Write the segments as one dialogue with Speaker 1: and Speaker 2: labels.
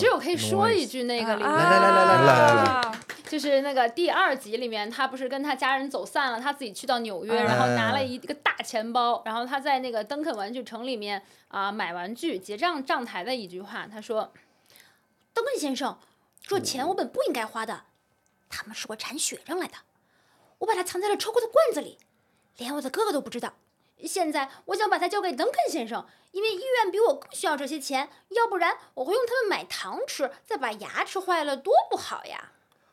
Speaker 1: 其实我可以说一句那个里面，
Speaker 2: 来来来来来
Speaker 3: 来来
Speaker 2: 来，
Speaker 1: 就是那个第二集里面，他不是跟他家人走散了，他自己去到纽约，然后拿了一个大钱包，然后他在那个登肯玩具城里面啊、买玩具，结账账台的一句话，他说：“登肯先生，这钱我本不应该花的，他们是我铲雪扔来的，我把它藏在了车库的罐子里，连我的哥哥都不知道。”现在我想把它交给登肯先生，因为医院比我更需要这些钱，要不然我会用它们买糖吃，再把牙吃坏了多不好呀！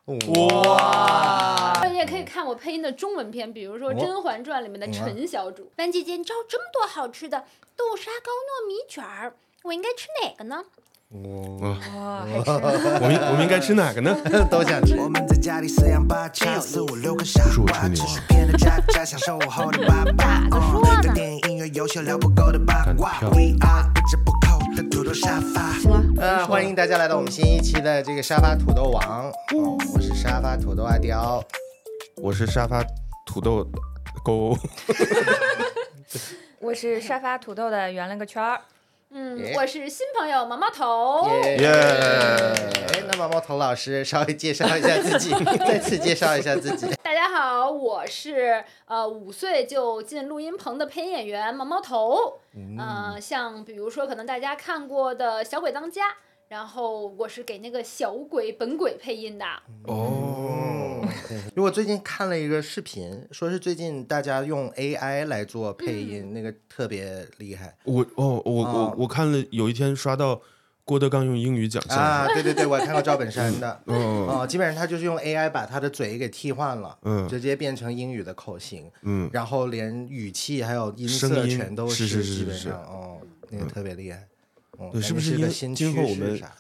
Speaker 3: 哇，
Speaker 1: 你也可以看我配音的中文片，比如说《甄嬛传》里面的陈小主。兰姐姐，你知道这么多好吃的豆沙糕、糯米卷儿，我应该吃哪个呢？
Speaker 2: 哇，还是
Speaker 3: 我们我们应该吃哪个呢？
Speaker 4: 都想 吃。
Speaker 5: 我们在家里四仰八叉，四五六个傻瓜，只是骗了家家，享受午后的八卦。每个电影、音乐、游戏聊不够的八卦，We are 不折不扣的土豆沙发。
Speaker 4: 呃，欢迎大家来到我们新一期的这个沙发土豆王，
Speaker 3: 嗯
Speaker 4: 哦、我是沙发土豆阿刁。
Speaker 3: 我是沙发土豆狗，
Speaker 2: 我是沙发土豆的圆了个圈儿，
Speaker 1: 嗯，
Speaker 4: 耶
Speaker 1: 我是新朋友毛毛头。
Speaker 4: 耶
Speaker 3: 耶
Speaker 4: 哎，那毛毛头老师稍微介绍一下自己，再次介绍一下自己。
Speaker 1: 大家好，我是呃五岁就进录音棚的配音演员毛毛头。嗯、呃，像比如说可能大家看过的《小鬼当家》，然后我是给那个小鬼本鬼配音的。
Speaker 3: 嗯
Speaker 4: 哦，因为我最近看了一个视频，说是最近大家用 AI 来做配音，那个特别厉害
Speaker 3: 我哦我我我看了有一天刷到郭德纲用英语讲相声，
Speaker 4: 啊！对对对，我还看过赵本山的。
Speaker 3: 嗯
Speaker 4: 哦，基本上他就是用 AI 把他的嘴给替换了，
Speaker 3: 嗯
Speaker 4: 直接变成英语的口型，
Speaker 3: 嗯，
Speaker 4: 然后连语气还有音
Speaker 3: 声
Speaker 4: 色
Speaker 3: 音
Speaker 4: 全都
Speaker 3: 是是是
Speaker 4: 基本
Speaker 3: 是是
Speaker 4: 上哦，那个特别厉害，哦
Speaker 3: 对
Speaker 4: 感
Speaker 3: 是不
Speaker 4: 觉
Speaker 3: 是
Speaker 4: 是
Speaker 3: 因
Speaker 4: 个
Speaker 3: 为
Speaker 4: 新
Speaker 3: 今后
Speaker 4: 趋
Speaker 3: 我
Speaker 4: 势
Speaker 3: 们
Speaker 4: 啥的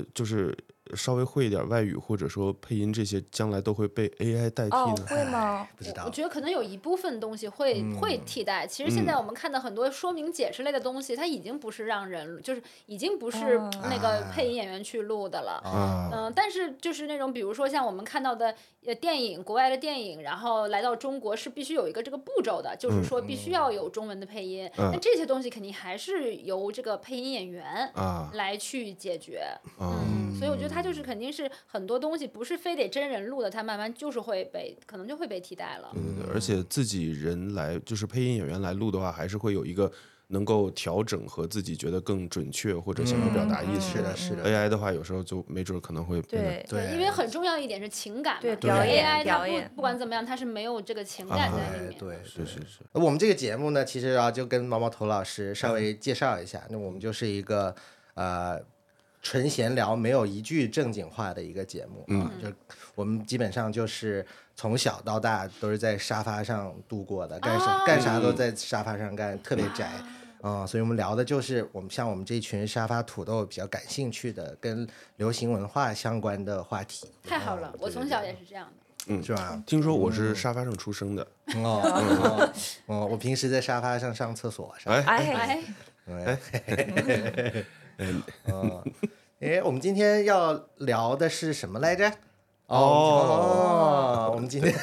Speaker 3: 呃，就是稍微会一点外语或者说配音这些，将来都会被 AI 代替
Speaker 2: 哦，
Speaker 3: 呢？
Speaker 2: 会吗？
Speaker 4: 不知
Speaker 1: 我
Speaker 4: 道
Speaker 1: 觉得可能有一部分东西会、会替代。其实现在我们看到很多说明解释类的东西，它已经不是让人，就是已经不是
Speaker 2: 哦
Speaker 1: 那个配音演员去录的了。
Speaker 4: 啊，
Speaker 1: 嗯，但是就是那种，比如说像我们看到的呃电影，国外的电影，然后来到中国是必须有一个这个步骤的，就是说必须要有中文的配音。
Speaker 3: 嗯
Speaker 1: 那这些东西肯定还是由这个配音演员
Speaker 3: 啊
Speaker 1: 来去解决。
Speaker 3: 啊！
Speaker 1: 嗯，所以我觉得它就是肯定是很多东西不是非得真人录的，它慢慢就是会被可能就会被替代了。
Speaker 3: 嗯对对而且自己人来就是配音演员来录的话，还是会有一个能够调整和自己觉得更准确或者想要表达意思
Speaker 4: 是的，嗯是的，
Speaker 3: AI 的话，有时候就没准可能会变得
Speaker 2: 对，
Speaker 4: 对，
Speaker 1: 因为很重要一点是情感嘛，
Speaker 2: 对
Speaker 1: 就是
Speaker 2: 表
Speaker 4: 演
Speaker 1: AI 它
Speaker 2: 表演嗯
Speaker 1: 不不管怎么样，它是没有这个情
Speaker 3: 啊
Speaker 1: 感在
Speaker 3: 哎
Speaker 1: 里
Speaker 4: 对
Speaker 1: 面。
Speaker 4: 哎对
Speaker 3: 是是是，
Speaker 4: 呃我们这个节目呢，其实啊，就跟毛毛头老师稍微介绍一下，那我们就是一个呃纯闲聊，没有一句正经话的一个节目啊，就我们基本上就是从小到大都是在沙发上度过的，干啥、干啥都在沙发上干，特别宅。啊、所以我们聊的就是我们像我们这群沙发土豆比较感兴趣的跟流行文化相关的话题，
Speaker 1: 太
Speaker 3: 啊
Speaker 1: 好了，我从小也是这样的。
Speaker 3: 嗯
Speaker 4: 是吧？
Speaker 3: 听说我
Speaker 4: 嗯
Speaker 3: 是沙发上出生的，
Speaker 4: 哦哦，哦我平时在沙发上上厕所啥的
Speaker 3: 哎，
Speaker 2: 哎，
Speaker 1: 哎，
Speaker 4: 哎，我们今天要聊的是什么来着？
Speaker 3: 哦
Speaker 4: 哦，我们今天，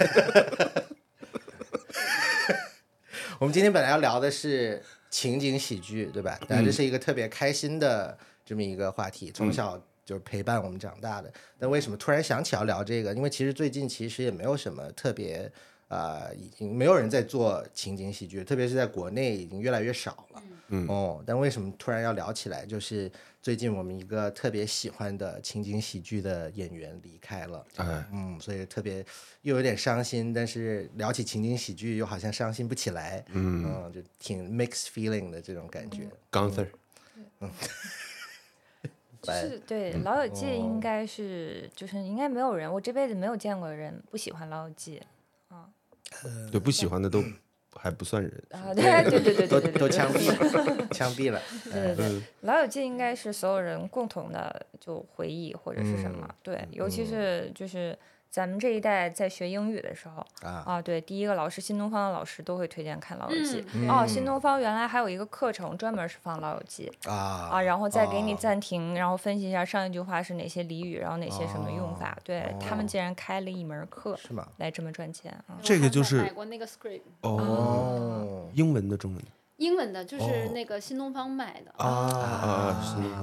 Speaker 4: 我们今天本来要聊的是情景喜剧，对吧？但这是一个特别开心的这么一个话题，从小就是陪伴我们长大的。但为什么突然想起要聊这个？因为其实最近其实也没有什么特别。呃，已经没有人在做情景喜剧，特别是在国内已经越来越少了。嗯，哦，但为什么突然要聊起来？就是最近我们一个特别喜欢的情景喜剧的演员离开了，
Speaker 3: 哎，
Speaker 4: 嗯，所以特别又有点伤心，但是聊起情景喜剧又好像伤心不起来，嗯就挺 mixed feeling 的这种感觉。
Speaker 3: 刚 Sir，
Speaker 2: 就是对《老友记》应该是就是应该没有人，我这辈子没有见过人不喜欢《老友记
Speaker 3: 对不喜欢的都还不算人》，
Speaker 2: 啊，对对对对
Speaker 4: 都
Speaker 2: 对对
Speaker 4: 都
Speaker 2: 对
Speaker 4: 枪毙了，枪毙了。
Speaker 2: 对对对，《老友记》应该是所有人共同的就回忆或者是什么，对，尤其是就是咱们这一代在学英语的时候
Speaker 4: 啊
Speaker 2: 对，第一个老师新东方的老师都会推荐看《老友记》
Speaker 1: 嗯
Speaker 2: 哦，新东方原来还有一个课程专门是放《老友记》
Speaker 4: 啊
Speaker 2: 啊，然后再给你
Speaker 4: 哦
Speaker 2: 暂停，然后分析一下上一句话是哪些俚语，然后哪些什么用法，对他们竟然开了一门课
Speaker 4: 啊哦是吗？
Speaker 2: 来这么赚钱啊，
Speaker 3: 这个就是
Speaker 1: 我还买过那个 script，
Speaker 3: 哦，
Speaker 4: 哦，
Speaker 3: 英文的中文的，
Speaker 1: 英文的，就
Speaker 3: 哦
Speaker 1: 是那个新东方买的。
Speaker 4: 哦
Speaker 3: 啊啊啊！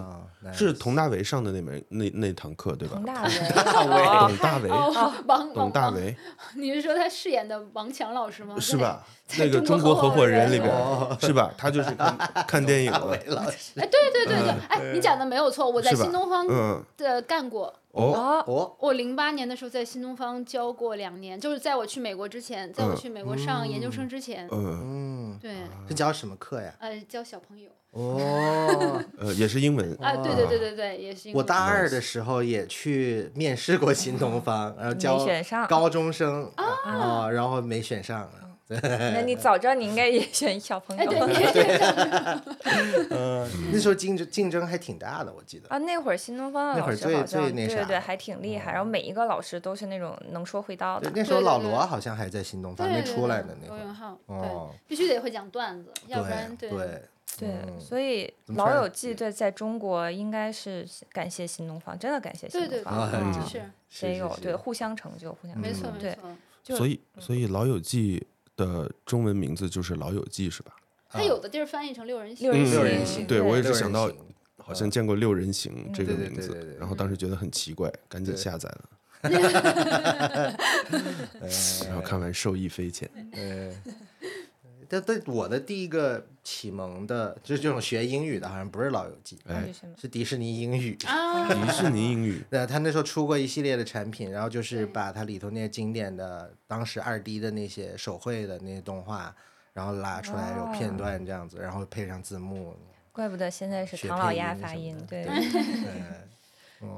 Speaker 4: 啊，那
Speaker 3: 是是佟大为上的那门那那堂课对吧
Speaker 2: 佟？大为，
Speaker 3: 董大为，
Speaker 1: 哦，王
Speaker 3: 董
Speaker 1: 王
Speaker 3: 大
Speaker 1: 王，
Speaker 3: 为
Speaker 1: 你是说他饰演的王强老师吗？
Speaker 3: 是
Speaker 1: 在
Speaker 3: 吧？
Speaker 1: 在
Speaker 3: 那个《中
Speaker 1: 中国
Speaker 3: 国合
Speaker 1: 合
Speaker 3: 伙
Speaker 1: 伙
Speaker 3: 人》
Speaker 1: 人
Speaker 3: 里
Speaker 4: 哦
Speaker 3: 边是吧？他就是看看 电影了，
Speaker 4: 老师
Speaker 1: 哎，对对对对，
Speaker 4: 嗯
Speaker 1: 哎，你讲的没有错，我在
Speaker 3: 是吧
Speaker 1: 新东方
Speaker 3: 嗯
Speaker 1: 的干过。
Speaker 3: 哦
Speaker 2: 哦，
Speaker 4: 哦，
Speaker 1: 我零八年的时候在新东方教过两年，就是在我去美国之前，在我
Speaker 3: 嗯
Speaker 1: 去美国上研究生之前，
Speaker 3: 嗯
Speaker 4: 嗯，
Speaker 1: 对，
Speaker 4: 这教什么课呀？
Speaker 1: 呃，教小朋友
Speaker 4: 哦，
Speaker 3: 呃也是英文
Speaker 1: 啊，对对对对对，也是因为
Speaker 4: 我大二的时候也去面试过新东方，然后 教
Speaker 2: 没选
Speaker 1: 啊
Speaker 2: 上
Speaker 4: 高中生啊，然后没选上。啊
Speaker 2: 那你早知道你应该也 选小朋
Speaker 1: 哎，
Speaker 2: 友
Speaker 1: 对， 你也对嗯
Speaker 4: 那时候竞争竞争还挺大的，我记得。
Speaker 2: 啊。那会儿新东方的
Speaker 4: 那会
Speaker 2: 老
Speaker 4: 儿
Speaker 2: 师
Speaker 4: 最
Speaker 2: 好像
Speaker 4: 最那
Speaker 2: 对对
Speaker 4: 啥嗯
Speaker 2: 对，还挺厉害。然后每一个老师都是那种能说会道
Speaker 4: 对
Speaker 2: 的，
Speaker 4: 那时候老
Speaker 1: 对对
Speaker 4: 罗好像还在新东方
Speaker 1: 对
Speaker 4: 没
Speaker 1: 对
Speaker 4: 出来
Speaker 1: 对
Speaker 4: 呢，那会
Speaker 1: 罗
Speaker 4: 儿
Speaker 1: 永。浩，
Speaker 4: 哦
Speaker 1: 对，必须得会讲段子，要不然
Speaker 4: 对
Speaker 1: 对，
Speaker 2: 对
Speaker 4: 嗯，
Speaker 2: 所以《
Speaker 4: 怎么
Speaker 2: 老
Speaker 4: 说呢
Speaker 2: 友记》对在中国应该是感谢新东方，真的感谢新
Speaker 1: 对
Speaker 2: 东
Speaker 1: 对
Speaker 2: 方，
Speaker 4: 啊
Speaker 1: 对，
Speaker 4: 嗯
Speaker 1: 是
Speaker 4: 是
Speaker 2: 得
Speaker 4: 是
Speaker 2: 有
Speaker 4: 是
Speaker 2: 对互相成就，互相
Speaker 1: 没
Speaker 2: 成
Speaker 1: 错
Speaker 2: 就
Speaker 1: 没
Speaker 2: 对，
Speaker 1: 错。
Speaker 2: 就
Speaker 3: 所以所以《老友记》的中文名字就是《老友记》是吧？
Speaker 1: 他有的地儿翻译成六人行
Speaker 2: 六，人
Speaker 3: 嗯
Speaker 4: 六人行
Speaker 3: 对我也是想到
Speaker 4: 六人行
Speaker 3: 好像见过“六人行”这个
Speaker 4: 嗯对对
Speaker 3: 名
Speaker 4: 对对
Speaker 3: 字
Speaker 4: 对，
Speaker 3: 然后当时觉得很奇怪，赶紧下载了， 然后看完受益匪浅。
Speaker 4: 哎但但我的第一个启蒙的，就是这种学英语的，好像不是《老友记》，
Speaker 2: 那
Speaker 3: 哎
Speaker 2: 就，什么
Speaker 4: 是迪士尼英语。
Speaker 1: 啊，
Speaker 3: 迪士尼英语
Speaker 4: 对，他那时候出过一系列的产品，然后就是把它里头那些经典的当时二 D 的那些手绘的那些动画，然后拉出来有片段这样子，然后配上字幕。
Speaker 2: 怪不得现在是
Speaker 4: 学
Speaker 2: 唐老
Speaker 4: 配
Speaker 2: 鸭
Speaker 4: 音
Speaker 2: 发
Speaker 4: 什么
Speaker 2: 音
Speaker 4: 的，
Speaker 2: 对，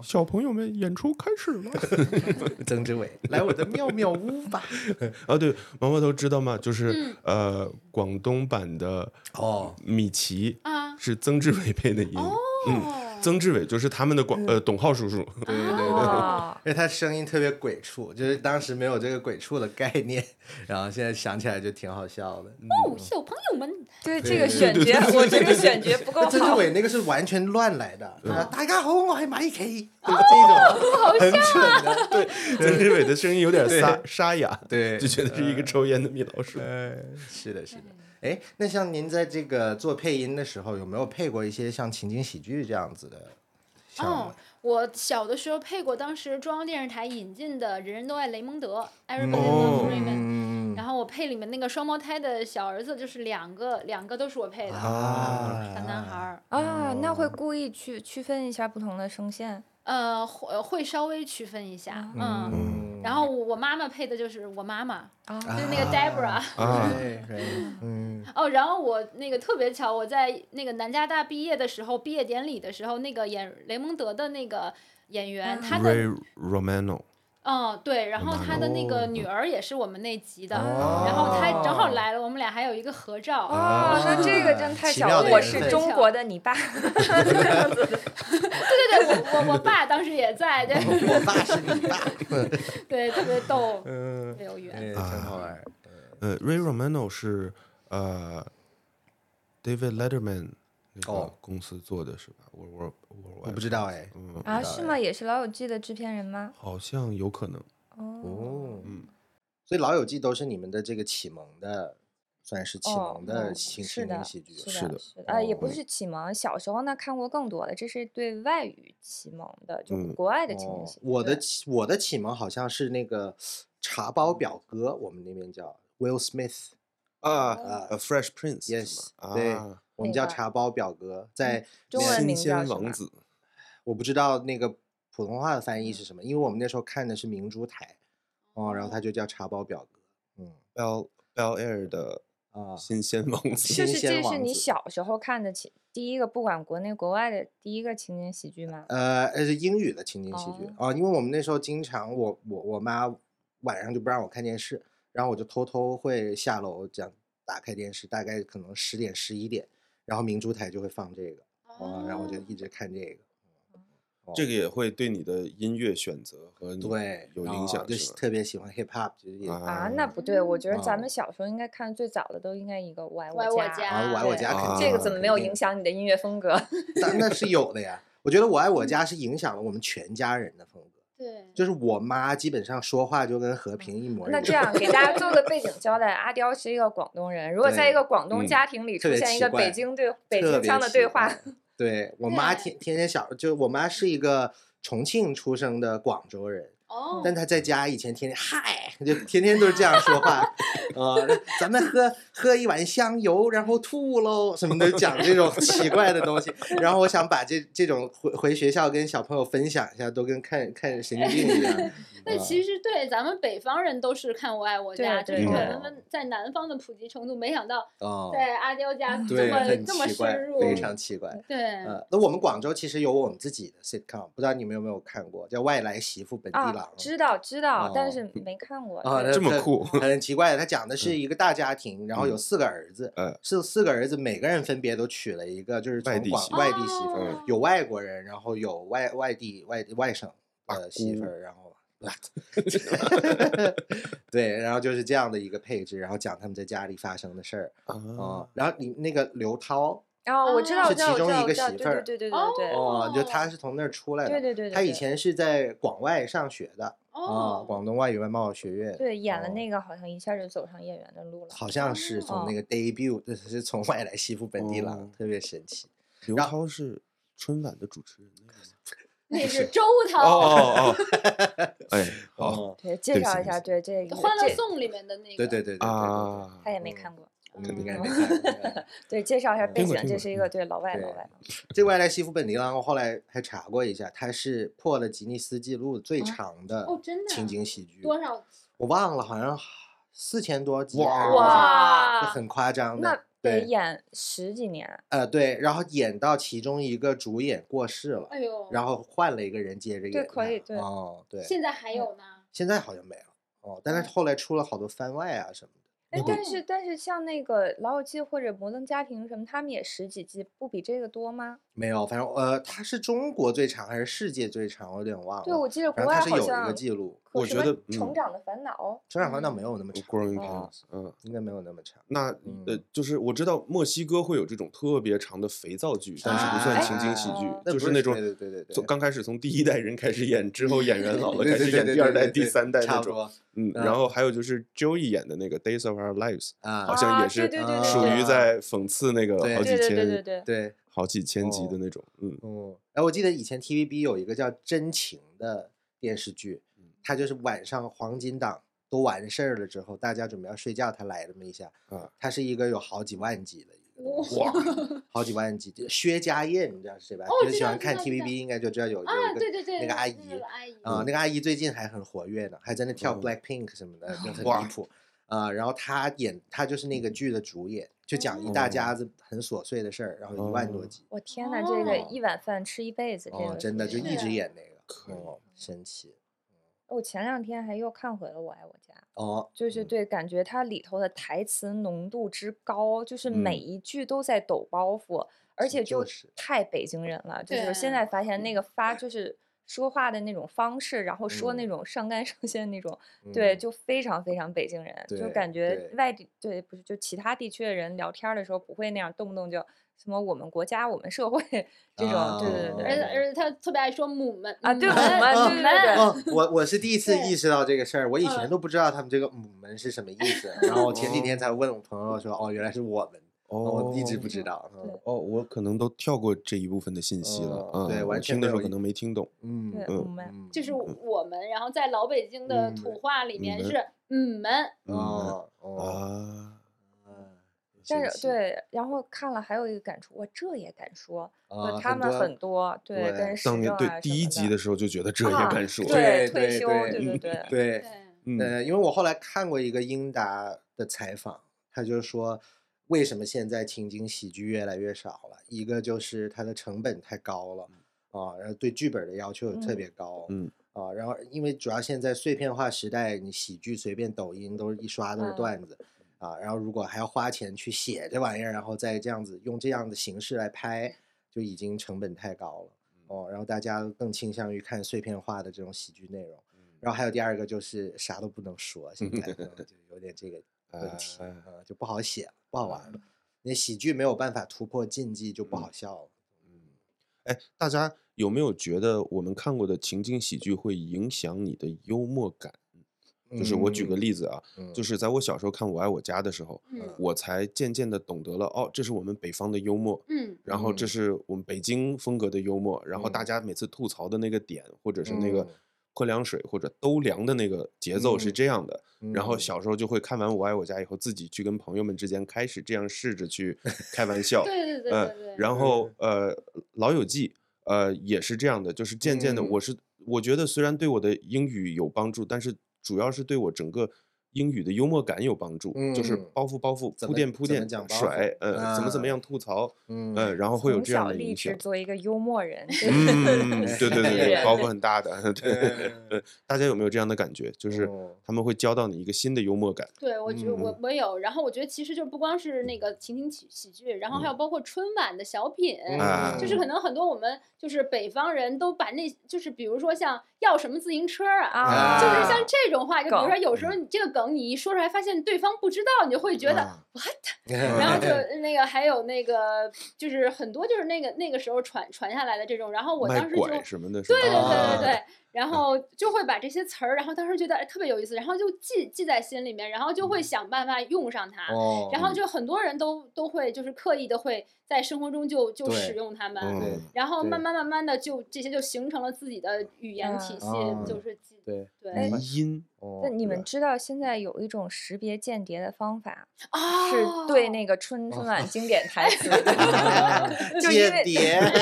Speaker 3: 小朋友们演出开始了。
Speaker 4: 曾志伟，来我的妙妙屋吧。
Speaker 3: 啊，对，毛毛头知道吗？就是呃，广东版的
Speaker 4: 哦，
Speaker 3: 米奇
Speaker 1: 啊
Speaker 3: 是曾志伟配的音，嗯
Speaker 1: 哦，
Speaker 3: 曾志伟就是他们的广呃董浩叔叔。
Speaker 4: 对对对对。
Speaker 2: 哇，
Speaker 4: 因为他声音特别鬼畜，就是当时没有这个鬼畜的概念，然后现在想起来就挺好笑的。
Speaker 1: 哦，小朋友们，
Speaker 2: 对这个选角，我这个选角不够
Speaker 4: 那曾志
Speaker 2: 好，
Speaker 4: 伟那个是完全乱来的，啊大家好，我是马 K，就是这种很蠢的，对
Speaker 3: 曾志伟的声音有点沙沙哑，
Speaker 4: 对
Speaker 3: 就觉得是一个抽烟的米老鼠。
Speaker 4: 是的，是的。哎，那像您在这个做配音的时候，有没有配过一些像情景喜剧这样子的项目？
Speaker 1: 哦，我小的时候配过当时中央电视台引进的《人人都爱雷蒙德》，Everybody
Speaker 3: 哦
Speaker 1: Loves Raymond。
Speaker 4: 嗯
Speaker 1: 然后我配里面那个双胞胎的小儿子，就是两个，两个都是我配的
Speaker 4: 啊
Speaker 3: 哦
Speaker 1: 小男孩儿。
Speaker 2: 啊，那会故意去区分一下不同的声线，
Speaker 1: 呃，会会稍微区分一下，嗯。
Speaker 4: 嗯
Speaker 1: 然后我我妈妈配的就是我妈妈，
Speaker 2: 啊
Speaker 1: 就是那个 Debra。
Speaker 3: 啊
Speaker 4: 对对嗯，
Speaker 1: 哦，然后我那个特别巧，我在那个南加大毕业的时候，毕业典礼的时候，那个演雷蒙德的那个演员，他的
Speaker 3: ，Ray Romano，
Speaker 1: 嗯对，然后他的那
Speaker 4: 哦
Speaker 1: 个女儿也是我们那集的，
Speaker 4: 哦
Speaker 1: 然后他正好来了，我们俩还有一个合照。
Speaker 2: 啊，那这个真太
Speaker 4: 奇
Speaker 2: 巧
Speaker 4: 妙
Speaker 2: 了！
Speaker 4: 的
Speaker 2: 我
Speaker 4: 缘
Speaker 2: 是
Speaker 4: 分
Speaker 2: 中国的你爸，
Speaker 1: 对对对，我我我爸当时也在，对
Speaker 4: 哦我爸是你爸，
Speaker 1: 对，特别逗，
Speaker 4: 嗯
Speaker 1: 特，别有缘。
Speaker 3: 啊
Speaker 4: 哎挺好玩。
Speaker 3: 呃，Ray Romano 是呃 David Letterman 那个
Speaker 4: 哦
Speaker 3: 公司做的是吧？我我我
Speaker 4: 我不知道哎，
Speaker 3: 嗯，
Speaker 2: 啊，是吗？也是《老友记》的制片人吗？
Speaker 3: 好像有可能。
Speaker 4: 哦，嗯，所以《老友记》都是你们的这个启蒙的，算是启
Speaker 2: 哦
Speaker 4: 蒙的
Speaker 2: 嗯
Speaker 4: 情
Speaker 2: 是
Speaker 4: 情
Speaker 2: 的
Speaker 4: 景喜剧，
Speaker 3: 是的
Speaker 2: 的，是的，呃，也
Speaker 4: 哦
Speaker 2: 不是启蒙，小时候呢看过更多的，这是对外语启蒙的，就
Speaker 3: 嗯
Speaker 2: 国外的情景
Speaker 4: 哦
Speaker 2: 喜，剧。
Speaker 4: 我的
Speaker 2: 对
Speaker 4: 启我的启蒙好像是那个茶包表哥，我们那边叫 Will Smith，
Speaker 3: 啊
Speaker 4: 啊
Speaker 3: 呃，Fresh Prince 是
Speaker 4: Yes，
Speaker 3: 吗
Speaker 4: 对
Speaker 3: 啊
Speaker 4: 我们
Speaker 2: 哪
Speaker 4: 叫
Speaker 2: 个
Speaker 4: 茶包表
Speaker 2: 嗯
Speaker 4: 哥，在
Speaker 2: 中
Speaker 4: 那
Speaker 2: 文
Speaker 3: 新
Speaker 2: 名叫
Speaker 3: 鲜
Speaker 2: 什
Speaker 3: 王
Speaker 2: 么
Speaker 3: 子
Speaker 4: 我不知道那个普通话的翻
Speaker 2: 嗯
Speaker 4: 译是什么，因为我们那时候看的是明珠台，哦，然后他就叫茶包表哥，嗯
Speaker 3: Bel Bel Air 的
Speaker 4: 啊，
Speaker 3: 新鲜王子，
Speaker 2: 就是
Speaker 4: 新鲜
Speaker 2: 这是
Speaker 4: 王
Speaker 2: 你
Speaker 4: 子
Speaker 2: 小时候看的起第一个，不管国内国外的第一个情景喜剧吗？
Speaker 4: 呃，呃是英语的情景喜剧
Speaker 2: 哦
Speaker 4: 啊、因为我们那时候经常我我我妈晚上就不让我看电视，然后我就偷偷会下楼这样打开电视，大概可能十点十一点，然后明珠台就会放这个，啊、然后我
Speaker 2: 哦
Speaker 4: 就一直看这个，
Speaker 3: 这个也会对你的音乐选择
Speaker 2: 嗯
Speaker 3: 和你
Speaker 4: 对，
Speaker 3: 有
Speaker 4: 然
Speaker 3: 影响
Speaker 4: 后就是是
Speaker 3: 吧
Speaker 4: 特别喜欢 hip hop，就是也
Speaker 2: 啊，那不对，我觉得咱
Speaker 4: 哦
Speaker 2: 们小时候应该看最早的都应该一个《我爱
Speaker 1: 我爱我
Speaker 2: 家》。
Speaker 4: 啊，我爱我
Speaker 2: 对
Speaker 4: 家肯定
Speaker 2: 这个
Speaker 4: 啊
Speaker 2: 怎么
Speaker 4: 肯
Speaker 2: 没有
Speaker 4: 定
Speaker 2: 影响你的音乐风格？
Speaker 4: 但那是有的呀。我觉得《我爱我家》是影响了我们全家人的风格，
Speaker 1: 对，
Speaker 4: 就是我妈基本上说话就跟和平一模一样。
Speaker 2: 嗯那这样给大家做个背景交代，阿刁是一个广东人。如果在一个广东家庭里
Speaker 4: 嗯特
Speaker 2: 出
Speaker 4: 别
Speaker 2: 现一
Speaker 4: 奇
Speaker 2: 个
Speaker 4: 怪
Speaker 2: 北京对北
Speaker 4: 特
Speaker 2: 京
Speaker 4: 别
Speaker 2: 腔的
Speaker 4: 奇
Speaker 2: 对
Speaker 4: 怪
Speaker 2: 话，啊
Speaker 4: 对我妈天天天小，就我妈是一个重庆出生的广州人，
Speaker 1: 哦，
Speaker 4: 但她在家以前天天嗨，就天天都是这样说话，呃，咱们喝喝一碗香油，然后吐喽什么的，讲这种奇怪的东西。然后我想把这这种回回学校跟小朋友分享一下，都跟看看神经病一样。
Speaker 1: 那其实对咱们北方人都是看《我爱我家》，
Speaker 2: 对
Speaker 1: 就是
Speaker 3: 对
Speaker 1: 我们在南方的普及程度，没想到
Speaker 4: 哦，
Speaker 1: 在阿刁家 这
Speaker 4: 对，
Speaker 1: 么
Speaker 4: 很
Speaker 1: 这么
Speaker 4: 奇怪
Speaker 1: 深入，，嗯
Speaker 4: 非常奇怪。
Speaker 1: 对，
Speaker 4: 呃，那我们广州其实有我们自己的 sitcom，不知道你们有没有看过，叫《外来媳妇本地郎》。
Speaker 2: 啊，知道知道，
Speaker 4: 哦
Speaker 2: 但是没看过。
Speaker 4: 啊，
Speaker 2: 对
Speaker 4: 那
Speaker 3: 这么酷
Speaker 4: 很奇怪。他讲的是一个大家庭，然后有四个儿子
Speaker 3: 嗯，
Speaker 4: 是四个儿子，每个人分别都娶了一个，就是
Speaker 3: 外
Speaker 4: 从
Speaker 3: 地
Speaker 4: 广
Speaker 3: 媳妇嗯
Speaker 4: 外地媳妇儿
Speaker 1: 哦，
Speaker 4: 有外国人，然后有外外地外外省的媳妇儿，然后。啊 对，然后就是这样的一个配置，然后讲他们在家里发生的事儿啊、
Speaker 3: 啊，
Speaker 4: 然后你那个刘涛
Speaker 2: 然后我知道，
Speaker 1: 是
Speaker 2: 我知
Speaker 4: 其
Speaker 2: 道，我知
Speaker 4: 中一
Speaker 2: 道，
Speaker 4: 个
Speaker 2: 我知道，
Speaker 4: 媳
Speaker 2: 对
Speaker 4: 妇儿
Speaker 2: 对对对
Speaker 1: 哦
Speaker 2: 对
Speaker 4: 哦，就他是从那儿出来的，
Speaker 2: 对对对对
Speaker 4: 他以
Speaker 2: 对
Speaker 4: 前是在广外上学的啊、
Speaker 1: 哦，
Speaker 4: 广东外语外贸学院，
Speaker 2: 对，对演了
Speaker 4: 哦
Speaker 2: 那个好像一下就走上演员的路了。
Speaker 4: 好像是从那
Speaker 2: 哦
Speaker 4: 个 debut，这 是从外来媳妇本地郎，
Speaker 3: 哦
Speaker 4: 特别神奇。
Speaker 3: 刘
Speaker 4: 然
Speaker 3: 涛是春晚的主持人那个吗。
Speaker 1: 那是周
Speaker 3: 哦
Speaker 1: 涛，
Speaker 3: 哦哦，哎，好
Speaker 4: 哦，
Speaker 2: 对，
Speaker 3: 对
Speaker 2: 介
Speaker 3: 不起
Speaker 2: 绍
Speaker 3: 对
Speaker 2: 一下，
Speaker 3: 不起
Speaker 2: 对这
Speaker 1: 《
Speaker 2: 个
Speaker 1: 欢乐
Speaker 2: 这，
Speaker 1: 颂》里面的那个，
Speaker 4: 对对对对对对，
Speaker 3: 啊，
Speaker 2: 他也没看过。
Speaker 4: 我肯定
Speaker 1: 嗯
Speaker 4: 没
Speaker 2: 哦
Speaker 4: 看过。 对
Speaker 2: 对，介绍一下
Speaker 4: 嗯
Speaker 2: 背
Speaker 4: 听过
Speaker 2: 景，
Speaker 3: 听
Speaker 2: 这
Speaker 3: 过
Speaker 2: 是一个对老外老
Speaker 4: 对
Speaker 2: 外。
Speaker 4: 这外来媳妇本地郎，我后来还查过一下，它是破了吉尼斯纪录最长的
Speaker 1: 哦真的啊
Speaker 4: 情景喜剧，
Speaker 1: 多少
Speaker 4: 我忘了，好像四千多集，
Speaker 3: 哇哦
Speaker 2: 哇
Speaker 4: 就很夸张
Speaker 2: 那
Speaker 4: 的。
Speaker 2: 得
Speaker 4: 对，
Speaker 2: 演十几年，
Speaker 4: 呃对，然后演到其中一个主演过世了，
Speaker 1: 哎呦，
Speaker 4: 然后换了一个人接着演
Speaker 2: 哦对
Speaker 4: 他。
Speaker 2: 可以对
Speaker 4: 哦，对，
Speaker 1: 现在还有呢，
Speaker 4: 现在好像没了。哦，但是后来出了好多番外啊什么的。
Speaker 2: 嗯哎
Speaker 1: 嗯，
Speaker 2: 但是但是像那个《老友记》或者《摩登家庭》什么，他们也十几季，不比这个多吗？
Speaker 4: 没有，反正呃，它是中国最长还是世界最长，我有点忘了。
Speaker 2: 对，我记得国
Speaker 4: 哦反正它是
Speaker 2: 外好
Speaker 4: 有一
Speaker 2: 像嗯
Speaker 4: 个记录，
Speaker 2: 可
Speaker 3: 我
Speaker 2: 什
Speaker 3: 觉
Speaker 2: 么
Speaker 3: 得
Speaker 2: 《成
Speaker 3: 嗯
Speaker 2: 长的烦恼》
Speaker 4: 成长烦恼没有那么长，
Speaker 3: ，Growing
Speaker 2: 哦
Speaker 3: Pains，嗯。
Speaker 4: 应该没有那么长。
Speaker 3: 那呃，就是我知道墨西哥会有这种特别长的肥皂剧，但是不算情景喜剧
Speaker 2: 啊，
Speaker 4: 那
Speaker 3: 就
Speaker 4: 不
Speaker 3: 那
Speaker 4: 是
Speaker 3: 种
Speaker 4: 对对对对对
Speaker 3: 从刚开始从第一代人开始演，之后演员 老了
Speaker 4: 对
Speaker 3: 开
Speaker 4: 对
Speaker 3: 始
Speaker 4: 对
Speaker 3: 演
Speaker 4: 对
Speaker 3: 第二
Speaker 4: 对
Speaker 3: 代、
Speaker 4: 对
Speaker 3: 第
Speaker 4: 对
Speaker 3: 三代
Speaker 4: 差
Speaker 3: 那
Speaker 4: 不
Speaker 3: 种，
Speaker 4: 多
Speaker 3: 嗯，
Speaker 4: 嗯
Speaker 3: 然后还有就是 Joey 演的那个《Days of Our Lives》，好
Speaker 4: 啊，
Speaker 3: 像也
Speaker 2: 啊
Speaker 3: 是
Speaker 2: 对对对对
Speaker 3: 属
Speaker 2: 对
Speaker 3: 于在讽刺那个
Speaker 4: 对
Speaker 3: 好
Speaker 2: 对
Speaker 3: 几
Speaker 2: 对对对
Speaker 3: 千、
Speaker 2: 对，
Speaker 4: 对，
Speaker 3: 好几千集的那种，嗯，
Speaker 4: 嗯，哎，我记得以前 TVB 有一个叫《真情》的电视剧，
Speaker 1: 嗯
Speaker 4: 它就是晚上黄金档都完事儿了之后，大家准备要睡觉，它来这么一下
Speaker 3: 啊，
Speaker 4: 它是一个有好几万集的一个东
Speaker 1: 嗯
Speaker 4: 西。
Speaker 1: 哇，
Speaker 4: 好几万集， 就薛家燕，你知道是谁吧？
Speaker 1: 哦
Speaker 4: 就是
Speaker 1: 知
Speaker 4: 喜
Speaker 1: 道
Speaker 4: 欢
Speaker 1: 知
Speaker 4: 看
Speaker 1: 道知道
Speaker 4: TVB，应该就知道有有一个
Speaker 1: 啊，对对对，
Speaker 4: 那个阿
Speaker 1: 那
Speaker 4: 姨
Speaker 1: 个阿姨，
Speaker 4: 啊、
Speaker 3: 嗯
Speaker 4: 那个阿姨最近还很活跃呢，还在那跳
Speaker 3: 嗯
Speaker 4: Black Pink 什么的，就很
Speaker 3: 哇
Speaker 4: 离谱啊、然后她演，她就是那个
Speaker 1: 嗯
Speaker 4: 剧的主演，就讲一大家子很琐碎的事儿，然后一万多
Speaker 3: 哦
Speaker 4: 集，
Speaker 2: 我天呐，这个
Speaker 1: 哦
Speaker 2: 一碗饭吃一辈子，这
Speaker 4: 哦
Speaker 2: 个，
Speaker 4: 真的
Speaker 2: 属
Speaker 4: 就
Speaker 2: 于
Speaker 4: 一
Speaker 1: 是
Speaker 4: 直演那
Speaker 3: 可
Speaker 4: 个，
Speaker 3: 以
Speaker 4: 哦，
Speaker 2: 嗯
Speaker 4: 神奇，
Speaker 2: 我哦前两天还又看回了《我爱我家》，
Speaker 4: 哦，
Speaker 2: 就是
Speaker 4: 嗯
Speaker 2: 对，感觉它里头的台词浓度之高，就是每
Speaker 3: 嗯
Speaker 2: 一句都在抖包袱，而且
Speaker 4: 就嗯
Speaker 2: 就是太北京人了。就是我现
Speaker 1: 对
Speaker 2: 在发现那个发就是说话的那种方式，然后说那
Speaker 4: 嗯
Speaker 2: 种上纲上线那种，对，
Speaker 4: 嗯
Speaker 2: 就非常非常北京人，就
Speaker 4: 对
Speaker 2: 感觉
Speaker 4: 对
Speaker 2: 外地对不是就其他地区的人聊天儿的时候不会那样动不动就什么我们国家、我们社会这种，对对
Speaker 4: 啊
Speaker 2: 对
Speaker 1: 而
Speaker 2: 对
Speaker 1: 且而且她特别爱说母们
Speaker 2: 啊对
Speaker 1: 母
Speaker 2: 我
Speaker 1: 们母
Speaker 2: 们对对对
Speaker 1: 们
Speaker 4: 哦，我我是第一次
Speaker 1: 对
Speaker 4: 意识到这个事儿，我以前
Speaker 1: 嗯
Speaker 4: 都不知道他们这个“母们”是什么意思，然后我前几天才问我朋友说，哦，原来是我们，我一直不知道，嗯
Speaker 2: 对
Speaker 3: 哦，我可能都跳过这一部分的信息了，
Speaker 4: 哦
Speaker 3: 嗯，
Speaker 4: 对完
Speaker 3: 我
Speaker 4: 全
Speaker 3: 听的
Speaker 4: 没
Speaker 3: 时候
Speaker 4: 有
Speaker 3: 可
Speaker 4: 印
Speaker 3: 能没听懂，
Speaker 4: 嗯
Speaker 2: 对，
Speaker 3: 嗯
Speaker 2: 我们
Speaker 4: 嗯，
Speaker 1: 就是我们，然后在老北京的
Speaker 4: 嗯
Speaker 1: 土话里面
Speaker 3: 嗯
Speaker 1: 是嗯们，
Speaker 3: 嗯
Speaker 4: 哦哦，
Speaker 3: 啊，
Speaker 4: 嗯
Speaker 2: 但
Speaker 4: 神
Speaker 2: 是
Speaker 4: 奇
Speaker 2: 对，然后看了还有一个感触，哇，这也敢说，
Speaker 4: 啊
Speaker 2: 就他们
Speaker 4: 多
Speaker 2: 很多对
Speaker 4: 对
Speaker 2: 跟时
Speaker 3: 当年
Speaker 2: 政
Speaker 3: 对
Speaker 2: 啊什
Speaker 3: 第一
Speaker 2: 么
Speaker 3: 集的
Speaker 2: 的
Speaker 3: 时候就觉得这也
Speaker 2: 啊
Speaker 3: 敢说，
Speaker 4: 对
Speaker 2: 退
Speaker 4: 对
Speaker 2: 休，
Speaker 4: 对
Speaker 2: 对对对，
Speaker 4: 对
Speaker 1: 对，，
Speaker 3: 嗯，
Speaker 4: 呃，因为我后来看过一个英达的采访，他就说为什么现在情景喜剧越来越少了，一个就是它的成本太高了啊，然后对剧本的要求也特
Speaker 2: 嗯
Speaker 4: 别高，
Speaker 3: 嗯
Speaker 4: 啊，然后因为主要现在碎片化时代，你喜剧随便抖音都是一刷都是
Speaker 2: 嗯
Speaker 4: 段子。啊，然后如果还要花钱去写这玩意儿，然后再这样子用这样的形式来拍，就已经成本太高了
Speaker 3: 嗯
Speaker 4: 哦。然后大家更倾向于看碎片化的这种喜剧内容。然后
Speaker 3: 嗯
Speaker 4: 还有第二个就是啥都不能说，现在可能就有点这 个问题
Speaker 3: 哎
Speaker 4: 啊、就不好
Speaker 3: 啊嗯
Speaker 4: 写了，不好玩了。那喜剧没有办法突破禁忌，就不好笑了。
Speaker 3: 哎，大家有没有觉得我们看过的情景喜剧会影响你的幽默感？就是我举个例子啊，
Speaker 4: 嗯
Speaker 3: 就是在我小时候看《我爱我家》的时候，
Speaker 1: 嗯
Speaker 3: 我才渐渐的懂得了，哦，这是我们北方的幽默，
Speaker 1: 嗯
Speaker 3: 然后这
Speaker 4: 嗯
Speaker 3: 是我们北京风格的幽默，然后大家每次吐槽的那个点，或者是那个
Speaker 4: 嗯
Speaker 3: 喝凉水或者兜凉的那个节奏是
Speaker 4: 嗯
Speaker 3: 这样的。然后
Speaker 4: 嗯
Speaker 3: 小时候就会看完《我爱我家》以后，自己去跟朋友们之间开始这样试着去开 玩笑。
Speaker 1: 对对对对对
Speaker 3: 嗯，。然后呃，《老友记》呃也是这样的，就是渐渐的，
Speaker 4: 嗯
Speaker 3: 我是、我觉得虽然对我的英语有帮助，但是主要是对我整个英语的幽默感有帮助，就是
Speaker 4: 嗯
Speaker 3: 包袱包袱
Speaker 4: 怎
Speaker 3: 铺
Speaker 4: 么
Speaker 3: 垫铺
Speaker 4: 怎么
Speaker 3: 垫
Speaker 4: 讲包
Speaker 3: 甩
Speaker 4: 袱，
Speaker 3: 呃，怎么怎么
Speaker 4: 啊
Speaker 3: 样吐槽，
Speaker 4: 嗯
Speaker 3: 呃，然后会有
Speaker 2: 从
Speaker 3: 这样
Speaker 2: 小
Speaker 3: 的影
Speaker 2: 立
Speaker 3: 响
Speaker 2: 志。做一个幽默人，
Speaker 3: 嗯，对对对对，
Speaker 2: 人
Speaker 3: 包袱很大的， 对
Speaker 4: 嗯
Speaker 3: 对，大家有没有这样的感觉？就是
Speaker 4: 哦
Speaker 3: 他们会教到你一个新的幽默感。
Speaker 1: 对，我
Speaker 4: 嗯
Speaker 1: 觉得我我有，然后我觉得其实就不光是那个情景喜喜剧，然后
Speaker 4: 嗯
Speaker 1: 还有包括春晚的小品，
Speaker 2: 嗯
Speaker 3: 啊
Speaker 1: 就是 可能很多我们就是北方人都把那就是比如说像要什么自行车啊，
Speaker 2: 啊
Speaker 1: 就是像这种话，就比如说
Speaker 2: 梗
Speaker 1: 有时
Speaker 4: 嗯
Speaker 1: 候你这个梗你一说出来，发现对方不知道，你就会觉得
Speaker 4: 啊
Speaker 1: what，
Speaker 4: 然
Speaker 1: 然后就那个还有那个就是很多就是那个那个时候传传下来的这种，然后我
Speaker 3: 卖
Speaker 1: 当时就
Speaker 3: 拐什么的，
Speaker 1: 对对对
Speaker 4: 啊
Speaker 1: 对对，然后就会把这些词儿，然后当时觉得哎特别有意思，然后就记记在心里面，然后就会想办法用上它。
Speaker 4: 嗯哦
Speaker 1: 然后就很多人都都会就是刻意的会在生活中就就
Speaker 4: 对
Speaker 1: 使用它们，
Speaker 3: 嗯
Speaker 4: 对
Speaker 1: 然后
Speaker 4: 对
Speaker 1: 慢慢慢慢的就这些就形成了自己的语言体
Speaker 2: 嗯
Speaker 1: 系，
Speaker 4: 啊
Speaker 1: 就是记
Speaker 4: 对
Speaker 1: 对
Speaker 2: 哎
Speaker 3: 迷音，
Speaker 4: 哦
Speaker 2: 那你
Speaker 4: 对
Speaker 2: 们知道现在有一种识别间谍的方法，
Speaker 1: 啊
Speaker 2: 是对那个春春晚经典台词的
Speaker 4: 吧
Speaker 2: 就因
Speaker 4: 啊间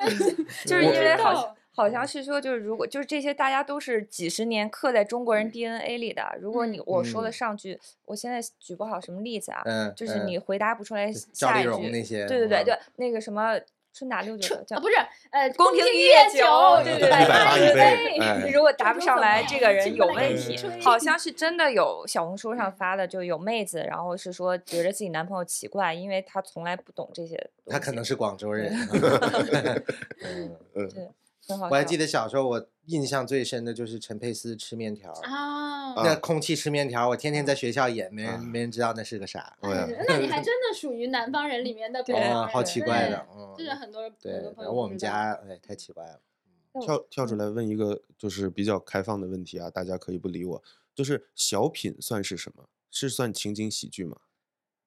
Speaker 2: 为
Speaker 4: 谍
Speaker 2: 就是因
Speaker 1: 知
Speaker 2: 为好
Speaker 1: 道
Speaker 2: 像好像是说，就是如果就是这些大家都是几十年刻在中国人 DNA 里的，如果你
Speaker 1: 嗯
Speaker 2: 我说了
Speaker 4: 嗯
Speaker 2: 上句，我现在举不好什么例子啊，
Speaker 4: 嗯
Speaker 2: 就是
Speaker 4: 嗯
Speaker 2: 你回答不出来
Speaker 4: 赵
Speaker 2: 下
Speaker 4: 丽
Speaker 2: 一
Speaker 4: 蓉那
Speaker 2: 句，
Speaker 4: 些
Speaker 2: 对对对
Speaker 4: 嗯
Speaker 2: 对，那个什么春打六九折叫
Speaker 1: 啊不是呃
Speaker 2: 宫廷
Speaker 1: 廷
Speaker 2: 一
Speaker 1: 夜
Speaker 2: 夜酒对对对
Speaker 1: 百
Speaker 3: 180
Speaker 1: 一
Speaker 3: 一杯
Speaker 1: 杯
Speaker 3: 哎
Speaker 2: 你如果答不上来，这个人有问
Speaker 4: 这
Speaker 2: 题
Speaker 4: 个人。
Speaker 2: 好像是真的有小红书上发的，就有妹子，然后是说觉得自己男朋友奇怪，因为她从来不懂这些东西。
Speaker 4: 他可能是广州 人。 嗯
Speaker 2: 很好
Speaker 4: 我还记
Speaker 2: 得
Speaker 4: 得小时候，我印象最深的就是陈佩斯吃面条儿，
Speaker 1: 啊。
Speaker 4: 那空气吃面条儿，我天天在学校演，没人
Speaker 3: 啊
Speaker 4: 没人知道那是个啥，
Speaker 3: 哎 呀
Speaker 1: 嗯那你还真的属于南方人里面的北
Speaker 2: 对
Speaker 1: 方
Speaker 4: 哦
Speaker 1: 人，，
Speaker 4: 好奇
Speaker 1: 啊
Speaker 4: 怪
Speaker 1: 对
Speaker 4: 的，嗯
Speaker 1: 就是，很多
Speaker 4: 对
Speaker 1: 很多。朋
Speaker 4: 然
Speaker 1: 友
Speaker 4: 后
Speaker 1: 不
Speaker 4: 我们
Speaker 1: 知道
Speaker 4: 家哎太奇怪了，
Speaker 3: 跳跳出来问一个就是比较开放的问题啊，大家可以不理我。就是小品算是什么？是算情景喜剧吗？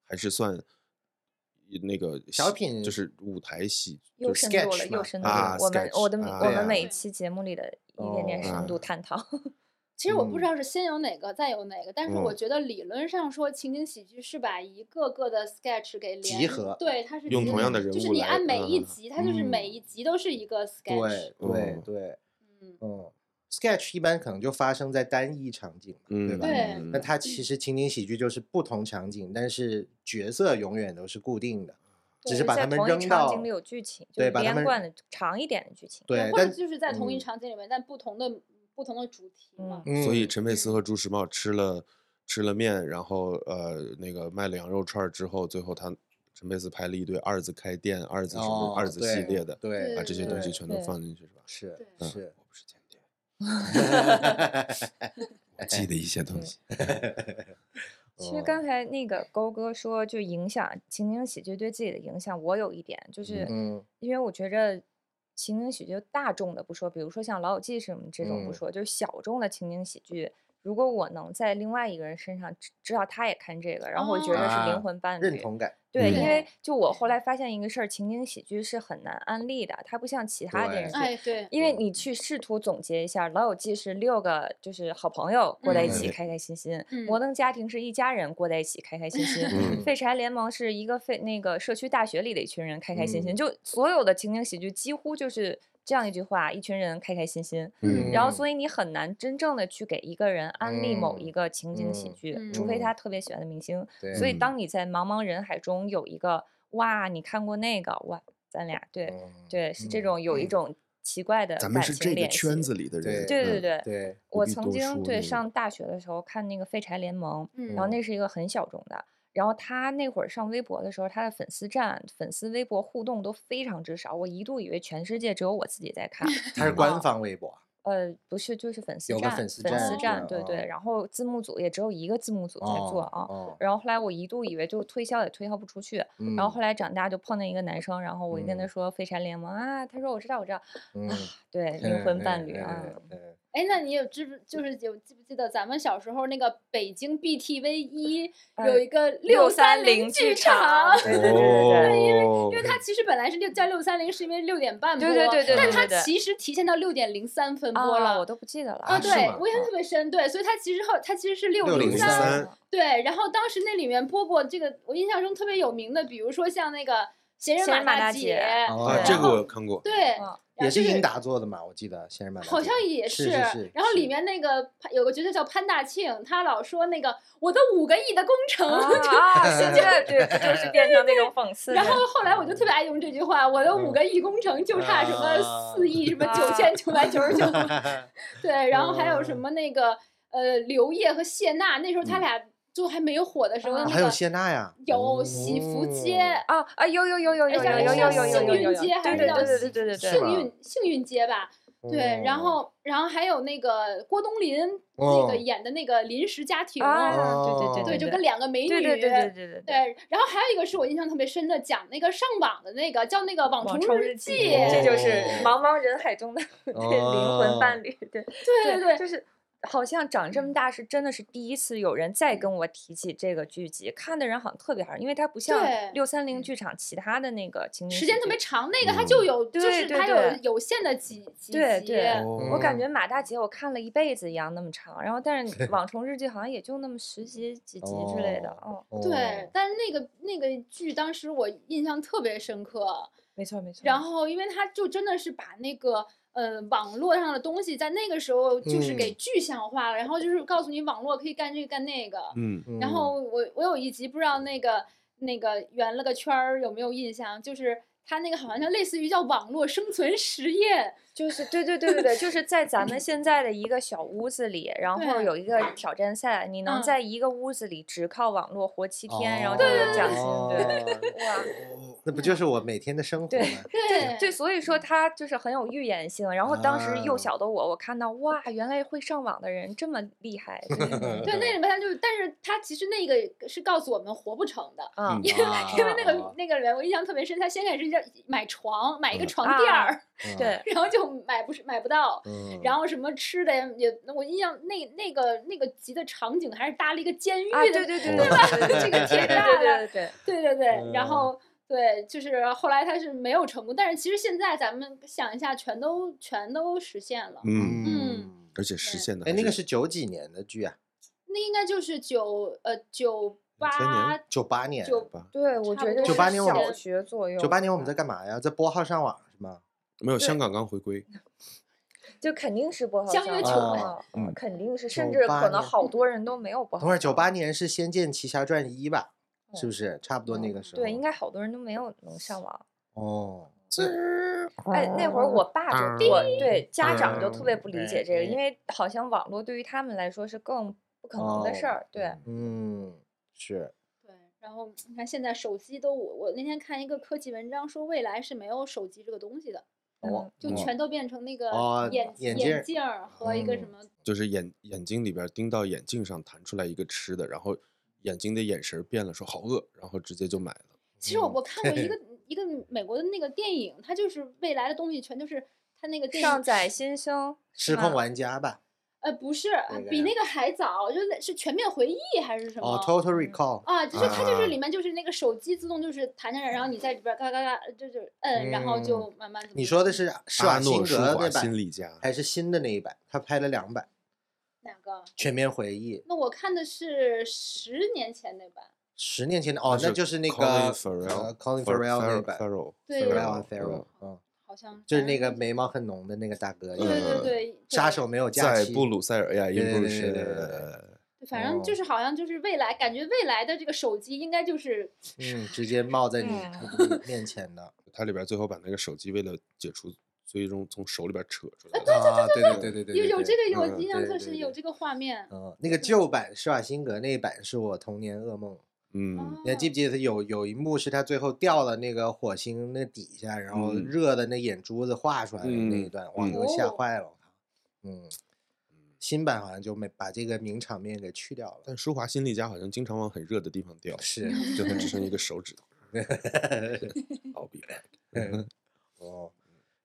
Speaker 3: 还是算呃那个
Speaker 4: 小
Speaker 3: 喜
Speaker 4: 品
Speaker 3: 就是舞台喜
Speaker 2: 又
Speaker 4: 就
Speaker 2: 深度
Speaker 4: sketch
Speaker 2: 了，
Speaker 4: 嘛
Speaker 2: 又深度了
Speaker 3: 啊。
Speaker 2: 我们
Speaker 3: sketch，
Speaker 2: 我的
Speaker 3: 啊
Speaker 2: 我
Speaker 4: 对啊
Speaker 2: 们每一期节目里的一点点深度
Speaker 3: 哦
Speaker 2: 探讨。
Speaker 1: 其实我不知
Speaker 4: 嗯
Speaker 1: 道是先有哪个，再有哪个，但是我
Speaker 3: 嗯
Speaker 1: 觉得理论上说，情景喜剧是把一个个的 sketch 给
Speaker 4: 集
Speaker 1: 连
Speaker 4: 合
Speaker 1: 对，它是
Speaker 3: 用
Speaker 1: 集
Speaker 3: 同样的人
Speaker 1: 就是
Speaker 3: 物
Speaker 1: 你
Speaker 3: 来
Speaker 1: 按每一
Speaker 3: 嗯
Speaker 1: 集，它就是每
Speaker 4: 嗯
Speaker 1: 一集都是一个 sketch，
Speaker 4: 对对
Speaker 3: 嗯
Speaker 4: 对，
Speaker 1: 嗯，
Speaker 4: 嗯，sketch 一般可能就发生在单一场景嘛，
Speaker 3: 嗯
Speaker 4: 对吧？
Speaker 1: 对
Speaker 4: 那它其实情景喜剧就是不同场景，但是角色永远都是固定的，只
Speaker 1: 对
Speaker 4: 是
Speaker 2: 就
Speaker 4: 把
Speaker 2: 在
Speaker 4: 他们
Speaker 2: 同一
Speaker 4: 扔
Speaker 2: 场
Speaker 4: 到
Speaker 2: 景里有剧情，就
Speaker 4: 对
Speaker 2: 是
Speaker 4: 把他
Speaker 2: 连
Speaker 4: 们
Speaker 2: 贯的长一点的剧情。
Speaker 1: 对
Speaker 4: 对，
Speaker 1: 或者
Speaker 4: 但
Speaker 1: 就是在同一
Speaker 4: 嗯
Speaker 1: 场景里面，但不同的不同的主题嘛。
Speaker 4: 嗯
Speaker 3: 所以陈佩斯和朱时茂吃了吃了面，然后呃那个卖了羊肉串儿之后，最后他陈佩斯拍了一堆二子开店、二子什么、
Speaker 4: 哦
Speaker 3: 二子
Speaker 4: 对
Speaker 3: 系列的，
Speaker 4: 对
Speaker 3: 把这些东西全都
Speaker 2: 对
Speaker 3: 放进去是吧？
Speaker 4: 是嗯
Speaker 1: 对
Speaker 4: 是，
Speaker 3: 我不是间谍，我记得一些东西。
Speaker 2: 其实
Speaker 4: 哦
Speaker 2: 刚才那个勾哥说，就影响情景喜剧对自己的影响，我有一点，就是
Speaker 4: 嗯
Speaker 2: 因为我觉着情景喜剧大众的不说，比如说像《老友记》什么这种不
Speaker 4: 嗯
Speaker 2: 说，就是小众的情景喜剧，如果我能在另外一个人身上知知道他也看这个，然后我觉着是
Speaker 4: 啊
Speaker 2: 灵魂伴侣，
Speaker 4: 认同感，
Speaker 2: 对，
Speaker 3: 嗯
Speaker 2: 因为就我后来发现一个事儿，情景喜剧是很难安利的，它不像其他电视
Speaker 4: 对
Speaker 2: 剧，
Speaker 1: 哎，对，
Speaker 2: 因为
Speaker 4: 嗯
Speaker 2: 你去试图总结一下，《老友记》是六个就是好朋友过在一起
Speaker 3: 嗯
Speaker 2: 开开心心，
Speaker 1: 嗯
Speaker 2: 摩登家庭》是一家人过在一起开开心心，
Speaker 3: 嗯
Speaker 2: 废柴联盟》是一个废那个社区大学里的一群人开开心心，
Speaker 4: 嗯
Speaker 2: 就所有的情景喜剧几乎就是这样一句话：一群人开开心心。
Speaker 1: 嗯
Speaker 2: 然后，
Speaker 4: 以
Speaker 2: 所以你很难真正的去给一个人安利某一
Speaker 4: 嗯
Speaker 2: 个情景喜
Speaker 4: 嗯
Speaker 2: 剧，
Speaker 1: 嗯
Speaker 2: 除非他特别喜欢的明星。
Speaker 4: 对
Speaker 2: 所以，
Speaker 3: 嗯
Speaker 2: 当你在茫茫人海中有一个哇，你看过那个哇，咱俩对、
Speaker 4: 嗯
Speaker 2: 对是这种有一种奇怪的
Speaker 3: 咱
Speaker 2: 感
Speaker 3: 们是
Speaker 2: 情
Speaker 3: 这个
Speaker 2: 联
Speaker 3: 圈
Speaker 2: 系
Speaker 3: 子里的人，
Speaker 2: 对对
Speaker 3: 嗯
Speaker 2: 对，
Speaker 4: 对，
Speaker 2: 我
Speaker 3: 必
Speaker 2: 曾
Speaker 3: 读
Speaker 2: 经
Speaker 3: 书
Speaker 2: 对
Speaker 3: 那个
Speaker 2: 上大学的时候看那个《废柴联盟》，然后
Speaker 4: 嗯
Speaker 2: 那是一个很小众的。然后他那会儿上微博的时候，他的粉丝站、粉丝 微博互动都非常之少，我一度以为全世界只有我自己在看。
Speaker 4: 它是官方微博，
Speaker 2: 呃，不是，就是粉丝
Speaker 4: 有
Speaker 2: 站，
Speaker 4: 个粉丝站这样
Speaker 2: 对对。
Speaker 4: 哦
Speaker 2: 然后字幕组也只有一个字幕组在做
Speaker 4: 哦
Speaker 2: 啊。
Speaker 4: 哦
Speaker 2: 然后后来我一度以为就推销也推销不出去，
Speaker 4: 嗯
Speaker 2: 然后后来长大就碰见一个男生，然后我一跟他
Speaker 4: 嗯
Speaker 2: 说《废柴联盟》啊，他说我知道我知道，
Speaker 4: 嗯
Speaker 2: 对，灵魂伴侣啊，
Speaker 4: 嗯嗯嗯
Speaker 1: 哎，那你有知不就是有记不记得咱们小时候那个北京 BTV 一
Speaker 2: 呃
Speaker 1: 有一个三
Speaker 2: 630
Speaker 1: 剧
Speaker 2: 剧场对对对对
Speaker 3: 哦
Speaker 1: 因为它其实本来是六加六三零，是因为六点半播，
Speaker 2: 对对对对
Speaker 1: 但
Speaker 2: 对
Speaker 1: 它
Speaker 2: 对
Speaker 1: 其实提前到六点零三分播
Speaker 2: 啊，
Speaker 1: 了。
Speaker 2: 我都不记得了
Speaker 1: 哦啊，
Speaker 4: 啊
Speaker 1: 对
Speaker 4: 是吗，
Speaker 1: 我印象特别深，对，所以它其实后它其实是六
Speaker 3: 603
Speaker 1: 三，
Speaker 3: 3
Speaker 1: 对，然后当时那里面播过这个，我印象中特别有名的，比如说像那个闲人
Speaker 2: 闲人马
Speaker 1: 大
Speaker 2: 大
Speaker 1: 姐
Speaker 2: 姐，
Speaker 4: 哦
Speaker 3: 啊，
Speaker 1: 然
Speaker 3: 这个
Speaker 1: 后
Speaker 3: 我看过，
Speaker 1: 对，然
Speaker 2: 嗯
Speaker 1: 后
Speaker 4: 也是
Speaker 1: 就
Speaker 4: 英达做的嘛，我记得《仙人板》
Speaker 1: 好像也
Speaker 4: 是是是
Speaker 1: 然后里
Speaker 4: 是
Speaker 1: 面那个潘有个角色叫潘大庆，他老说那个我的五个亿的工程，
Speaker 2: 啊， 现在对，不就是变成那种讽刺的？
Speaker 1: 然后后来我就特别爱用这句话，我的五
Speaker 4: 嗯
Speaker 1: 个亿工程就差什么
Speaker 4: 啊
Speaker 1: 四亿什么
Speaker 2: 啊
Speaker 1: 九千九百九十 九，对，然后还有
Speaker 4: 嗯
Speaker 1: 什么那个呃刘烨和谢娜，那时候他俩就还没有火的时候，
Speaker 2: 啊
Speaker 1: 那
Speaker 4: 还有
Speaker 1: 个
Speaker 4: 谢娜呀，哦
Speaker 1: 有喜福街。
Speaker 2: 啊啊，有有有有有有
Speaker 1: 哎
Speaker 2: 有有有有
Speaker 1: 幸
Speaker 2: 有有
Speaker 1: 运
Speaker 2: 有，
Speaker 1: 街还
Speaker 2: 对
Speaker 1: 是
Speaker 2: 对
Speaker 1: 叫
Speaker 2: 对对
Speaker 1: 喜
Speaker 2: 对对对
Speaker 1: 幸
Speaker 2: 对，
Speaker 4: 吧
Speaker 1: 运幸运街吧，
Speaker 4: 哦
Speaker 1: 对，然后然后还有那个郭冬临那个
Speaker 4: 哦
Speaker 1: 演的那个临时家庭，
Speaker 2: 啊，对
Speaker 1: 对，
Speaker 2: 对对，
Speaker 1: 就跟两个美女，
Speaker 2: 对对对对对对对，
Speaker 1: 对，然后还有一个是我印象特别深的，讲那个上榜的那个叫那个《网
Speaker 2: 网
Speaker 1: 虫
Speaker 2: 虫
Speaker 1: 日
Speaker 2: 日
Speaker 1: 记
Speaker 2: 记》
Speaker 4: 哦
Speaker 2: 这就是茫茫人海中的 对灵魂
Speaker 4: 哦
Speaker 2: 伴侣，对
Speaker 1: 对对嗯对，
Speaker 2: 就是。好像长这么大是真的是第一次有人
Speaker 1: 嗯
Speaker 2: 再跟我提起这个剧集，看的人好像特别好，因为它不像
Speaker 1: 对嗯
Speaker 2: 六三零剧场其他的那个情景
Speaker 1: 时
Speaker 2: 喜
Speaker 1: 间特
Speaker 2: 剧
Speaker 1: 别长，那个它就有，就
Speaker 2: 对
Speaker 1: 是
Speaker 2: 对
Speaker 1: 它有
Speaker 2: 对
Speaker 1: 有限的几几
Speaker 2: 对
Speaker 1: 集，
Speaker 2: 对
Speaker 3: 哦
Speaker 2: 我感
Speaker 4: 嗯
Speaker 2: 觉马大姐我看了一辈子一样那么长，然后但是《 网虫日记》好像也就那么十几几集之类的，哦，
Speaker 4: 哦
Speaker 1: 对，但是那个那个剧当时我印象特别深刻，
Speaker 2: 没错没错。
Speaker 1: 然后因为它就真的是把那个。呃，网络上的东西在那个时候就是给
Speaker 4: 嗯
Speaker 1: 具象化了，然后就是告诉你网络可以干这个干那个，
Speaker 3: 嗯，
Speaker 1: 然后我我有一集不知道那个那个圆了个圈儿有没有印象，就是它那个好像叫类似于叫网络生存实验，
Speaker 2: 就是对对对对对，就是在咱们现在的一个小屋子里，然
Speaker 1: 嗯对
Speaker 2: 后有一个挑战赛，你
Speaker 1: 嗯
Speaker 2: 能
Speaker 1: 哦
Speaker 2: 在一个屋子里只靠网络活七天，然后就
Speaker 4: 对
Speaker 2: 有
Speaker 4: 对
Speaker 2: 奖金，对。
Speaker 4: 对，
Speaker 2: 哇，
Speaker 4: 哦那不就是我每天的生活
Speaker 2: 对
Speaker 4: 吗？
Speaker 1: 对
Speaker 2: 对，所以说它就是很有预言性。然后当时幼
Speaker 4: 啊
Speaker 2: 小的我，我看到哇，原来会上网的人这么厉害，就是
Speaker 1: 对，那里面它就，但是它其实那个是告诉我们活不成的。
Speaker 2: 啊
Speaker 3: 嗯，
Speaker 1: 因为因为那
Speaker 4: 啊
Speaker 1: 个那个人，我印象特别深。他先开始叫买床，买一个
Speaker 4: 嗯
Speaker 1: 床垫
Speaker 2: 啊
Speaker 1: 儿，
Speaker 4: 嗯，
Speaker 2: 对，
Speaker 1: 然后就买不是买不到，
Speaker 4: 嗯
Speaker 1: 然后什么吃的也，也我印象那那个那个集的场景还是搭了一个监狱的
Speaker 2: 啊，对对对 对对
Speaker 1: 吧
Speaker 2: 对对
Speaker 1: 这
Speaker 2: 对
Speaker 1: 个
Speaker 2: 对
Speaker 1: 铁栅
Speaker 2: 对
Speaker 1: 栏
Speaker 2: 对对。
Speaker 1: 对对对，然
Speaker 4: 嗯
Speaker 1: 后对，就是后来他是没有成功，但是其实现在咱们想一下，全都全都实现了。
Speaker 3: 嗯，
Speaker 1: 嗯。
Speaker 3: 而且实
Speaker 1: 对
Speaker 3: 现的
Speaker 4: 哎，
Speaker 3: 还
Speaker 4: 那个是九几年的剧啊？
Speaker 1: 那应该就是九呃九
Speaker 3: 2000
Speaker 1: 八
Speaker 3: 年
Speaker 4: 九八年。
Speaker 1: 九
Speaker 3: 吧？
Speaker 2: 对，我
Speaker 1: 差
Speaker 2: 觉
Speaker 1: 不
Speaker 2: 得
Speaker 1: 多
Speaker 2: 是
Speaker 4: 98年我们
Speaker 2: 小学左右吧。
Speaker 4: 九八年我们在干嘛呀？在拨号上网是吗？
Speaker 3: 没有，
Speaker 2: 对
Speaker 3: 香港刚回归，
Speaker 2: 就肯定是播好
Speaker 1: 相
Speaker 2: 像
Speaker 1: 约
Speaker 2: 了
Speaker 1: 九
Speaker 4: 嘛
Speaker 2: 啊
Speaker 3: 嗯
Speaker 2: 肯定是，甚
Speaker 4: 98
Speaker 2: 至可能
Speaker 4: 年
Speaker 2: 好多人都没有播好
Speaker 4: 等
Speaker 2: 像。
Speaker 4: 会儿九八年是《仙剑奇侠传一》吧？是不是差不多那
Speaker 2: 嗯
Speaker 4: 个时候？
Speaker 2: 对，应该好多人都没有能上网。
Speaker 4: 哦，
Speaker 2: 哎，那会儿我爸就
Speaker 3: 叮
Speaker 2: 我对家长就特别不理
Speaker 4: 嗯
Speaker 2: 解这个，因
Speaker 4: 嗯
Speaker 2: 为好像网络对于他们来说是更不可能的事
Speaker 4: 哦
Speaker 2: 儿。对，
Speaker 4: 嗯，是
Speaker 1: 对，然后你看现在手机都我我那天看一个科技文章说未来是没有手机这个东西的，
Speaker 2: 嗯
Speaker 4: 哦，
Speaker 1: 就
Speaker 4: 哦
Speaker 1: 全都变成那个
Speaker 4: 哦
Speaker 1: 眼、
Speaker 4: 眼镜
Speaker 1: 眼
Speaker 4: 儿
Speaker 1: 镜儿和一个什
Speaker 4: 嗯
Speaker 1: 么，
Speaker 3: 就是眼眼睛里边儿盯到眼镜上弹出来一个吃的，然后眼睛的眼神儿变了，说好饿，然后直接就买了。
Speaker 1: 其实我
Speaker 4: 嗯
Speaker 1: 我看过一个一个美国的那个电影，它就是未来的东西全都是它那个电影
Speaker 2: 上载新 生
Speaker 4: 失控
Speaker 2: 吗
Speaker 4: 玩家吧？
Speaker 1: 呃，不是，
Speaker 4: 那个
Speaker 1: 比
Speaker 4: 呀
Speaker 1: 那个还早，就是是全面回忆还是什么？
Speaker 4: 哦，Total
Speaker 2: 嗯
Speaker 4: Recall。
Speaker 1: 啊，就是它就是
Speaker 4: 啊
Speaker 1: 里面就是那个手机自动就是弹下来，然后你在里边儿嘎嘎嘎就就摁，然后就慢慢怎么
Speaker 4: 嗯你
Speaker 1: 样
Speaker 4: 说的是施
Speaker 3: 阿
Speaker 4: 瓦
Speaker 3: 诺
Speaker 4: 辛
Speaker 3: ·舒
Speaker 4: 格
Speaker 3: 华
Speaker 4: 那
Speaker 3: 辛
Speaker 4: 版，哎
Speaker 3: 利加，
Speaker 4: 还是新的那一版？他拍了两版
Speaker 1: 哪个？
Speaker 4: 《全面回忆》，
Speaker 1: 那我看的是十年前那版，
Speaker 4: 十年前的哦，
Speaker 3: 那
Speaker 4: 那
Speaker 3: 是
Speaker 4: 就是那
Speaker 3: Colin
Speaker 4: 个
Speaker 3: Farrell-
Speaker 4: 呃 Colin
Speaker 3: Fer-
Speaker 4: Farrell 那
Speaker 3: Farrell-
Speaker 4: 一版
Speaker 3: Farrell
Speaker 1: 对
Speaker 4: Farrell
Speaker 1: 对
Speaker 3: 哦
Speaker 4: Farrell，嗯，
Speaker 1: 好像
Speaker 4: 就是
Speaker 1: 反
Speaker 4: 那
Speaker 1: 正
Speaker 4: 个眉毛很浓的那个大哥，
Speaker 1: 哎对对
Speaker 3: 呃
Speaker 1: 对，
Speaker 4: 杀
Speaker 1: 对
Speaker 4: 手没有假
Speaker 3: 在
Speaker 4: 期，
Speaker 3: 布鲁塞尔哎亚
Speaker 4: 对
Speaker 3: 因布
Speaker 4: 对
Speaker 3: 鲁
Speaker 4: 对对对对
Speaker 3: 什，
Speaker 1: 对反正就
Speaker 4: 哦
Speaker 1: 是好像就是未来，感觉未来的这个手机应该就是
Speaker 4: 嗯，直接冒在你
Speaker 1: 哎
Speaker 2: 嗯
Speaker 4: 面前 的，
Speaker 3: 它里边最后把那个手机为了解除追踪从手里边扯出
Speaker 1: 哎
Speaker 3: 来了。
Speaker 4: 啊，对对对对对，
Speaker 1: 有有
Speaker 4: 对
Speaker 1: 这个有
Speaker 3: 嗯
Speaker 1: 印象
Speaker 4: 对
Speaker 1: 特
Speaker 4: 对
Speaker 1: 深，
Speaker 4: 对
Speaker 1: 有这个画面。
Speaker 4: 嗯，那个旧版施瓦辛格那一版是我童年噩梦。
Speaker 3: 嗯，
Speaker 4: 你还记
Speaker 1: 哦
Speaker 4: 不记得他有有一幕是他最后掉了那个火星那底下，然后
Speaker 3: 嗯
Speaker 4: 热的那眼珠子画出来的那一
Speaker 3: 嗯
Speaker 4: 段，哇，给
Speaker 1: 嗯
Speaker 4: 我吓坏了。嗯，新版好像就没把这个名场面给去掉了。
Speaker 3: 但舒华新力加好像经常往很热的地方掉，
Speaker 4: 是，
Speaker 3: 就它只剩一个 手指头。I'll be back
Speaker 4: 哦，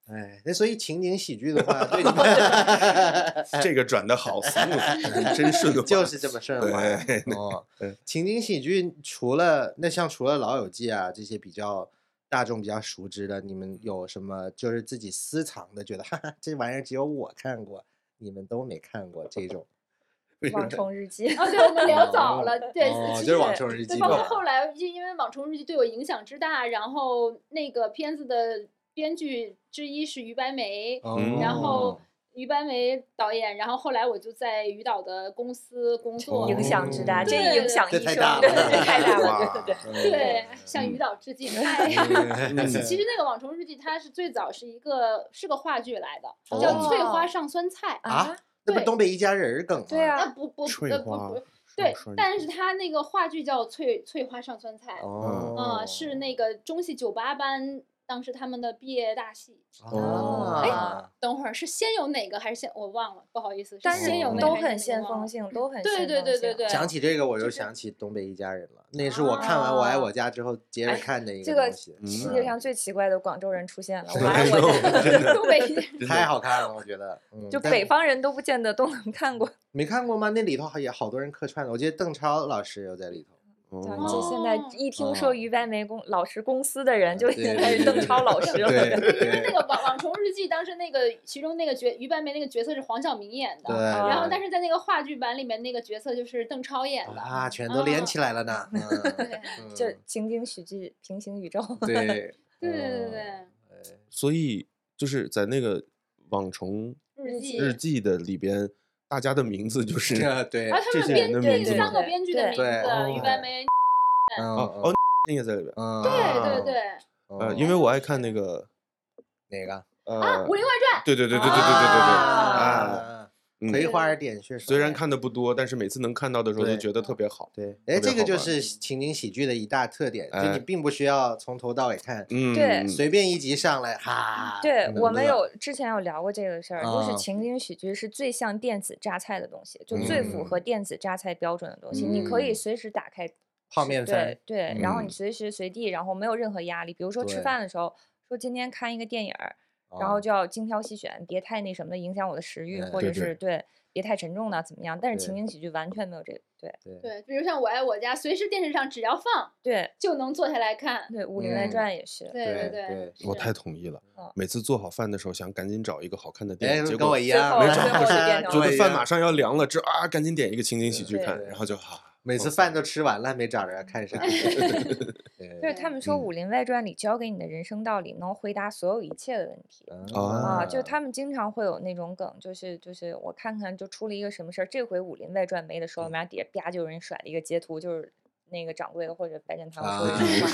Speaker 4: 哎，那所以情景喜剧的话，对你们
Speaker 3: 这个转的好 smooth，真顺滑。
Speaker 4: 哎就是这么顺滑
Speaker 3: 对。
Speaker 4: 哦
Speaker 3: 对，
Speaker 4: 情景喜剧除了那像除了《老友记》啊这些比较大众比较熟知的，你们有什么就是自己私藏的，觉得哈哈这玩意儿只有我看过，你们都没看过这种？
Speaker 3: 为什么
Speaker 2: 网虫日记》
Speaker 1: 啊，对，我们聊早 了， 对，
Speaker 4: 哦，
Speaker 1: 其
Speaker 4: 就
Speaker 1: 实
Speaker 4: 是网球日记
Speaker 1: 对，
Speaker 4: 吧
Speaker 1: 包括后来因因为《网虫日记》对我影响之大，然后那个片子的编剧之一是于白梅，
Speaker 4: 哦
Speaker 1: 然后于白梅导演，然后后来我就在于导的公司工作，
Speaker 2: 影响之大，这
Speaker 1: 对
Speaker 2: 影响一
Speaker 4: 哦这
Speaker 2: 生，
Speaker 4: 太大了 嗯
Speaker 2: 对，这太大了，
Speaker 3: 哇
Speaker 2: 对对对。
Speaker 1: 对，向于导致 敬。哎呀 其实那个《网虫日记》它是最早是一个是个话剧来的，叫
Speaker 4: 哦
Speaker 1: 《翠花上酸菜》
Speaker 4: 啊，那不
Speaker 1: 对
Speaker 4: 东北一家人儿梗吗？
Speaker 2: 对啊
Speaker 1: 那不不
Speaker 3: 翠
Speaker 1: 呃不
Speaker 3: 花
Speaker 1: 不
Speaker 3: 上
Speaker 1: 对
Speaker 3: 酸，
Speaker 1: 但
Speaker 3: 菜
Speaker 1: 是它那个话剧叫《翠翠花上酸菜》，
Speaker 4: 哦
Speaker 1: 嗯，，是那个中戏九八班当时他们的毕业大戏。
Speaker 3: 啊
Speaker 4: 哦，
Speaker 2: 哎
Speaker 1: 等会儿是先有哪个还是先我忘了，不好意思，
Speaker 2: 但
Speaker 1: 是
Speaker 3: 哦
Speaker 4: 哦
Speaker 1: 先有哪
Speaker 2: 都
Speaker 1: 个还是
Speaker 2: 很
Speaker 1: 先
Speaker 2: 先
Speaker 1: 有哪个
Speaker 2: 锋性，都很
Speaker 1: 对
Speaker 2: 先
Speaker 1: 对
Speaker 2: 锋
Speaker 1: 对
Speaker 2: 性
Speaker 1: 对对
Speaker 4: 讲起这个，我又
Speaker 1: 就是啊
Speaker 4: 想起《东北一家人》了。那是我看完《我爱我家》之后接着
Speaker 2: 哎
Speaker 4: 看的一
Speaker 2: 这
Speaker 4: 个
Speaker 2: 个
Speaker 4: 东西。
Speaker 2: 世
Speaker 3: 嗯
Speaker 2: 界上最奇怪的广州人出现了，我爱我家东 北一点，
Speaker 4: 嗯太好看了，我 觉得。嗯
Speaker 2: 就
Speaker 4: 但
Speaker 2: 北方人都不见得都能看过，
Speaker 4: 没看过吗？那里头好也好多人客串的，我记得邓超老师有在里头。
Speaker 2: 讲
Speaker 3: 哦
Speaker 2: 这现在一听
Speaker 4: 哦啊
Speaker 2: 说于白梅公老师公司的人，就已
Speaker 4: 对
Speaker 2: 经开始
Speaker 4: 对
Speaker 2: 邓
Speaker 4: 对
Speaker 2: 超老师了。
Speaker 4: 对嗯
Speaker 1: 因为那
Speaker 4: 对
Speaker 1: 个网网虫日记当时那个其中那个角于白梅那个角色是黄晓明演
Speaker 4: 对。
Speaker 1: 的，啊然后
Speaker 2: 啊
Speaker 1: 但
Speaker 4: 是
Speaker 1: 是在那个话剧版里面那个角色就是邓超演的，
Speaker 4: 啊，全都连起来了呢。
Speaker 1: 对
Speaker 4: 嗯
Speaker 2: 这情景喜剧平行宇宙，
Speaker 4: 嗯对
Speaker 1: 对对对
Speaker 4: 嗯
Speaker 3: 哦
Speaker 1: 对，
Speaker 3: 所以就是在那个网虫
Speaker 1: 日记
Speaker 3: 日记的里边，大家的名字就是
Speaker 4: 啊对
Speaker 1: 而他
Speaker 3: 这
Speaker 1: 们
Speaker 3: 些
Speaker 1: 编
Speaker 3: 人的
Speaker 1: 剧
Speaker 3: 名字
Speaker 1: 三个
Speaker 2: 吗
Speaker 1: 编剧的名字，
Speaker 4: 对对
Speaker 1: 于白梅，
Speaker 4: 嗯
Speaker 3: 哦哦，那个在里边。
Speaker 4: 嗯
Speaker 1: 对对
Speaker 3: 啊
Speaker 1: 对，
Speaker 3: 呃，
Speaker 4: 嗯
Speaker 3: 因为我爱看那个
Speaker 4: 哪个？
Speaker 1: 啊，
Speaker 3: 呃，
Speaker 1: 《武林外传
Speaker 3: 对对对对对对对对对
Speaker 1: 啊
Speaker 3: 啊，
Speaker 4: 啊
Speaker 3: 嗯
Speaker 4: 葵花儿点穴手。
Speaker 3: 虽然看的不多，但是每次能看到的时候
Speaker 4: 对
Speaker 3: 都觉得特别好。
Speaker 4: 对，
Speaker 3: 特别
Speaker 4: 哎，这个
Speaker 3: 好
Speaker 4: 就
Speaker 3: 玩
Speaker 4: 是情景喜剧的一大特点，就
Speaker 3: 哎
Speaker 4: 你并不需要从头到尾看，
Speaker 3: 嗯，
Speaker 2: 对
Speaker 3: 嗯
Speaker 4: 随便一集上来
Speaker 1: 啊
Speaker 4: 哈。
Speaker 2: 嗯对
Speaker 4: 你
Speaker 2: 我们
Speaker 4: 乐
Speaker 2: 有之前有聊过这个事儿，就
Speaker 4: 啊
Speaker 2: 是情景喜剧是最像电子榨菜的东西，就最符合
Speaker 4: 嗯
Speaker 2: 电子榨菜标准的东西。你可以
Speaker 4: 嗯
Speaker 2: 随时打开
Speaker 4: 泡
Speaker 2: 吃
Speaker 4: 面番
Speaker 2: 对，对，然后你
Speaker 3: 嗯
Speaker 2: 随时随地，然后没有任何压力。比如说吃
Speaker 4: 对
Speaker 2: 饭的时候，说今天看一个电影儿，然后
Speaker 4: 啊
Speaker 2: 就要精挑细选，别太那什么的影响我的食欲，
Speaker 4: 嗯
Speaker 2: 或
Speaker 3: 对
Speaker 2: 者
Speaker 3: 对
Speaker 2: 是对别太沉重的怎么样。但是
Speaker 4: 对
Speaker 2: 情景喜剧完全没有这个，对》，
Speaker 1: 对，比如像《我爱我家》，随时电视上只要放
Speaker 2: 对
Speaker 1: 就能坐下来看，
Speaker 2: 对，《武林外
Speaker 4: 嗯
Speaker 2: 传》也是，
Speaker 1: 对
Speaker 4: 对
Speaker 1: 对
Speaker 4: 对，
Speaker 3: 我
Speaker 1: 是
Speaker 3: 太同意了
Speaker 2: 嗯。
Speaker 3: 每次做好饭的时候，想赶紧找一个好看的电
Speaker 4: 哎，
Speaker 3: 影，结
Speaker 4: 跟
Speaker 3: 果
Speaker 4: 我一样，
Speaker 2: 后
Speaker 4: 没
Speaker 2: 最
Speaker 4: 找
Speaker 2: 后
Speaker 4: 不
Speaker 2: 就
Speaker 4: 上
Speaker 2: 变成
Speaker 3: 觉
Speaker 2: 我
Speaker 3: 得
Speaker 2: 一
Speaker 3: 饭马上要凉了，这啊，赶紧点一个情景喜剧
Speaker 2: 对
Speaker 3: 看，
Speaker 4: 对
Speaker 3: 然后就啊，
Speaker 4: 每次
Speaker 3: 放
Speaker 4: 饭
Speaker 3: 松
Speaker 4: 都吃完了，没找着看啥。
Speaker 2: 就是他们说《
Speaker 3: 嗯
Speaker 2: 武林外传》里教给你的人生道理，能回答所有一切的问题。
Speaker 3: 啊
Speaker 2: 啊，
Speaker 4: 嗯
Speaker 2: 就是他们经常会有那种梗，就是就是我看看就出了一个什么事儿，这回《武林外传》没得
Speaker 4: 嗯
Speaker 2: 说了，然后底下啪就有人甩了一个截图，就是那个掌柜的或者白展堂 说
Speaker 4: 啊
Speaker 2: 的这句话，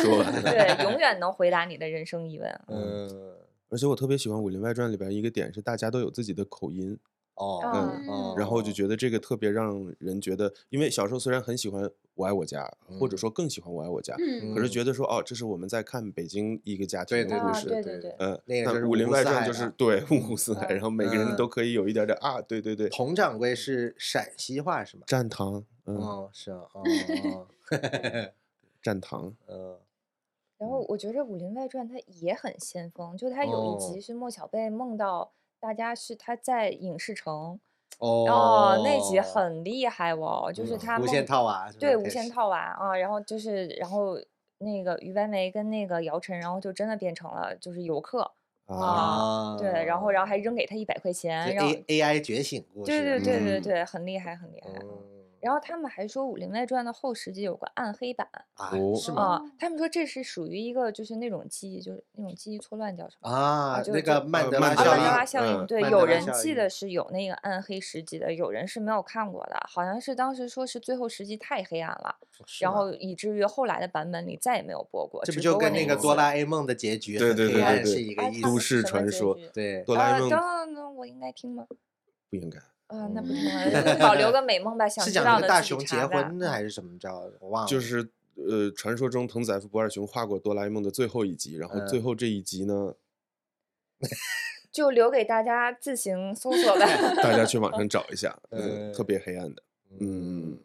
Speaker 3: 说
Speaker 2: 对，永远能回答你的人生疑问。
Speaker 4: 嗯，
Speaker 3: 而且我特别喜欢《武林外传》里边一个点是大家都有自己的口音，
Speaker 4: 哦，
Speaker 2: 嗯
Speaker 1: 嗯
Speaker 3: 然后就觉得这个特别让人觉得，因为小时候虽然很喜欢《我爱我家》，或者
Speaker 4: 嗯
Speaker 3: 说更喜欢《我爱我家》，
Speaker 1: 嗯
Speaker 3: 可是
Speaker 4: 嗯
Speaker 3: 觉得说哦，这是我们在看北京一个家
Speaker 4: 对
Speaker 3: 庭的
Speaker 4: 对
Speaker 3: 故
Speaker 2: 啊
Speaker 3: 事，
Speaker 2: 对
Speaker 4: 对
Speaker 2: 对对
Speaker 3: 嗯，
Speaker 4: 那个
Speaker 3: 但
Speaker 4: 就是
Speaker 3: 武林
Speaker 4: 五
Speaker 3: 外
Speaker 4: 湖四
Speaker 3: 传
Speaker 4: 海》
Speaker 3: 就
Speaker 4: 的
Speaker 3: 是对五湖四海，
Speaker 2: 嗯
Speaker 3: 然后每个人
Speaker 4: 嗯
Speaker 3: 都可以有一点点啊，对对对，
Speaker 4: 佟掌柜是陕西话是吗？
Speaker 3: 战堂，嗯，
Speaker 4: 哦，是啊， 哦，
Speaker 3: 战堂，
Speaker 4: 嗯，
Speaker 2: 然后我觉着《武林外传》它也很先锋，就它有
Speaker 4: 哦
Speaker 2: 一集是莫小贝梦到大家是他在影视城，
Speaker 4: 哦
Speaker 2: 哦，，那集很厉害哦，就是
Speaker 4: 嗯
Speaker 2: 他
Speaker 4: 无
Speaker 2: 梦
Speaker 4: 限套娃，是吧
Speaker 2: 对，无
Speaker 4: 开
Speaker 2: 限
Speaker 4: 始
Speaker 2: 套娃啊，然后就是，然后那个于白梅跟那个姚晨，然后就真的变成了就是游客，
Speaker 3: 啊，
Speaker 2: 对，然
Speaker 4: 哦
Speaker 2: 后然后还扔给他一百块钱，
Speaker 4: 嗯就
Speaker 2: 然后
Speaker 4: A A I 觉醒故事，
Speaker 2: 对对对对
Speaker 3: 嗯
Speaker 2: 对，很厉害很厉害。
Speaker 4: 嗯，
Speaker 2: 然后他们还说《武林外传》的后十集有个暗黑版
Speaker 4: 啊
Speaker 3: 哦
Speaker 4: 是吗？
Speaker 2: 啊
Speaker 1: 哦，
Speaker 2: 他们说这是属于一个就是那种记忆，就是那种记忆错乱叫什么？
Speaker 4: 啊，
Speaker 2: 就
Speaker 4: 那
Speaker 2: 是
Speaker 4: 个
Speaker 2: 就
Speaker 4: 曼
Speaker 3: 呃
Speaker 4: 德
Speaker 3: 曼
Speaker 4: 拉
Speaker 2: 啊，曼德
Speaker 3: 效
Speaker 4: 效
Speaker 2: 拉
Speaker 4: 应，
Speaker 2: 效应，
Speaker 3: 嗯
Speaker 2: 对，
Speaker 4: 曼
Speaker 2: 有
Speaker 4: 德拉
Speaker 2: 人
Speaker 4: 效
Speaker 2: 记
Speaker 4: 应
Speaker 2: 得是有那个暗黑十集的，有人是没有看过的，好像是当时说是最后十集太黑暗了，
Speaker 4: 是
Speaker 2: 然
Speaker 4: 吗
Speaker 2: 后以至于后来的版本里再也没有播过。
Speaker 4: 这不
Speaker 2: 只
Speaker 4: 就
Speaker 2: 播过
Speaker 4: 跟那
Speaker 2: 一
Speaker 4: 个
Speaker 2: 次
Speaker 4: 哆啦 A 梦的结局
Speaker 3: 对
Speaker 4: 很
Speaker 3: 对
Speaker 4: 黑
Speaker 3: 对
Speaker 4: 暗
Speaker 3: 对
Speaker 4: 是
Speaker 3: 对
Speaker 4: 一个
Speaker 2: 哎
Speaker 4: 意
Speaker 2: 它
Speaker 3: 都
Speaker 4: 思？
Speaker 2: 是什
Speaker 3: 市
Speaker 2: 么
Speaker 3: 传
Speaker 2: 结
Speaker 3: 说
Speaker 2: 局
Speaker 4: 对，
Speaker 3: 哆啦
Speaker 2: 呃
Speaker 3: A
Speaker 2: 等
Speaker 3: 梦
Speaker 2: 等等，我应该听吗？
Speaker 3: 不应该，
Speaker 4: 嗯
Speaker 2: 啊，那不听 了，保留个美梦吧。想
Speaker 4: 是
Speaker 2: 知
Speaker 4: 讲
Speaker 2: 道
Speaker 4: 那
Speaker 2: 的
Speaker 4: 个大
Speaker 2: 自己
Speaker 4: 雄
Speaker 2: 查
Speaker 4: 结
Speaker 2: 吧
Speaker 4: 婚的还是怎么着？我忘了。
Speaker 3: 就是呃，传说中藤子 F 不二雄画过哆啦 A 梦的最后一集，然后最
Speaker 4: 嗯
Speaker 3: 后这一集呢，
Speaker 2: 就留给大家自行搜索吧。
Speaker 3: 大家去网上找 一下，嗯，
Speaker 4: 嗯
Speaker 3: 特别黑暗的，嗯，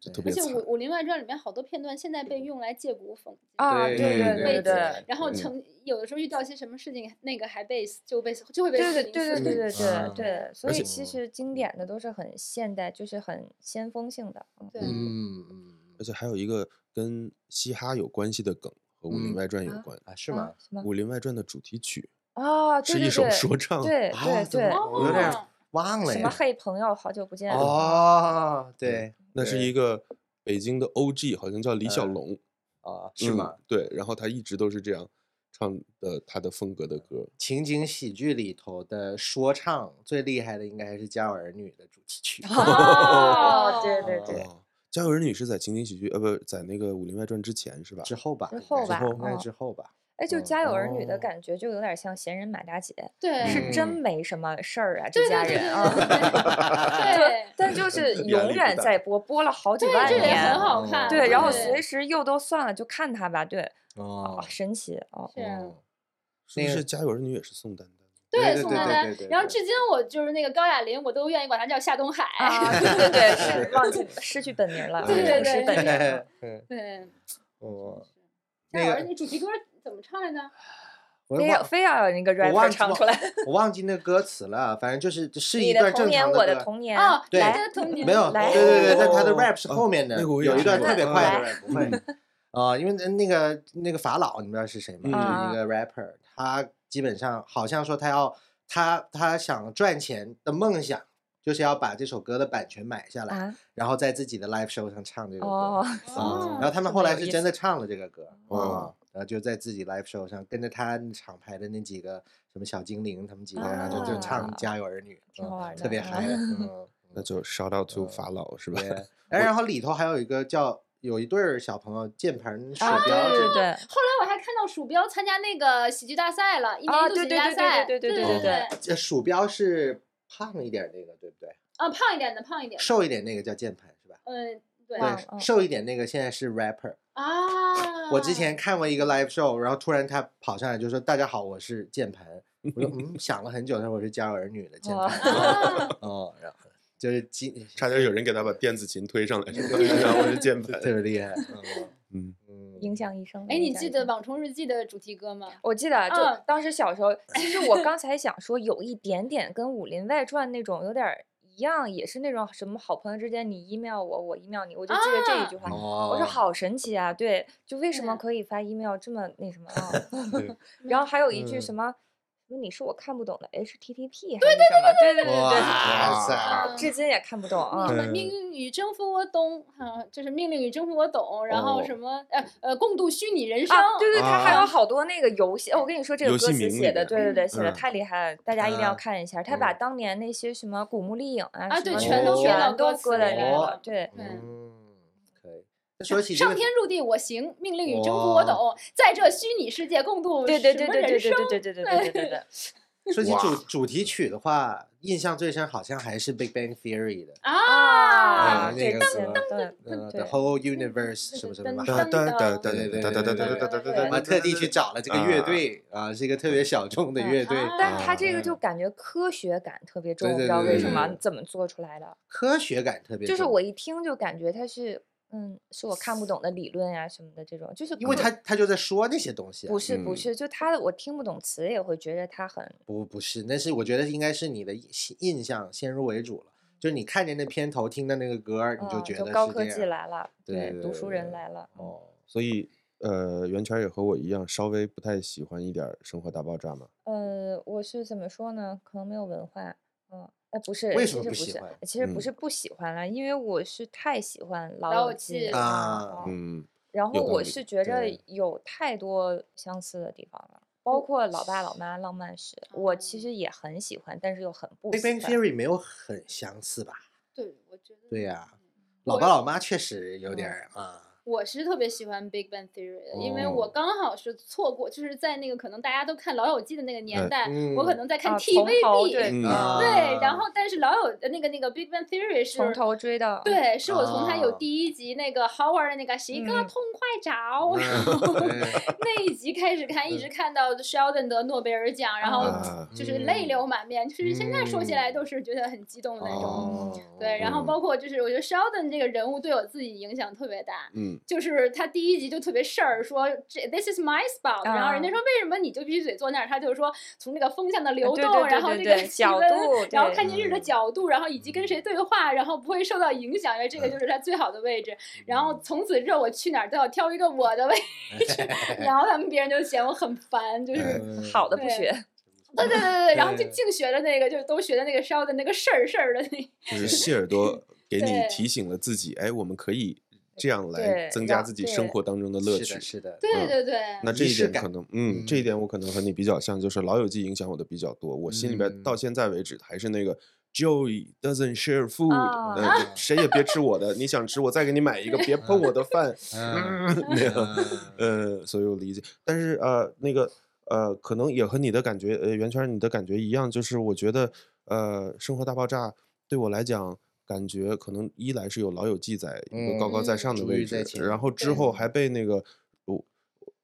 Speaker 3: 就
Speaker 4: 对
Speaker 3: 特
Speaker 1: 而
Speaker 3: 别
Speaker 1: 且
Speaker 3: 惨
Speaker 1: 《武。武林外传》里面好多片段现在被用来借古讽今
Speaker 2: 啊，
Speaker 4: 对
Speaker 2: 对
Speaker 3: 对
Speaker 2: 对
Speaker 1: 对
Speaker 2: 对
Speaker 1: 然后
Speaker 3: 嗯
Speaker 1: 成有的时候遇到一些什么事情，那个还被就被就会被
Speaker 2: 对对
Speaker 1: 撕
Speaker 2: 对对对对
Speaker 4: 嗯
Speaker 2: 对对，所
Speaker 3: 而
Speaker 2: 以
Speaker 3: 且
Speaker 2: 其实经典的都是很现代，就是很先锋性的。嗯
Speaker 1: 对
Speaker 4: 嗯嗯
Speaker 3: 而且还有一个跟嘻哈有关系的梗和《武
Speaker 4: 嗯
Speaker 3: 林外传》有
Speaker 1: 啊
Speaker 3: 关，
Speaker 4: 啊，是吗
Speaker 2: 啊？什么
Speaker 3: 《武林外传》的主题曲
Speaker 2: 啊？对
Speaker 3: 是一
Speaker 2: 对
Speaker 3: 首
Speaker 2: 对
Speaker 3: 说唱，
Speaker 2: 对
Speaker 4: 啊
Speaker 2: 对
Speaker 4: 怎
Speaker 2: 对，
Speaker 4: 么我有点儿忘了
Speaker 2: 什么
Speaker 4: 耶。
Speaker 2: 嘿朋友，好久不见。
Speaker 4: 哦，对，
Speaker 3: 那是
Speaker 4: 对
Speaker 3: 一个北京的 OG，好像叫李小
Speaker 4: 嗯
Speaker 3: 龙，
Speaker 4: 啊，是
Speaker 3: 嗯
Speaker 4: 吗？？
Speaker 3: 对，然后他一直都是这样唱的他的风格的歌，
Speaker 4: 情景喜剧里头的说唱最厉害的应该还是《家有儿女》的主题曲。
Speaker 2: 哦，对对
Speaker 4: 哦
Speaker 2: 对，
Speaker 3: 哦家有儿女是在情景喜剧，呃，不，在那个《武林外传》之前是吧？
Speaker 4: 之后吧，
Speaker 2: 之
Speaker 4: 应该
Speaker 2: 后
Speaker 4: 是
Speaker 2: 吧
Speaker 4: 应该
Speaker 2: 嗯
Speaker 4: 之后吧。
Speaker 2: 哎，就
Speaker 4: 嗯
Speaker 2: 家有儿女的
Speaker 4: 哦嗯
Speaker 2: 感觉，就有点像闲人马大姐，
Speaker 1: 对，
Speaker 2: 是真没什么事儿啊，这
Speaker 1: 对
Speaker 2: 家
Speaker 1: 对对对
Speaker 2: 人啊。
Speaker 1: 对，
Speaker 2: 但就是
Speaker 3: 压
Speaker 2: 永
Speaker 3: 力不
Speaker 2: 远
Speaker 3: 大
Speaker 2: 在播，播了好几万
Speaker 1: 这也
Speaker 2: 年
Speaker 1: 很，好看。
Speaker 2: 对，然后
Speaker 4: 对
Speaker 2: 随时又都算了，就看它吧，对，
Speaker 4: 哦
Speaker 2: 啊，神奇哦，
Speaker 1: 是啊
Speaker 4: 哦
Speaker 3: 是不
Speaker 4: 那
Speaker 3: 是
Speaker 4: 个
Speaker 3: 家有儿女也是宋丹丹？
Speaker 4: 对
Speaker 1: 对
Speaker 4: 对
Speaker 1: 宋
Speaker 4: 对
Speaker 1: 丹
Speaker 4: 对
Speaker 1: 丹
Speaker 4: 对对，
Speaker 1: 然后
Speaker 4: 对
Speaker 1: 至今我就是那个高雅琳，我都愿意管她叫夏东海。
Speaker 2: 啊，对对对，是 忘记失去本名了，
Speaker 4: 对对
Speaker 2: 失
Speaker 1: 对
Speaker 2: 去本名了，
Speaker 4: 嗯
Speaker 1: 对，
Speaker 4: 哦，
Speaker 1: 那
Speaker 4: 那
Speaker 1: 我
Speaker 4: 个
Speaker 1: 儿女主题歌怎么唱来着？
Speaker 4: 我
Speaker 2: 非要
Speaker 4: 忘
Speaker 2: 非要有那个
Speaker 4: 我忘
Speaker 2: rapper
Speaker 4: 记
Speaker 2: 唱
Speaker 4: 忘
Speaker 2: 出来，
Speaker 4: 我忘记那歌词了，反正就是是一
Speaker 2: 你的
Speaker 4: 段
Speaker 2: 童
Speaker 4: 正
Speaker 2: 年，
Speaker 4: 常
Speaker 2: 我
Speaker 4: 的
Speaker 2: 的
Speaker 4: 歌。
Speaker 2: 童年，
Speaker 1: 哦，
Speaker 4: 对
Speaker 1: 你的童年，
Speaker 4: 没有，
Speaker 2: 来
Speaker 4: 对对对，但他的
Speaker 3: 哦
Speaker 4: rap 是
Speaker 3: 啊
Speaker 4: 后面的，
Speaker 3: 那个我也
Speaker 4: 有一
Speaker 3: 听
Speaker 4: 段
Speaker 3: 过
Speaker 4: 特别
Speaker 3: 嗯
Speaker 4: 快的 rap，我会，啊，因为那那个那个法老，你知道是谁吗？
Speaker 2: 嗯
Speaker 4: 就是一个 rapper，他基本上好像说他要他他想赚钱的梦想，就是要把这首歌的版权买下来，
Speaker 2: 啊，
Speaker 4: 然后在自己的 live show 上唱这个歌。
Speaker 2: 哦，
Speaker 1: 哦
Speaker 4: 啊，然后他们
Speaker 2: 这
Speaker 4: 后
Speaker 2: 么
Speaker 4: 来
Speaker 2: 有
Speaker 4: 是
Speaker 2: 意
Speaker 4: 真
Speaker 2: 思
Speaker 4: 的唱了这个歌，
Speaker 3: 哦
Speaker 4: 啊，然后就在自己 live show 上跟着他厂牌的那几个什么小精灵，他们几个，然后就就唱《
Speaker 2: 啊
Speaker 4: 家有儿女》，
Speaker 2: 挺
Speaker 4: 嗯
Speaker 2: 好玩
Speaker 4: 特
Speaker 2: 的
Speaker 4: 别
Speaker 2: 啊
Speaker 4: 嗨。 嗯，
Speaker 3: 那就 shout out to
Speaker 4: 嗯
Speaker 3: 法老是吧？
Speaker 4: 对。哎然后里头还有一个叫有一对儿小朋友键盘鼠
Speaker 2: 啊，对
Speaker 4: 标这
Speaker 2: 对对
Speaker 4: 个，
Speaker 2: 对，
Speaker 1: 后来我还看到鼠标参加那个喜剧大赛了，一年
Speaker 2: 啊
Speaker 1: 一度喜
Speaker 2: 对
Speaker 1: 剧
Speaker 2: 对
Speaker 1: 大
Speaker 2: 对对
Speaker 1: 赛，对
Speaker 2: 对对对
Speaker 3: 对
Speaker 1: 对，
Speaker 4: 呃鼠标是胖一点儿那个对不对？
Speaker 1: 啊，胖一点的，胖一点的，
Speaker 4: 瘦一点那个叫键盘是吧？
Speaker 1: 嗯，对
Speaker 2: 忘了
Speaker 4: 对，瘦一点那个现在是 rapper。
Speaker 1: 啊，
Speaker 4: 我
Speaker 2: 嗯
Speaker 4: 之前看过一个 live show，然后突然他跑上来就说：“大家好，我是键盘。”我说：“嗯，想了很久，他说我是家有儿女的键
Speaker 2: 哇
Speaker 1: 啊
Speaker 2: 嗯
Speaker 4: 盘。”哦，然后就是今
Speaker 3: 差点有人给他把电子琴推上 来，是吧然后我是键
Speaker 4: 特
Speaker 3: 盘。
Speaker 4: 别厉害。嗯
Speaker 3: 嗯，
Speaker 4: 嗯
Speaker 2: 影响一生的
Speaker 1: 哎，
Speaker 2: 影
Speaker 1: 你
Speaker 2: 响
Speaker 1: 记
Speaker 2: 一
Speaker 1: 得《
Speaker 2: 生
Speaker 1: 网虫日记》的主题歌吗？
Speaker 2: 我记得，就
Speaker 1: 嗯
Speaker 2: 当时小时候，其实我刚才想说，有一点点跟《武林外传》那种有点儿一样，也是那种什么好朋友之间你 email 我，我 email 你，我就记得这一句话。
Speaker 4: 哦，
Speaker 2: 我说好神奇啊！对，就为什么
Speaker 1: 对
Speaker 2: 可以发 email 这么那什么啊？
Speaker 3: 对
Speaker 2: 然后还有一句什
Speaker 4: 嗯
Speaker 2: 么什么你是我看不懂的 HTTP 还是什么？对对对对
Speaker 4: 哇塞
Speaker 1: 嗯！
Speaker 2: 对，至今也看不懂啊
Speaker 1: 什。么
Speaker 3: 嗯
Speaker 1: 命运与征服我懂啊，就是命运与征服我懂，然后
Speaker 3: 哦
Speaker 1: 什么呃呃共度虚拟人生，
Speaker 2: 啊，对对，它还
Speaker 3: 啊
Speaker 2: 有好多那个游戏，哦我跟你说这个
Speaker 3: 游戏
Speaker 2: 歌词
Speaker 3: 名里
Speaker 2: 写的，
Speaker 3: 边
Speaker 2: 对对对，写的
Speaker 3: 嗯
Speaker 2: 太厉害了，大家一定要
Speaker 4: 啊
Speaker 2: 看一下。他把
Speaker 4: 嗯
Speaker 2: 当年那些什么古墓丽影啊，
Speaker 1: 啊
Speaker 2: 什
Speaker 1: 对
Speaker 2: 么
Speaker 4: 全都写到
Speaker 2: 全
Speaker 1: 歌
Speaker 2: 都
Speaker 1: 词
Speaker 2: 搁在里
Speaker 4: 里
Speaker 2: 面
Speaker 4: 了
Speaker 2: 了，对。
Speaker 1: 对
Speaker 4: 哦嗯，可以。那说起这
Speaker 1: 上
Speaker 4: 个哦
Speaker 1: 天入地我行，命令与征服我懂，在这虚拟世界共度
Speaker 2: 对对对
Speaker 1: 哦什么
Speaker 2: 对
Speaker 1: 人
Speaker 2: 对对
Speaker 1: 生
Speaker 2: 对对对对对对对对，
Speaker 4: 说起
Speaker 3: 哇
Speaker 4: 主主题曲的话，印象最深好像还是 Big Bang Theory 的
Speaker 1: 啊
Speaker 4: 嗯！
Speaker 2: 对
Speaker 4: 那
Speaker 2: 歌
Speaker 4: 个
Speaker 2: 词，
Speaker 4: 呃
Speaker 2: 对
Speaker 4: ，The
Speaker 2: 嗯对
Speaker 4: Whole Universe 什么什么什
Speaker 2: 哦
Speaker 4: 么
Speaker 1: 噔
Speaker 3: 哒
Speaker 1: 噔
Speaker 3: 哒哒哒
Speaker 4: 对对对
Speaker 3: 哒哒哒哒哒哒哒
Speaker 1: 对
Speaker 3: 哒
Speaker 4: 我
Speaker 3: 哒。
Speaker 4: 特地去找了这个乐队啊，是一个特别小众的乐队。
Speaker 1: 啊
Speaker 2: 但他这个就
Speaker 4: 嗯
Speaker 2: 感觉科学感特别重，
Speaker 4: 对
Speaker 2: 不
Speaker 4: 对
Speaker 2: 知道
Speaker 4: 对
Speaker 2: 为
Speaker 3: 对
Speaker 2: 什么
Speaker 4: 对
Speaker 2: 怎么做出来的，
Speaker 4: 科学感特别重，
Speaker 2: 就是我一听就感觉他是，嗯，是我看不懂的理论呀、什么的这种，就是
Speaker 4: 因为
Speaker 2: 科
Speaker 4: 他他就在说那些东西啊、
Speaker 2: 不是不
Speaker 3: 嗯
Speaker 2: 是，就他的我听不懂词也会觉得他很
Speaker 4: 不不是，那是我觉得应该是你的印印象先入为主了，就是你看见那片头，听到那个歌儿，你
Speaker 2: 嗯，
Speaker 4: 就觉得是
Speaker 2: 高科
Speaker 4: 这
Speaker 2: 技
Speaker 4: 样
Speaker 2: 来了，
Speaker 4: 对对对
Speaker 2: 读
Speaker 4: 对
Speaker 2: 书
Speaker 4: 对
Speaker 2: 人来了，嗯
Speaker 4: 哦，
Speaker 3: 所以，呃，袁泉儿也和我一样，稍微不太喜欢一点儿《生活大爆炸》嘛。
Speaker 2: 呃，我是怎么说呢？可能没有文化，嗯，哎，不是，
Speaker 4: 为
Speaker 2: 其
Speaker 4: 什么
Speaker 2: 实
Speaker 4: 不
Speaker 2: 不
Speaker 4: 喜
Speaker 2: 是
Speaker 4: 欢，
Speaker 2: 其实不
Speaker 3: 嗯
Speaker 2: 是不喜欢了，因为我是太喜欢《老
Speaker 1: 老
Speaker 2: 友
Speaker 1: 友
Speaker 2: 记
Speaker 1: 记》哦
Speaker 2: 了
Speaker 4: 啊，
Speaker 2: 嗯
Speaker 3: 嗯，
Speaker 2: 然后
Speaker 3: 有道
Speaker 2: 我
Speaker 3: 理
Speaker 2: 是觉着
Speaker 4: 对
Speaker 2: 有太多相似的地方了。包括老爸老妈浪漫史，我其
Speaker 1: 哦
Speaker 2: 实也很喜欢，但是又很不
Speaker 4: 《Big
Speaker 2: 喜
Speaker 4: Bang
Speaker 2: 欢。
Speaker 4: Theory》没有很相似吧？
Speaker 1: 对，我觉得嗯
Speaker 4: 对呀、
Speaker 1: 我
Speaker 4: 老爸老妈确实有点儿啊，
Speaker 1: 我是特别喜欢 Big Bang Theory 的，因为
Speaker 4: 哦
Speaker 1: 我刚好是错过，就是在那个可能大家都看《老友记》的那个年
Speaker 3: 哎
Speaker 1: 代，我
Speaker 4: 嗯
Speaker 1: 可能在看
Speaker 2: 啊从头
Speaker 1: TVB，、
Speaker 2: 对
Speaker 3: 嗯
Speaker 4: 啊
Speaker 1: 对，然后但是老友呃那个那个 Big Bang Theory 是
Speaker 2: 从头追到
Speaker 1: 对，是我从他有
Speaker 4: 啊
Speaker 1: 第一集那个 Howard 的那个谁个
Speaker 2: 嗯
Speaker 1: 痛快
Speaker 4: 嗯
Speaker 1: 找，然后
Speaker 4: 哎
Speaker 1: 那一集开始看，一直看到 Sheldon 得诺贝尔奖，然后
Speaker 3: 啊，
Speaker 1: 就是泪流满面，就是现在说起来
Speaker 4: 嗯
Speaker 1: 都是觉得很激动的那种。
Speaker 4: 哦
Speaker 1: 对，然后
Speaker 3: 嗯
Speaker 1: 包括就是我觉得 Sheldon 这个人物对我自己影响特别大，
Speaker 3: 嗯，
Speaker 1: 就是他第一集就特别事儿，说这 this is my spot，、然后人家
Speaker 2: 啊
Speaker 1: 说为什么你就必须得坐那儿？他就是说从这个风向的流
Speaker 2: 对
Speaker 1: 动，
Speaker 2: 对对
Speaker 1: 然后这
Speaker 2: 对对
Speaker 1: 个气
Speaker 2: 角
Speaker 1: 温
Speaker 2: 度
Speaker 1: 然后
Speaker 2: 对
Speaker 1: 看电视的
Speaker 4: 嗯
Speaker 1: 角度，然后以及跟谁对话，然后不会受到影响，因为这个就是他最好的位置。然
Speaker 4: 嗯
Speaker 1: 后从此之后我去哪儿都要挑一个我的位置，然后他们别人就嫌我很烦，就是。
Speaker 2: 好的不
Speaker 1: 对
Speaker 2: 学，
Speaker 1: 对对对对，然后就
Speaker 4: 嗯对
Speaker 1: 净学的那个，就是都学的那个烧的那个事儿事儿的那，
Speaker 3: 就是谢耳 朵给你
Speaker 1: 对
Speaker 3: 提醒了自己，哎，我们可以这样来
Speaker 2: 对
Speaker 3: 增加
Speaker 2: 让
Speaker 3: 自己生
Speaker 2: 对
Speaker 3: 活当中的乐
Speaker 4: 是的，
Speaker 3: 趣。
Speaker 4: 是的，
Speaker 1: 对
Speaker 3: 嗯
Speaker 1: 对对，
Speaker 3: 那这
Speaker 4: 仪
Speaker 3: 一
Speaker 4: 式
Speaker 3: 点可
Speaker 4: 感
Speaker 3: 能，嗯，这一
Speaker 4: 嗯
Speaker 3: 点我可能和你比较像，就是《老友记》影响我的比较多。我心里边到
Speaker 4: 嗯
Speaker 3: 现在为止还是那个 Joey doesn't share food，
Speaker 2: 哦
Speaker 1: 啊
Speaker 3: 呃就谁也别吃我的，你想吃我再给你买一个，别碰我的饭。
Speaker 4: 嗯，
Speaker 3: 那样，呃，所以我理解。但是呃，那个呃，可能也和你的感觉，呃，圆圈儿你的感觉一样，就是我觉得呃，《生活大爆炸》对我来讲，感觉可能一来是有《老友记》在一个高高在
Speaker 1: 嗯
Speaker 3: 上的
Speaker 4: 主
Speaker 3: 位
Speaker 4: 语在
Speaker 3: 置，
Speaker 4: 前
Speaker 3: 然
Speaker 4: 面
Speaker 3: 后之
Speaker 1: 对
Speaker 3: 后还被那个我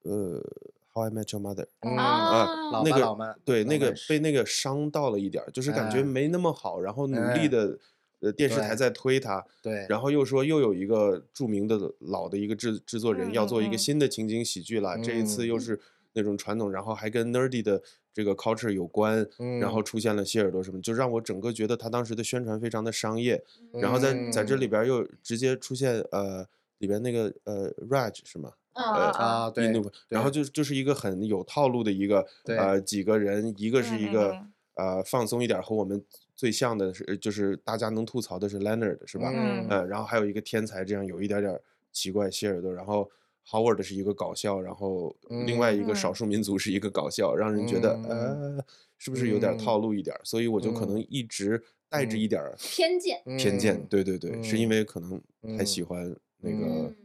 Speaker 3: 呃《How I Met Your Mother》
Speaker 4: 嗯
Speaker 1: 啊
Speaker 4: 老
Speaker 3: 那
Speaker 4: 妈
Speaker 3: 个
Speaker 4: 老妈，
Speaker 3: 对
Speaker 4: 老
Speaker 3: 那
Speaker 4: 妈
Speaker 3: 个
Speaker 4: 是
Speaker 3: 被那个伤到了一点儿，就是感觉
Speaker 4: 哎
Speaker 3: 没那么好，然后努力
Speaker 4: 哎
Speaker 3: 的。呃，电视台
Speaker 4: 对
Speaker 3: 在推他，
Speaker 4: 对，
Speaker 3: 然后又说又有一个著名的老的一个制制作人
Speaker 2: 嗯
Speaker 3: 要做一
Speaker 2: 嗯
Speaker 3: 个
Speaker 2: 嗯
Speaker 3: 新的情景喜剧了，这一次又
Speaker 4: 嗯
Speaker 3: 是那种传统，然后还跟 nerdy 的这个 culture 有关，然后
Speaker 4: 嗯
Speaker 3: 出现了谢耳朵什么，就让我整个觉得他当时的宣传非常的商业，然后在在这
Speaker 4: 嗯
Speaker 3: 里边儿又直接出现呃里边那个呃 Raj 是吗？
Speaker 2: 啊
Speaker 1: 嗯，
Speaker 4: 啊，对
Speaker 3: 印度，然后就就是一个很有套路的一个
Speaker 4: 对
Speaker 3: 呃几个人，一个是
Speaker 2: 嗯
Speaker 3: 一
Speaker 2: 嗯
Speaker 3: 个、
Speaker 2: 嗯
Speaker 3: 呃放松一点儿和我们最像的是呃就是大家能吐槽的是 Leonard 是吧？
Speaker 2: 嗯
Speaker 3: 呃，然后还有一个天才，这样有一点点儿奇怪谢耳朵，然后 Howard 是一个搞笑，然后另外一个少
Speaker 2: 嗯
Speaker 3: 数民族是一个搞笑，让人觉得、
Speaker 4: 嗯
Speaker 3: 呃是不是有点儿套路一点儿？所以我就可能一直带着
Speaker 4: 嗯
Speaker 3: 一点儿
Speaker 1: 偏见，
Speaker 3: 偏见，
Speaker 4: 嗯
Speaker 3: 对对对，是
Speaker 4: 嗯
Speaker 3: 因为可能还
Speaker 4: 嗯
Speaker 3: 喜欢那
Speaker 4: 嗯
Speaker 3: 个。
Speaker 1: 嗯，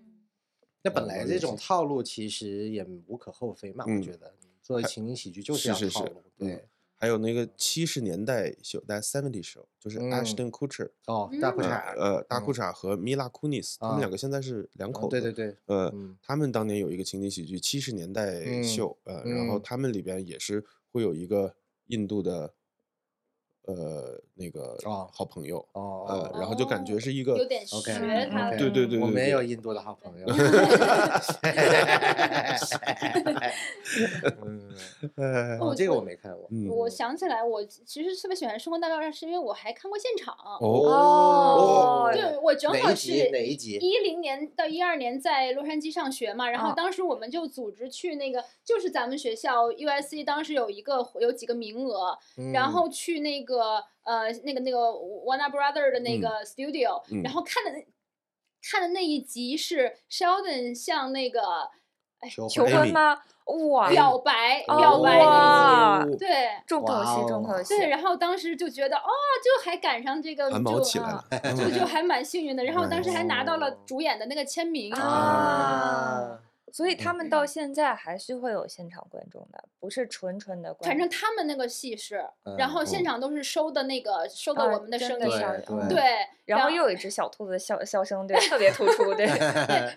Speaker 4: 那
Speaker 3: 呃
Speaker 4: 本来
Speaker 3: 玩
Speaker 4: 这
Speaker 3: 游
Speaker 4: 种
Speaker 3: 戏
Speaker 4: 套路其实也无可厚非嘛，我
Speaker 3: 嗯
Speaker 4: 觉得作为情景喜剧就是要
Speaker 3: 是
Speaker 4: 套
Speaker 3: 是
Speaker 4: 路，
Speaker 3: 嗯
Speaker 4: 对，
Speaker 3: 还有那个七十年代秀，大 seventy show，就是
Speaker 4: 嗯
Speaker 3: Ashton Kutcher，、
Speaker 4: 哦，大裤
Speaker 3: 呃
Speaker 4: 衩儿，
Speaker 3: 呃，大
Speaker 4: 嗯
Speaker 3: 裤衩和 Mila Kunis，、他
Speaker 4: 啊
Speaker 3: 们两个现在是两
Speaker 4: 嗯
Speaker 3: 口子。
Speaker 4: 对对对，
Speaker 3: 呃，
Speaker 4: 嗯
Speaker 3: 他们当年有一个情景喜剧七十年代
Speaker 4: 嗯
Speaker 3: 秀，呃，然后
Speaker 4: 嗯
Speaker 3: 他们里边也是会有一个印度的，呃，那个
Speaker 4: 哦
Speaker 3: 好朋友，
Speaker 4: 哦，
Speaker 3: 呃，
Speaker 4: 哦
Speaker 3: 然后就感觉
Speaker 1: 哦
Speaker 3: 是一
Speaker 1: 有
Speaker 3: 个，
Speaker 1: 点学
Speaker 4: OK，
Speaker 1: 他的，
Speaker 3: 对对对
Speaker 4: 我
Speaker 3: 对
Speaker 4: 们也
Speaker 3: 对
Speaker 4: 有印度的好朋友，嗯，
Speaker 3: 呃
Speaker 1: 我
Speaker 4: 哦，这个
Speaker 1: 我
Speaker 4: 我没看过，
Speaker 3: 嗯，
Speaker 1: 我想起来，我其实特别喜欢《生活大爆炸》，是因为我还看过现场。呃
Speaker 3: 哦
Speaker 2: 哦
Speaker 1: 对，我正
Speaker 4: 哦哪
Speaker 1: 好
Speaker 4: 一
Speaker 1: 是
Speaker 4: 集？哪一集？啊
Speaker 1: 一零年到一二年在洛杉矶上学嘛，然后
Speaker 2: 哦
Speaker 1: 当时我们就组织去那个，就是咱们学校 USC 当时有一个有几个名额，
Speaker 4: 嗯
Speaker 1: 然后去那个呃那个那个 Warner Brother 的那
Speaker 3: 嗯
Speaker 1: 个 studio，、
Speaker 3: 嗯
Speaker 1: 然后看的那看的那一集是 Sheldon 向那个哎
Speaker 4: 求
Speaker 2: 求
Speaker 4: 婚
Speaker 2: 婚
Speaker 3: Amy
Speaker 2: 吗？哇，
Speaker 1: 表白、
Speaker 4: 哦
Speaker 1: 表白那
Speaker 2: 哇
Speaker 1: 一
Speaker 3: 哦
Speaker 1: 集，对。
Speaker 2: 重口
Speaker 4: 哇
Speaker 2: 戏，
Speaker 4: 哦
Speaker 2: 重口戏，
Speaker 1: 对，然后当时就觉得哦，就还赶上这个，
Speaker 3: 汗毛
Speaker 1: 就
Speaker 3: 起来
Speaker 2: 啊
Speaker 3: 了，
Speaker 1: 就 就还蛮幸运的。然后当时还拿到了
Speaker 4: 哦
Speaker 1: 主演的那个签名
Speaker 2: 啊
Speaker 4: 啊，
Speaker 2: 所以他们
Speaker 4: 嗯
Speaker 2: 到现在还是会有现场观众的，不是纯纯的观
Speaker 1: 反
Speaker 2: 众。
Speaker 1: 正他们那个戏是，然
Speaker 4: 嗯
Speaker 1: 后现场都是收的那个收的
Speaker 2: 啊
Speaker 1: 我们的
Speaker 2: 真
Speaker 1: 声
Speaker 2: 的
Speaker 1: 音，
Speaker 2: 小
Speaker 4: 对
Speaker 2: 嗯
Speaker 1: 对，
Speaker 2: 然
Speaker 1: 后
Speaker 2: 后又有一只小兔子的笑笑声， 对，特别突出， 对，
Speaker 1: 对，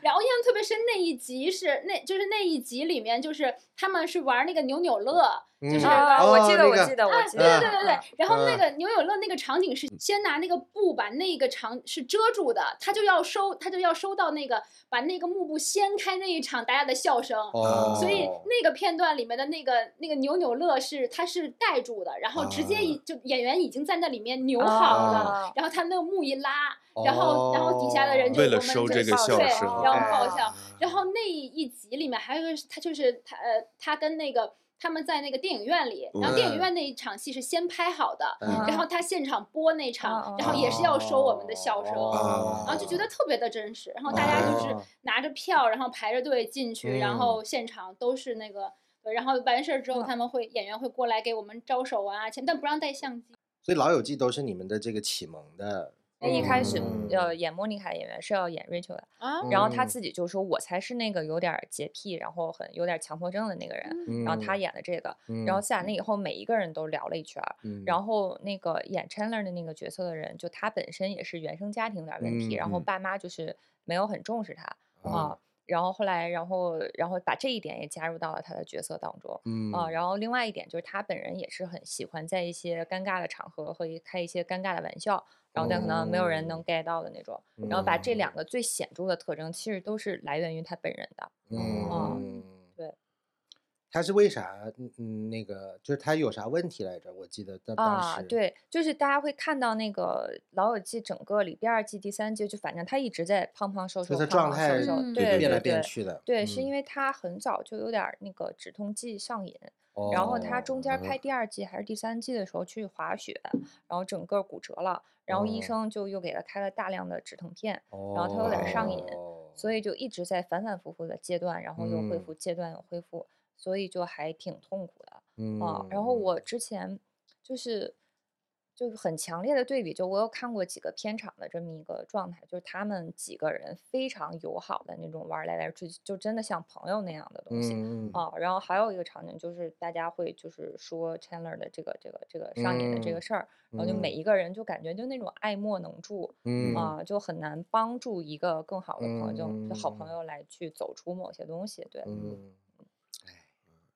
Speaker 1: 然后印象特别深那一集是那就是那一集里面就是他们是玩那个扭扭乐，
Speaker 4: 就是
Speaker 2: 啊，我
Speaker 3: 哦
Speaker 2: 记得，我记
Speaker 4: 得，
Speaker 2: 得，我
Speaker 1: 啊，
Speaker 2: 记
Speaker 1: 对
Speaker 2: 得，
Speaker 1: 对对对对
Speaker 2: 嗯，
Speaker 1: 然后那
Speaker 4: 嗯
Speaker 1: 个扭扭乐那个场景是先拿那个布把那个场是遮住的，他就要收他就要收到那个把那个幕布掀开那一场大家的笑声。
Speaker 4: 哦，
Speaker 1: 所以那个片段里面的那个那个扭扭乐是它是盖住的，然后直接
Speaker 3: 嗯
Speaker 1: 已就演员已经在那里面
Speaker 4: 哦
Speaker 1: 扭好了，
Speaker 2: 啊
Speaker 1: 然后他那个幕一拉，然后然后底下的人就
Speaker 3: 哦为了
Speaker 1: 我们
Speaker 3: 收
Speaker 1: 就
Speaker 3: 这个
Speaker 2: 爆
Speaker 3: 笑
Speaker 1: 对
Speaker 3: 声，
Speaker 1: 然后
Speaker 4: 哎
Speaker 1: 爆笑，然后那一集里面还有一个是，他就是他呃，他跟那个他们在那个电影院里，然后电影
Speaker 4: 嗯
Speaker 1: 院那一场戏是先拍好的，
Speaker 4: 嗯
Speaker 1: 然后他现场播那
Speaker 2: 哦
Speaker 1: 场
Speaker 2: 哦，
Speaker 1: 然后也是要收我们的笑声。
Speaker 4: 哦
Speaker 1: 然后就觉得特别的真实，然后大家就是
Speaker 4: 哦
Speaker 1: 拿着票，然后排着队进去，然
Speaker 3: 嗯
Speaker 1: 后现场都是那个，对然后完事儿之后，
Speaker 2: 哇
Speaker 1: 他们会演员会过来给我们招手啊，前但不让带相机。
Speaker 4: 所以《老友记》都是你们的这个启蒙的一
Speaker 2: 他一开始
Speaker 4: 嗯
Speaker 2: 呃演莫妮卡的演员是要演 Rachel 的，
Speaker 1: 啊，
Speaker 2: 然后他
Speaker 4: 嗯
Speaker 2: 自己就说我才是那个有点儿洁癖，然后很有点儿强迫症的那个人。然后他演的这个，
Speaker 4: 嗯，
Speaker 2: 然后下来那以后每一个人都聊了一圈儿，
Speaker 4: 嗯，
Speaker 2: 然后那个演 Chandler 的那个角色的人，就他本身也是原生家庭有点儿问题，
Speaker 4: 嗯
Speaker 2: 然后
Speaker 4: 嗯哦
Speaker 2: 爸妈就是没有很重视他
Speaker 4: 后
Speaker 2: 啊，然后后来，然后然后把这一点也加入到了他的角色当中。
Speaker 4: 嗯
Speaker 2: 啊，然后另外一点就是他本人也是很喜欢在一些尴尬的场合和一开一些尴尬的玩笑，然后但可能没有人能
Speaker 4: 哦
Speaker 2: get 到的那种。然后把这
Speaker 4: 嗯
Speaker 2: 两个最显著的特征，其实都是来源于他本人的。
Speaker 4: 嗯
Speaker 2: 嗯，对。
Speaker 4: 他是为啥？嗯嗯，那个就是他有啥问题来着？我记得在当时
Speaker 2: 啊，，对，就是大家会看到那个《老友记》整个里第二季、第三季，就反正他一直在胖胖瘦
Speaker 4: 就
Speaker 2: 瘦，
Speaker 4: 他
Speaker 2: 胖
Speaker 4: 状
Speaker 2: 胖
Speaker 4: 态
Speaker 2: 瘦瘦，
Speaker 1: 嗯
Speaker 2: 对
Speaker 4: 变
Speaker 2: 对
Speaker 4: 来
Speaker 2: 对
Speaker 4: 变去的，
Speaker 2: 对，是
Speaker 4: 嗯
Speaker 2: 因为他很早就有点儿那个止痛剂上瘾，然后他中间
Speaker 3: 哦
Speaker 2: 拍第二季还是第三季的时候去滑雪，然后整个骨折了，然后医
Speaker 4: 哦
Speaker 2: 生就又给他开了大量的止疼片，
Speaker 4: 哦，
Speaker 2: 然后他有点上瘾
Speaker 4: 哦
Speaker 2: 所以就一直在反反复复的阶段，然后又
Speaker 4: 嗯
Speaker 2: 恢复，阶段又恢复，所以就还挺痛苦的。
Speaker 4: 嗯
Speaker 2: 啊，然后我之前就是就是很强烈的对比，就我有看过几个片场的这么一个状态，就是他们几个人非常友好的那种玩儿来来去，去，就真的像朋友那样的东西。
Speaker 4: 嗯，
Speaker 2: 啊，然后还有一个场景就是大家会就是说 Chandler 的这个这个这个上瘾的这
Speaker 4: 嗯
Speaker 2: 个事儿，然后就每
Speaker 4: 嗯
Speaker 2: 一个人就感觉就那种爱莫能助，
Speaker 4: 嗯
Speaker 2: 啊，就很难帮助一个更好的朋友，就就好
Speaker 4: 嗯
Speaker 2: 朋友来去走出某些东西，对，
Speaker 4: 嗯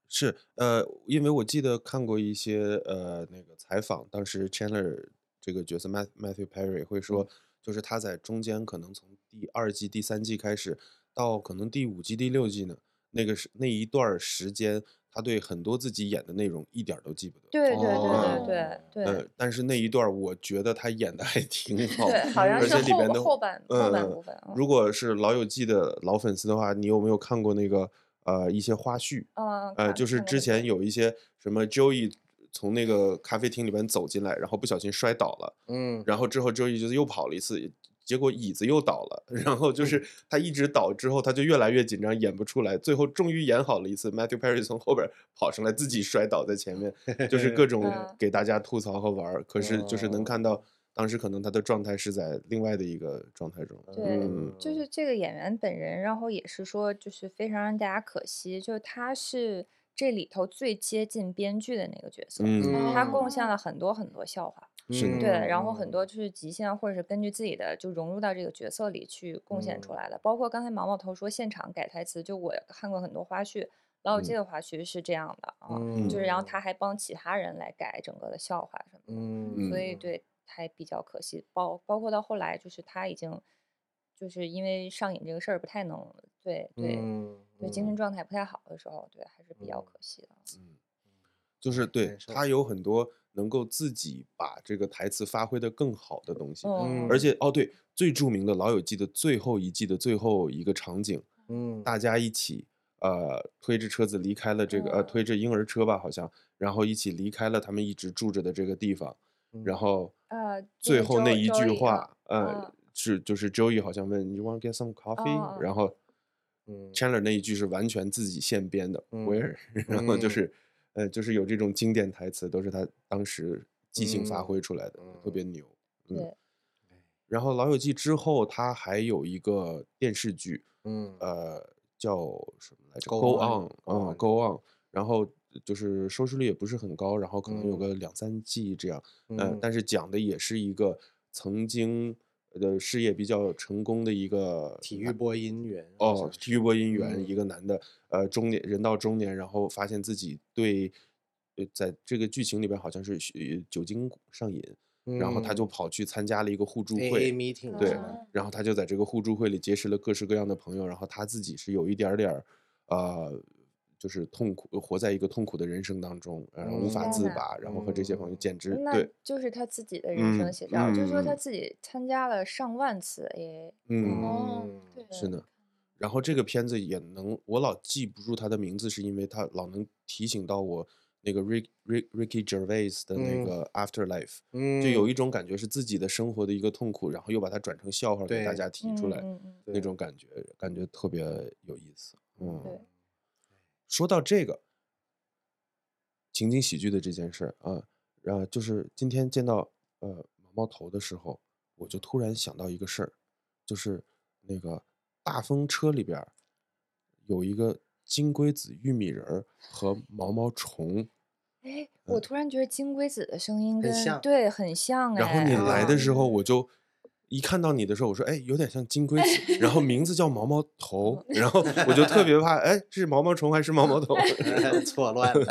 Speaker 3: 是呃，因为我记得看过一些呃那个采访，当时 Chandler 这个角色 Math Matthew Perry 会说，
Speaker 2: 嗯
Speaker 3: 就是他在中间可能从第二季、第三季开始，到可能第五季、第六季呢，那个是那一段儿时间，他对很多自己演的内容一点儿都记不得。
Speaker 2: 对对
Speaker 4: 哦
Speaker 2: 对对对对
Speaker 3: 呃，但是那一段儿我觉得他演的还挺好。
Speaker 2: 对，好像
Speaker 3: 哦而
Speaker 2: 是
Speaker 3: 且里边的
Speaker 2: 后后半后半部分
Speaker 3: 嗯，，如果是《老友记》的老粉丝的话，你有没有看过那个呃一些花絮？
Speaker 2: 嗯，
Speaker 3: 呃，
Speaker 2: 看
Speaker 3: 就是
Speaker 2: 看过
Speaker 3: 之
Speaker 2: 那个
Speaker 3: 前有一些什么 Joey 从那个咖啡厅里边走进来，然后不小心摔倒了，
Speaker 4: 嗯，
Speaker 3: 然后之后 Joey 就是又跑了一次，结果椅子又倒了， 然后就是他一直倒之后，他就越来越紧张，演不出来，最后终于演好了一次。Matthew Perry 从后边跑上来，自己摔倒在前面，就是各种
Speaker 2: 嗯
Speaker 3: 给大家吐槽和玩儿。可是就是能
Speaker 4: 哦
Speaker 3: 看到当时可能他的状态是在另外的一个状态中，
Speaker 2: 对
Speaker 3: 嗯
Speaker 2: 就是这个演员本人，然后也是说，就是非常让大家可惜，就是他是这里头最接近编剧的那个角色，
Speaker 3: 嗯
Speaker 2: 他
Speaker 1: 过
Speaker 2: 贡献了很多很多笑话，
Speaker 3: 是的
Speaker 2: 对，然后
Speaker 3: 嗯
Speaker 2: 很多就是即兴啊或者是根据自己的就融入到这个角色里去贡献出
Speaker 4: 嗯
Speaker 2: 来的，包括刚才毛毛头说现场改台词，就我看过很多花絮，老
Speaker 3: 嗯
Speaker 2: 友记的花絮是这样的啊，
Speaker 4: 嗯，
Speaker 2: 就是然后他还帮其他人来改整个的笑话什么的。
Speaker 4: 嗯，
Speaker 2: 所以对还比较可惜。包包括到后来，就是他已经就是因为上瘾这个事儿不太能对对、
Speaker 4: 嗯，
Speaker 2: 对精神状态不太好的时候，对还是比较
Speaker 4: 嗯
Speaker 2: 可惜的。
Speaker 3: 就是对
Speaker 4: 难受
Speaker 3: 他有很多能够自己把这个台词发挥的更好的东西。
Speaker 2: 嗯，
Speaker 3: 而且哦，对，最著名的《老友记》的最后一季的最后一个场景，
Speaker 4: 嗯，
Speaker 3: 大家一起呃推着车子离开了这个呃
Speaker 2: 嗯
Speaker 3: 推着婴儿车吧，好像，然后一起离开了他们一直住着的这个地方，然后
Speaker 2: 嗯呃
Speaker 3: 最
Speaker 2: 那个
Speaker 3: 后那
Speaker 2: Joe-
Speaker 3: 一
Speaker 2: Joey
Speaker 3: 句
Speaker 2: 啊
Speaker 3: 话，呃
Speaker 2: 嗯
Speaker 3: 是就是 Joey 好像问 You want get some coffee，
Speaker 2: 嗯嗯
Speaker 3: 然后
Speaker 4: 嗯
Speaker 3: Chandler 那一句是完全自己现编的
Speaker 4: 嗯
Speaker 3: Where，然 后就
Speaker 4: 嗯
Speaker 3: 是呃就是有这种经典台词都是他当时即兴发
Speaker 4: 嗯
Speaker 3: 挥出来的，特别牛。嗯
Speaker 2: 对，
Speaker 3: 然后《老友记》之后，它还有一个电视剧，
Speaker 4: 嗯
Speaker 3: 呃，叫什么来着
Speaker 4: Go
Speaker 3: ？Go
Speaker 4: On，
Speaker 3: On，
Speaker 4: Go
Speaker 3: 嗯，Go On。然后就是收视率也不是很高，然后可能有
Speaker 4: 嗯
Speaker 3: 个两三季这样，呃
Speaker 4: 嗯，
Speaker 3: 但是讲的也是一个曾经呃事业比较成功的一个
Speaker 4: 体育播音员好
Speaker 3: 哦
Speaker 4: 像，
Speaker 3: 体
Speaker 4: 是
Speaker 3: 育播音员，
Speaker 4: 嗯
Speaker 3: 一个男的，呃，中年人到中年，然后发现自己对，呃，在这个剧情里边好像是呃酒精上瘾，然后他就
Speaker 4: 嗯
Speaker 3: 跑去参加了一个互助
Speaker 4: AA
Speaker 3: 会，
Speaker 4: meeting
Speaker 3: 对
Speaker 4: 是吗
Speaker 3: 然后他就在这个互助会里结识了各式各样的朋友，然后他自己是有一点儿点儿，呃，就是痛苦，活在一个痛苦的人生当中，然后无
Speaker 4: 嗯
Speaker 3: 法
Speaker 2: 天
Speaker 3: 自
Speaker 2: 呐
Speaker 3: 拔，然后和这些朋友简直
Speaker 2: 那
Speaker 3: 对，
Speaker 2: 就是他自己的人
Speaker 3: 嗯
Speaker 2: 生写照，就是说他
Speaker 3: 嗯
Speaker 2: 自己参加了上万次 AA，
Speaker 3: 嗯，
Speaker 1: 哦
Speaker 4: 嗯，
Speaker 1: 对，
Speaker 3: 是的。然后这个片子也能，我老记不住他的名字，是因为他老能提醒到我那个 Rick Rick Ricky Gervais 的那
Speaker 4: 嗯
Speaker 3: 个 Afterlife，、
Speaker 4: 嗯，
Speaker 3: 就有一种感觉是自己的生活的一个痛苦，然后又把它转成笑话给大
Speaker 4: 对
Speaker 3: 家提出来，
Speaker 2: 嗯嗯嗯，
Speaker 3: 那
Speaker 4: 对
Speaker 3: 种感觉，感觉特别有意思。嗯，
Speaker 2: 对
Speaker 3: 说到这个情景喜剧的这件事儿啊，呃，就是今天见到呃毛毛头的时候，我就突然想到一个事儿，就是那个大风车里边儿有一个金龟子玉米人儿和毛毛虫，
Speaker 2: 哎，我
Speaker 3: 嗯
Speaker 2: 突然觉得金龟子的声音
Speaker 4: 很
Speaker 2: 跟
Speaker 4: 像
Speaker 2: 对很像哎。
Speaker 3: 然后你来的
Speaker 2: 嗯
Speaker 3: 时候，我就一看到你的时候，我说哎，有点像金龟子，然后名字叫毛毛头，然后我就特别怕，哎，是毛毛虫还是毛毛头？
Speaker 4: 错乱了。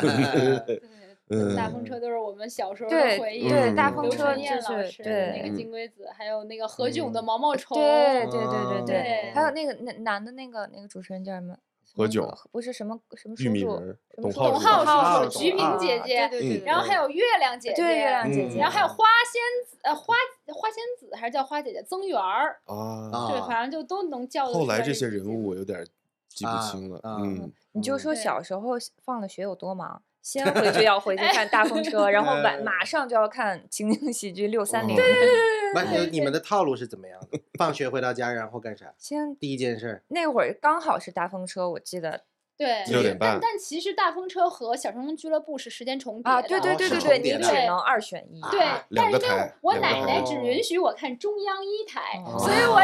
Speaker 1: 对，大
Speaker 3: 嗯，
Speaker 1: 风车都是我们小时候的
Speaker 2: 对
Speaker 1: 回忆。
Speaker 2: 对，大
Speaker 3: 嗯
Speaker 2: 风
Speaker 1: 刘
Speaker 2: 车
Speaker 1: 春
Speaker 2: 就
Speaker 1: 燕老
Speaker 2: 是
Speaker 1: 师，那
Speaker 2: 对
Speaker 1: 个金龟子，还有那个何炅
Speaker 3: 嗯
Speaker 1: 的毛毛虫，
Speaker 2: 对对对对
Speaker 1: 对
Speaker 2: 还有那个那男的那个那个主持人叫什么？什
Speaker 3: 哦何
Speaker 2: 么
Speaker 3: 炅
Speaker 2: 哥，不是什么什么
Speaker 3: 玉
Speaker 2: 叔
Speaker 3: 米
Speaker 2: 叔
Speaker 3: 人儿
Speaker 2: 什么
Speaker 3: 董
Speaker 2: 叔
Speaker 3: 浩
Speaker 2: 叔
Speaker 3: 叔董浩
Speaker 4: 浩
Speaker 2: 叔
Speaker 4: 叔叔
Speaker 1: 菊萍
Speaker 2: 啊
Speaker 1: 姐姐
Speaker 2: 对对对
Speaker 3: 嗯
Speaker 2: 对
Speaker 1: 然后还有月亮姐姐，
Speaker 2: 对月亮姐
Speaker 3: 嗯
Speaker 2: 姐，
Speaker 1: 然后还有花仙子，呃花花仙子还是叫花姐姐，曾媛儿，
Speaker 3: 啊，
Speaker 1: 对，
Speaker 4: 啊，
Speaker 1: 反正就都能叫得出
Speaker 3: 后来这
Speaker 1: 这
Speaker 3: 些人
Speaker 1: 节
Speaker 3: 物
Speaker 1: 目
Speaker 3: 我有点记不
Speaker 4: 啊
Speaker 3: 清了，
Speaker 4: 啊
Speaker 3: 嗯，
Speaker 2: 你就
Speaker 4: 嗯
Speaker 2: 说
Speaker 1: 对
Speaker 2: 小时候放了学有多忙， 先回去要回去看大风车，然后晚马上就要看情景喜剧六三零，
Speaker 3: 嗯哦对对
Speaker 4: 那你你们的套路是怎么样的？放学回到家，然后干啥？
Speaker 2: 先
Speaker 4: 第一件事儿，
Speaker 2: 那会儿刚好是大风车，我记得
Speaker 1: 对，
Speaker 3: 六点半
Speaker 1: 但但其实大风车和小成龙俱乐部是时间重叠
Speaker 2: 啊，
Speaker 1: 的
Speaker 2: 对对
Speaker 4: 哦
Speaker 2: 对
Speaker 4: 是
Speaker 2: 对
Speaker 4: 重
Speaker 2: 对，
Speaker 4: 叠
Speaker 2: 你
Speaker 4: 的
Speaker 2: 只能二选一，
Speaker 1: 对
Speaker 4: 啊，
Speaker 1: 但
Speaker 3: 两个
Speaker 1: 是因为
Speaker 3: 台
Speaker 1: 我
Speaker 3: 两个
Speaker 1: 奶奶
Speaker 4: 台
Speaker 1: 只允许我看中央一台，
Speaker 2: 哦
Speaker 1: 所以我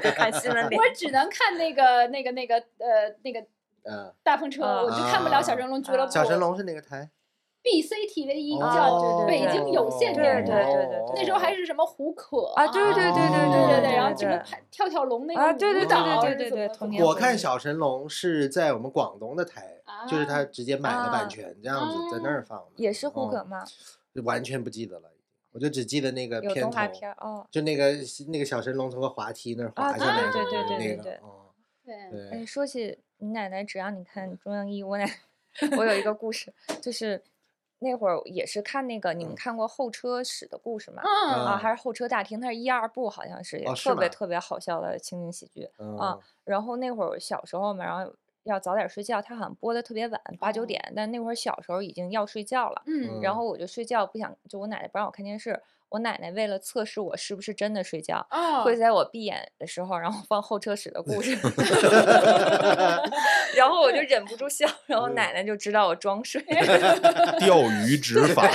Speaker 1: 只
Speaker 2: 看新闻联
Speaker 1: 我只能看那个那个那个呃那个
Speaker 4: 嗯，
Speaker 1: 大风车，
Speaker 2: 啊
Speaker 1: 我就看不了小
Speaker 4: 啊
Speaker 1: 神龙俱乐
Speaker 2: 啊
Speaker 1: 部。
Speaker 4: 小神龙是哪个台？
Speaker 1: BCTV 一
Speaker 2: 哦
Speaker 1: E 叫
Speaker 2: 对
Speaker 1: 北
Speaker 2: 对
Speaker 1: 京有线
Speaker 2: 对
Speaker 1: 电视
Speaker 2: 对
Speaker 1: 台，
Speaker 2: 对对
Speaker 1: 那时候还是什么胡可
Speaker 2: 啊，对对对对
Speaker 1: 对对
Speaker 2: 对
Speaker 1: 对，然后
Speaker 2: 对
Speaker 1: 什么
Speaker 2: 对
Speaker 1: 跳跳跳龙那
Speaker 2: 啊
Speaker 1: 个
Speaker 2: 对
Speaker 1: 舞
Speaker 2: 对对
Speaker 1: 蹈
Speaker 2: 对
Speaker 1: 是
Speaker 2: 对
Speaker 1: 怎
Speaker 2: 对
Speaker 1: 么
Speaker 2: 童
Speaker 1: 怎
Speaker 2: 年
Speaker 1: 么
Speaker 4: 我
Speaker 2: 回
Speaker 4: 看
Speaker 2: 忆
Speaker 4: 小神龙是在我们广东的台，就是他直接买了版权，这样子在那儿放的，
Speaker 2: 啊哦也是
Speaker 3: 哦
Speaker 2: 胡可
Speaker 4: 嗯，
Speaker 2: 嘛，
Speaker 4: 就完全不记得了，我就只记得那个
Speaker 2: 有
Speaker 4: 片
Speaker 2: 动画
Speaker 4: 头
Speaker 2: 片儿哦，
Speaker 4: 就那个那个小神龙从个滑梯那儿
Speaker 2: 啊
Speaker 4: 滑下来，
Speaker 2: 对对对对
Speaker 4: 那
Speaker 2: 对
Speaker 4: 个
Speaker 2: 对
Speaker 4: 哦
Speaker 1: 对，
Speaker 4: 对
Speaker 2: 哎，说起你奶奶，只让你看中央一，我奶我有一个故事，就是那会儿也是看那个，你们看过《候车室的故事》吗？
Speaker 1: 嗯，
Speaker 2: 啊，
Speaker 4: 嗯啊
Speaker 2: 还是候车大厅，它是一二部，好像是也
Speaker 4: 哦是
Speaker 2: 特别
Speaker 4: 吗
Speaker 2: 特别好笑的情景喜剧。
Speaker 4: 嗯
Speaker 2: 啊然后那会儿小时候嘛，然后要早点睡觉，它好像播的特别晚，八九
Speaker 1: 哦
Speaker 2: 点，但那会儿小时候已经要睡觉了。
Speaker 1: 嗯
Speaker 2: 然
Speaker 4: 嗯
Speaker 2: 后我就睡觉，不想就我奶奶不让我看电视，我奶奶为了测试我是不是真的睡觉，
Speaker 1: 哦
Speaker 4: 嗯
Speaker 2: 会在我闭眼的时候，然后放候车室的故 事，然后我就忍不住笑，然后奶奶就知道我 装睡，
Speaker 3: 钓鱼执 法，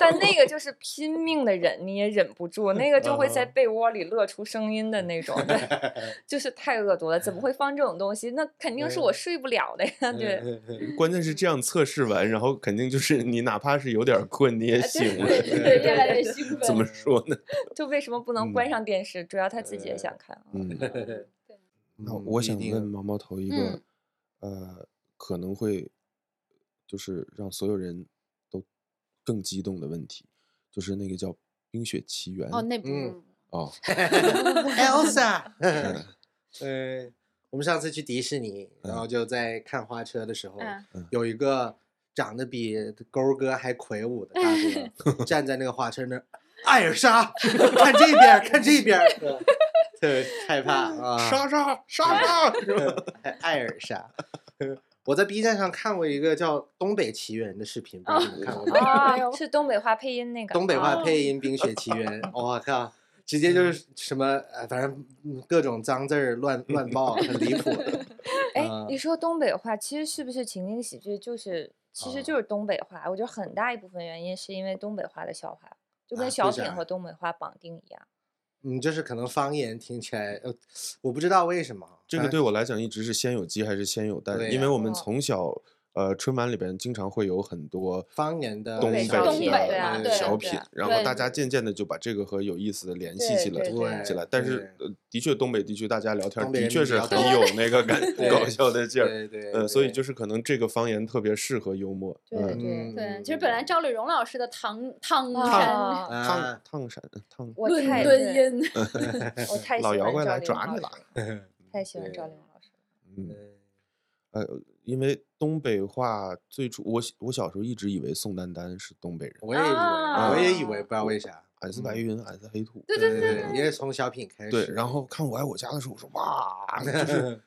Speaker 2: 但那个就是拼命的忍，你也忍不住，那个就会在
Speaker 4: 嗯
Speaker 2: 被窝里乐出声音的那种， 对，就是太恶毒了，怎么会放这种东西？那肯定是我
Speaker 4: 嗯
Speaker 2: 睡不了的呀，对。
Speaker 3: 关键是这样测试完，然后肯定就是你哪怕是有点儿困，你也醒了。
Speaker 1: 对对对，越来越兴奋。
Speaker 3: 怎么说呢？
Speaker 2: 就为什么不能关
Speaker 3: 嗯
Speaker 2: 上电视？主要他自己也想看啊。
Speaker 3: 嗯，
Speaker 1: 嗯对
Speaker 3: 那
Speaker 4: 嗯
Speaker 3: 我
Speaker 4: 一
Speaker 3: 想
Speaker 4: 定
Speaker 3: 问毛毛头一个，呃，可能会就是让所有人都更激动的问题，就是那个叫《冰雪奇缘》
Speaker 1: 哦，那不
Speaker 4: 嗯
Speaker 3: 哦
Speaker 4: Elsa，
Speaker 3: 嗯
Speaker 4: 呃，我们上次去迪士尼，然后就在看花车的时候，
Speaker 1: 嗯
Speaker 4: 有一个长得比勾哥还魁梧的大 哥站在那个花车那儿，艾尔莎，看这边儿，看这边儿，嗯特别害怕啊，
Speaker 3: 莎莎莎莎，是吧
Speaker 4: 艾艾尔莎。呃我在 B 站上看过一个叫《东北奇缘》的视频，不知道你们看 过没有？
Speaker 1: 哎呦
Speaker 2: 啊，是东北话配音那个。
Speaker 4: 东北
Speaker 2: 啊
Speaker 4: 话
Speaker 1: 哦
Speaker 4: 配音《冰雪奇 缘》，我靠，直接
Speaker 1: 嗯
Speaker 4: 就是什么，呃反正嗯各种脏字儿 乱乱报，很离谱的。
Speaker 2: 哎
Speaker 4: 啊，
Speaker 3: 嗯
Speaker 2: 你说东北话，其实是不是情景喜剧就是其
Speaker 4: 啊
Speaker 2: 实
Speaker 3: 嗯
Speaker 2: 就是东北话？我觉得很大一部分原因是因为东北话的笑话，就
Speaker 4: 啊
Speaker 2: 跟
Speaker 4: 为
Speaker 2: 小
Speaker 4: 啥
Speaker 2: 品和
Speaker 4: 呀
Speaker 2: 东北话绑定一样。
Speaker 4: 嗯，就是可能方言听起来，呃，我不知道为什么
Speaker 3: 这个对我来讲一直是先有鸡还是先有蛋，
Speaker 4: 哎对
Speaker 3: 因为
Speaker 4: 呀
Speaker 3: 我们
Speaker 2: 哦
Speaker 3: 从小呃春晚里边经常会有很多
Speaker 4: 方言的
Speaker 3: 东
Speaker 2: 北
Speaker 3: 北
Speaker 2: 小品对啊
Speaker 3: 的
Speaker 2: 对
Speaker 3: 小
Speaker 2: 对
Speaker 3: 品
Speaker 2: 啊，
Speaker 3: 然后大
Speaker 1: 对
Speaker 3: 家渐渐的就把这个和有意思的联系
Speaker 2: 对
Speaker 3: 起来
Speaker 2: 对。对
Speaker 3: 起来，但是呃的确，东北地区大家聊天
Speaker 4: 东
Speaker 3: 儿
Speaker 4: 北
Speaker 3: 的
Speaker 4: 人
Speaker 3: 确
Speaker 4: 比
Speaker 3: 是
Speaker 4: 较
Speaker 3: 很
Speaker 4: 多
Speaker 3: 有那个感
Speaker 4: 对
Speaker 3: 搞笑的劲儿，
Speaker 4: 对对，
Speaker 3: 呃，所以
Speaker 4: 对
Speaker 3: 就是可能这个方言特别适合幽默，
Speaker 2: 对对。
Speaker 3: 嗯，
Speaker 1: 对，其实本来
Speaker 4: 嗯
Speaker 1: 赵丽蓉老师的唐唐山
Speaker 2: 啊，
Speaker 4: 啊
Speaker 3: 烫，烫闪烫，
Speaker 2: 我
Speaker 1: 伦
Speaker 2: 太
Speaker 1: 敦
Speaker 2: 对
Speaker 1: 音，
Speaker 2: 我太喜
Speaker 3: 老
Speaker 2: 欢
Speaker 3: 妖
Speaker 2: 赵
Speaker 3: 怪来
Speaker 2: 丽
Speaker 3: 抓
Speaker 2: 蓉
Speaker 3: 你
Speaker 2: 老
Speaker 3: 了
Speaker 2: 师 了，太喜欢赵丽
Speaker 4: 对
Speaker 2: 蓉老师了。
Speaker 3: 嗯，呃，因为东北话最初我我小时候一直以为宋丹丹是东北人，
Speaker 4: 我也以为，我也以为，不知道为啥，
Speaker 3: 俺是白云，俺是黑土，
Speaker 1: 啊对
Speaker 4: 对
Speaker 1: 对
Speaker 4: 对
Speaker 1: 对
Speaker 4: 对，也是从小品开始，
Speaker 3: 对，然后看《我爱我家》的时候，我说哇， 就是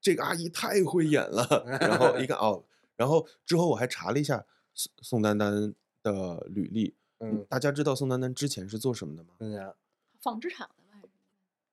Speaker 3: 这个阿姨太会演了。然后 一看哦，然后之后我还查了一下宋宋丹丹的履历，
Speaker 4: 嗯
Speaker 3: 大家知道宋丹丹之前是做什么的吗？
Speaker 4: 嗯啊
Speaker 1: 纺织厂的吧？